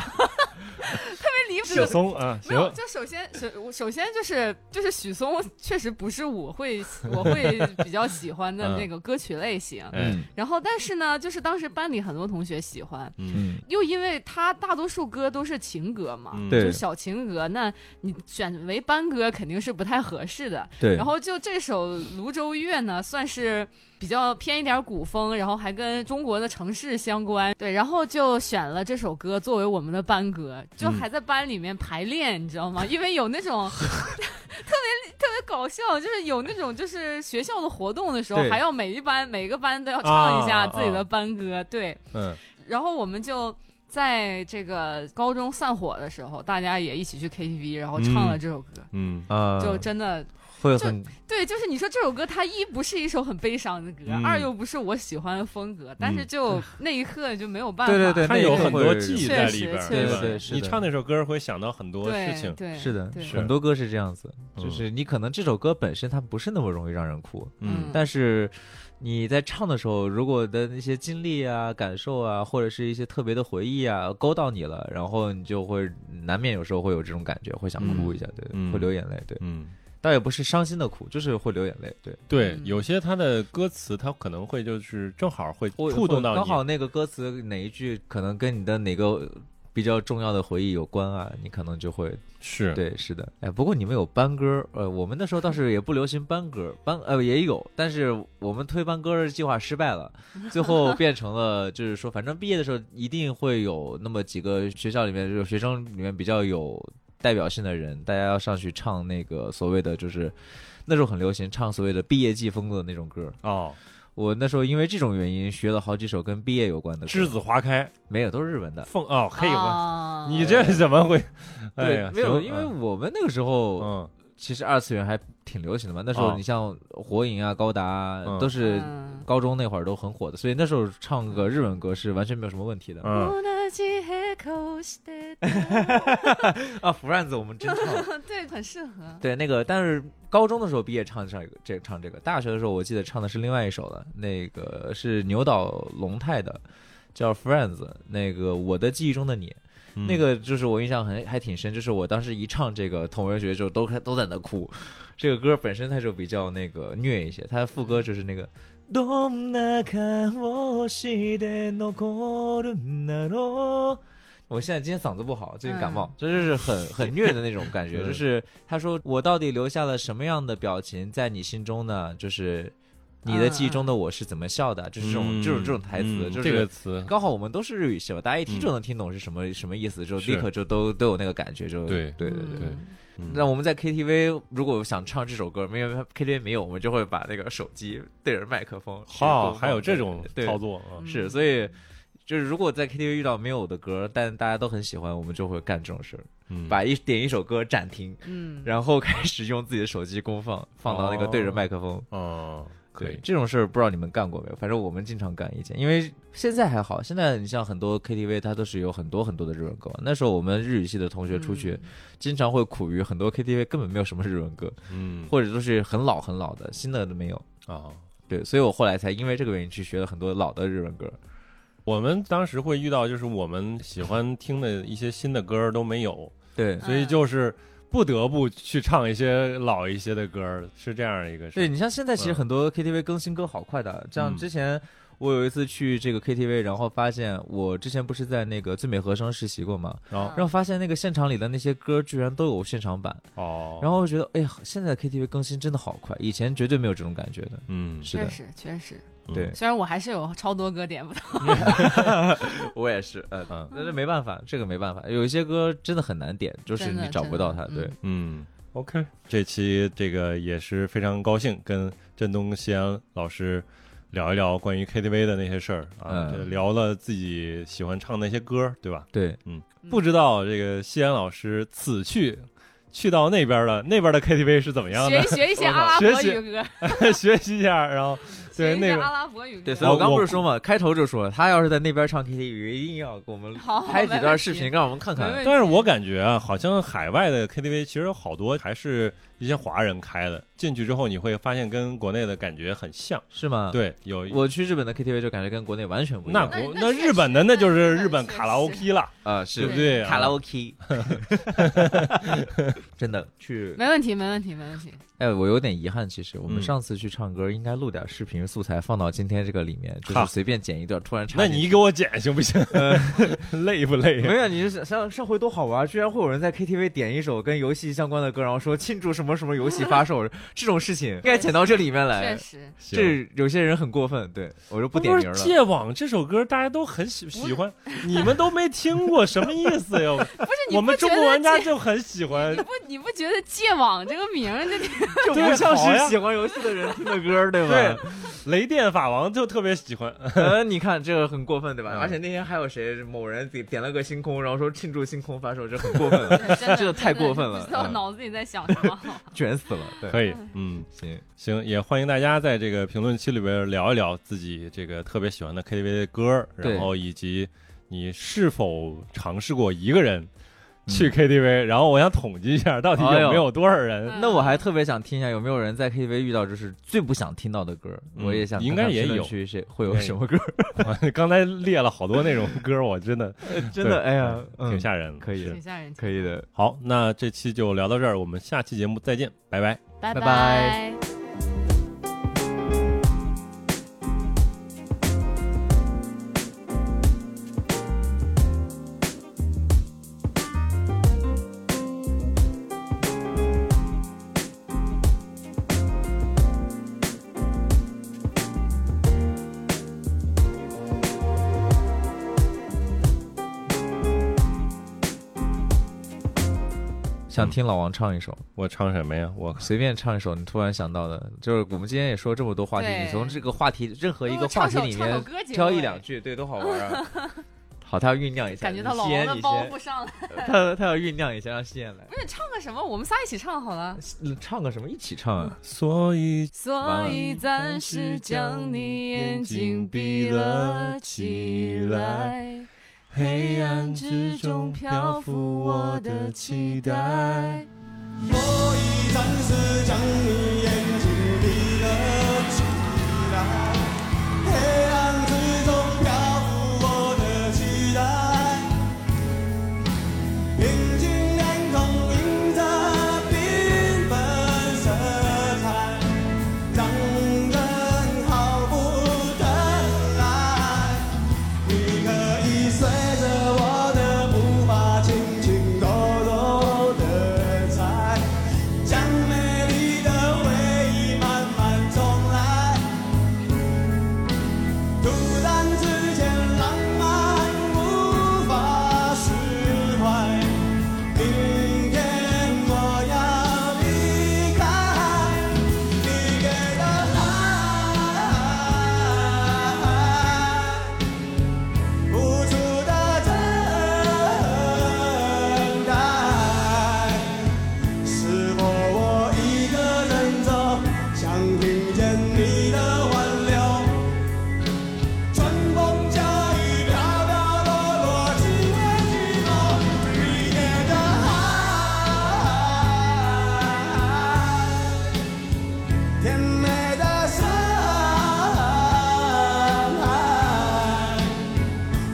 C: 太离谱
A: 许
C: 了。
A: 嵩啊，
C: 没
A: 行，
C: 有，就首先首首先就是就是许嵩确实不是我会 我会比较喜欢
A: 嗯
C: 的那个歌曲类型，
B: 嗯
A: 哎，
C: 然后但是呢，就是当时班里很多同学喜欢，
A: 嗯
B: 嗯，
C: 又因为他大多数歌都是情歌嘛，
A: 嗯，
B: 对
C: 就小情歌，那你选为班歌肯定是不太合适的。
B: 对，
C: 然后就这首《泸州月》呢，算是比较偏一点古风，然后还跟中国的城市相关。对，然后就选了这首歌作为我们的班歌，
A: 嗯
C: 就还在班里面排练，你知道吗？因为有那 种特别特别搞笑，就是有那种就是学校的活动的时候
B: 对，
C: 还要每一班每个班都要唱一
A: 啊
C: 下
A: 啊
C: 自己的班歌。对，
A: 嗯，
C: 然后我们就。在这个高中散伙的时候，大家也一起去 KTV，然后唱了这首歌，
A: 嗯，
B: 啊，
C: 就真的
B: 会
C: 就
B: 很
C: 对，就是你说这首歌，它一不是一首很悲伤的歌，
A: 嗯
C: 二又不是我喜欢的风格，但是就那一刻就没有办法。
B: 嗯对对对，
A: 它
B: 那
A: 有
B: 一刻
A: 很
B: 会
A: 多记忆在里边，
C: 确实
A: 吧
B: 确实
A: 你唱那首歌会想到很多
C: 对
A: 事情，
C: 对
B: 是的，
C: 哎对
A: 是
B: 很多歌是这样子，
A: 嗯
B: 就是你可能这首歌本身它不是那么容易让人哭，
A: 嗯
B: 但是你在唱的时候，如果的那些经历啊、感受啊，或者是一些特别的回忆啊，勾到你了，然后你就会难免有时候会有这种感觉，会想哭一下，
A: 嗯
B: 对，会流眼泪，对，
A: 嗯。
B: 倒也不是伤心的哭，就是会流眼泪，对，
A: 对，
C: 嗯
A: 有些他的歌词，他可能会就是正好会
B: 会
A: 触动到
B: 会刚好
A: 你，
B: 那个歌词哪一句可能跟你的哪个。比较重要的回忆有关啊，你可能就会
A: 是，
B: 对，是的，哎，不过你们有班歌儿，呃，我们那时候倒是也不流行班歌儿，班呃也有，但是我们推班歌儿的计划失败了，最后变成了就是说，反正毕业的时候一定会有那么几个学校里面就是学生里面比较有代表性的人，大家要上去唱那个所谓的就是那时候很流行唱所谓的毕业季风的那种歌儿。
A: 哦，
B: 我那时候因为这种原因学了好几首跟毕业有关的歌
A: 栀
B: 儿，
A: 子花开，
B: 没有，都是日文的。
A: 凤哦，嘿，我
C: 啊、
A: 你这怎么会？哎
B: 对，
A: 呀，
B: 没有，
A: 行
B: 因为我们那个时候，
A: 嗯
B: 其实二次元还挺流行的嘛。那时
A: 哦
B: 候你像火影啊、高达啊、
A: 嗯
B: 都是
C: 嗯
B: 高中那会儿都很火的，所以那时候唱个日文歌是完全没有什么问题的。
A: 嗯，
B: 啊，福然子我们真 唱，
C: 对，很适合。
B: 对那个，但是高中的时候毕业唱这个这唱这个，大学的时候我记得唱的是另外一首了，那个是牛岛龙太的。叫 Friends，那个我的记忆中的你，
A: 嗯
B: 那个就是我印象很还挺深，就是我当时一唱这个《同文学》的时候，都开都在那哭。这个歌本身它就比较那个虐一些，它的副歌就是那个。どんな顔して残るんだろう我现在今天嗓子不好，最近感冒，这就是很很虐的那种感觉。
A: 嗯
B: 就是他说我到底留下了什么样的表情在你心中呢？就是你的记忆中的我是怎么笑的？就是这种、这种这种台词，
A: 嗯
B: 就是
A: 这个词，
B: 刚好我们都是日语系嘛，大家一听
A: 嗯
B: 就能听懂是什么、什么意思，就立
A: 是
B: 刻就都都有那个感觉，就
A: 对
B: 对对对。
A: 对嗯
B: 那我们在 KTV 如果想唱这首歌，没有 KTV 没有，我们就会把那个手机对着麦克风。
A: 哦，
B: 是
A: 还有这种
B: 对
A: 操作啊，
B: 是，所以就是如果在 KTV 遇到没有的歌，但大家都很喜欢，我们就会干这种事儿，
A: 嗯，
B: 把一点一首歌暂停，
C: 嗯，
B: 然后开始用自己的手机公放，放到那个对着麦克风。
A: 哦，
B: 可以
A: 对，
B: 这种事儿不知道你们干过没有？反正我们经常干以前，因为现在还好，现在你像很多 KTV 它都是有很多很多的日文歌嘛。那时候我们日语系的同学出
C: 嗯
B: 去，经常会苦于很多 KTV 根本没有什么日文歌，
A: 嗯，
B: 或者都是很老很老的，新的都没有。
A: 啊，
B: 对，所以我后来才因为这个原因去学了很多老的日文歌。
A: 我们当时会遇到，就是我们喜欢听的一些新的歌儿都没有，
B: 对，
A: 所以
C: 嗯
A: 就是不得不去唱一些老一些的歌儿，是这样一个事
B: 对
A: 儿。
B: 你像现在其实
A: 嗯
B: 很多 KTV 更新歌好快的，像
A: 嗯
B: 之前我有一次去这个 KTV，然后发现我之前不是在那个最美和声实习过吗？
A: 然后
C: 嗯
B: 然后发现那个现场里的那些歌居然都有现场版，
A: 哦，
B: 然后我觉得哎呀，现在 KTV 更新真的好快，以前绝对没有这种感觉的。
A: 嗯，
B: 是
C: 确
B: 的，
C: 实确实，
A: 嗯
B: 对，
C: 虽然我还是有超多歌点不到，
B: 我也是，呃，
A: 嗯
B: 那这没办法，这个没办法，有一些歌真的很难点，就是
C: 真的
B: 你找不到它。
C: 真的
B: 对，
A: 嗯，OK，这期这个也是非常高兴跟振东西安老师聊一聊关于 KTV 的那些事儿啊，
B: 嗯
A: 这聊了自己喜欢唱的那些歌儿，对吧？
B: 对，
A: 不知道这个西安老师此去去到那边了，那边的 KTV 是怎么样
C: 学
A: 的
C: 一？学一些阿拉伯
A: 学
C: 语 歌，
A: 学习一下，然 后
C: 学
A: 对
C: 一
A: 那
C: 些
A: 个
C: 阿拉伯语歌。
B: 对，所以我
A: 我
B: 刚
A: 我
B: 不是说嘛，开头就说了，他要是在那边唱 KTV，一定要给我们
C: 好，
B: 拍几
C: 没
B: 段
C: 问
B: 视
C: 题
B: 频，。让我们看
C: 没
B: 看。
C: 问题
A: 但是我感觉啊，好像海外的 KTV 其实好多还是一些华人开的，进去之后你会发现跟国内的感觉很像。
B: 是吗？，
A: 对，有
B: 我去日本的 KTV 就感觉跟国内完全不一
A: 那
B: 样。
A: 国
C: 那
A: 那
C: 确
A: 日本的
C: 实
A: 那就是
C: 那
A: 日本
C: 确
A: 卡拉 OK 了，
B: 啊、啊
A: 对
B: 是
A: 不对啊？
B: 卡拉 OK，真的去。
C: 没问题，没问题，没问题。
B: 哎，我有点遗憾，其实我们
A: 嗯
B: 上次去唱歌，应该录点视频素材放到今天这个里面，就
A: 哈
B: 是随便剪一段，突然插
A: 那
B: 进去。
A: 你给我剪行不行？
B: 呃
A: 累不累？啊
B: 没有，你是上上回多好玩，居然会有人在 KTV 点一首跟游戏相关的歌，然后说庆祝什么什么游戏发售， 这种事情应该剪到这里面
C: 确
B: 来。
C: 实，
A: 行
B: 这有些人很过分，对我就不点
A: 是
B: 名了。
A: 戒网》这首歌大家都很喜喜欢，你们都没听过，什么意思呀？
C: 不是你
A: 我
C: 不
A: 们
C: 觉
A: 中国玩
C: 得
A: 家
C: 戒
A: 就很喜欢
C: 你，不你不觉得“戒网”这个名儿就
B: 这
A: 对
B: 不像
A: 好呀
B: 是喜欢游戏的人听的歌，对
A: 对
B: 吧？，
A: 雷电法王就特别喜欢。
B: 呃，你看这个很过分，对吧？
A: 嗯
B: 而且那天还有谁某人点点了个星空，然后说庆祝星空发售，这很过分 了，
C: 真的
B: 这个太
C: 真的
B: 过分了
C: 不知道
B: 嗯
C: 脑子里在想什 么。好
B: 卷死了。对，
A: 可以，嗯，
B: 行，
A: 行，也欢迎大家在这个评论区里边聊一聊自己这个特别喜欢的 KTV 的歌儿，
B: 对
A: 然后以及你是否尝试过一个人去 KTV，、然后我想统计一下到底
B: 哎呦
A: 有没有多少人。
C: 嗯
B: 那我还特别想听一下，有没有人在 KTV 遇到就是最不想听到的歌？
A: 嗯
B: 我也想看
A: 应
B: 看
A: 该也
B: 评论
A: 有
B: 区谁会有
A: 应该
B: 什么 歌？
A: 刚才列了好多那种歌儿，我真的
B: 真的，
A: 对
B: 哎呀，
A: 挺
B: 嗯，
A: 吓人的。
B: 可以的
C: 挺，吓人。
B: 可以的。
A: 好，那这期就聊到这儿，我们下期节目再见，拜拜。
C: 拜
B: 拜
C: 拜。
B: 想听老王唱一首，
A: 我唱什么呀？我
B: 随便唱一首，你突然想到的，就是我们今天也说这么多话题，
C: 对
B: 你从这个话题任何一
C: 那
B: 个
C: 我
B: 话
C: 唱
B: 题
C: 首
B: 里
C: 唱首
B: 面
C: 歌结
B: 挑
C: 尾
B: 一两句，对，都好玩啊。 好，他要酝酿一下，
C: 感觉到
B: 你
C: 老
B: 先
C: 王的
B: 你
C: 包
B: 先
C: 袱上来，
B: 他他要酝酿一下，让西燕来嗯
C: 不是唱个什么？我们仨一起唱 好了。
B: 唱个什么一起唱 啊？
A: 所以
C: 所以暂时将你眼睛闭了起来，黑暗之中漂浮我的期待。
D: 所以暂时将你眼睛闭了起来，黑暗之中漂浮我的期待，平静天空映着缤纷色彩，让人好不得来。你可以随着我的步伐，轻轻柔柔的踩，将美丽的未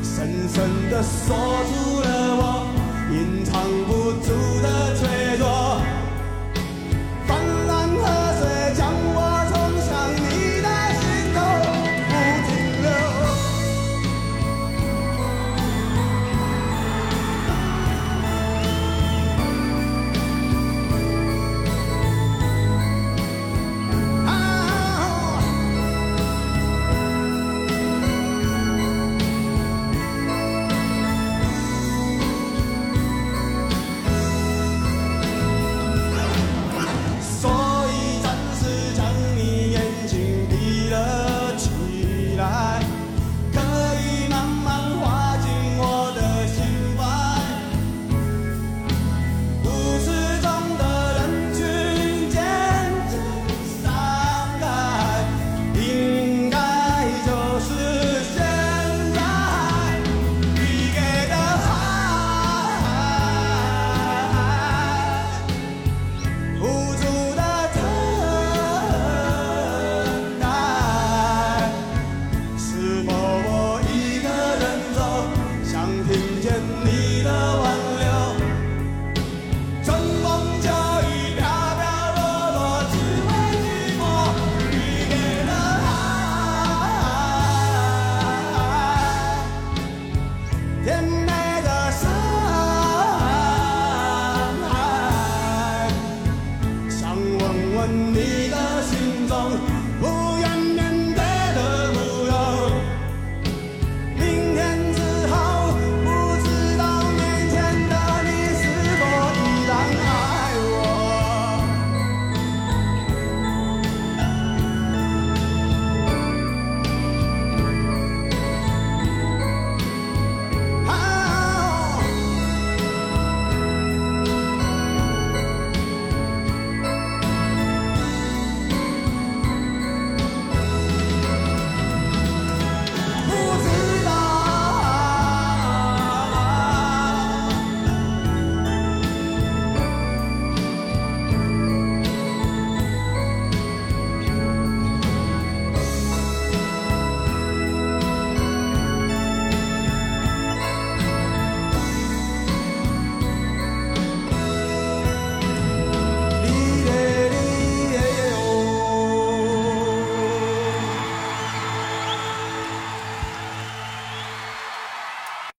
D: 深深的锁住了我，隐藏不住啊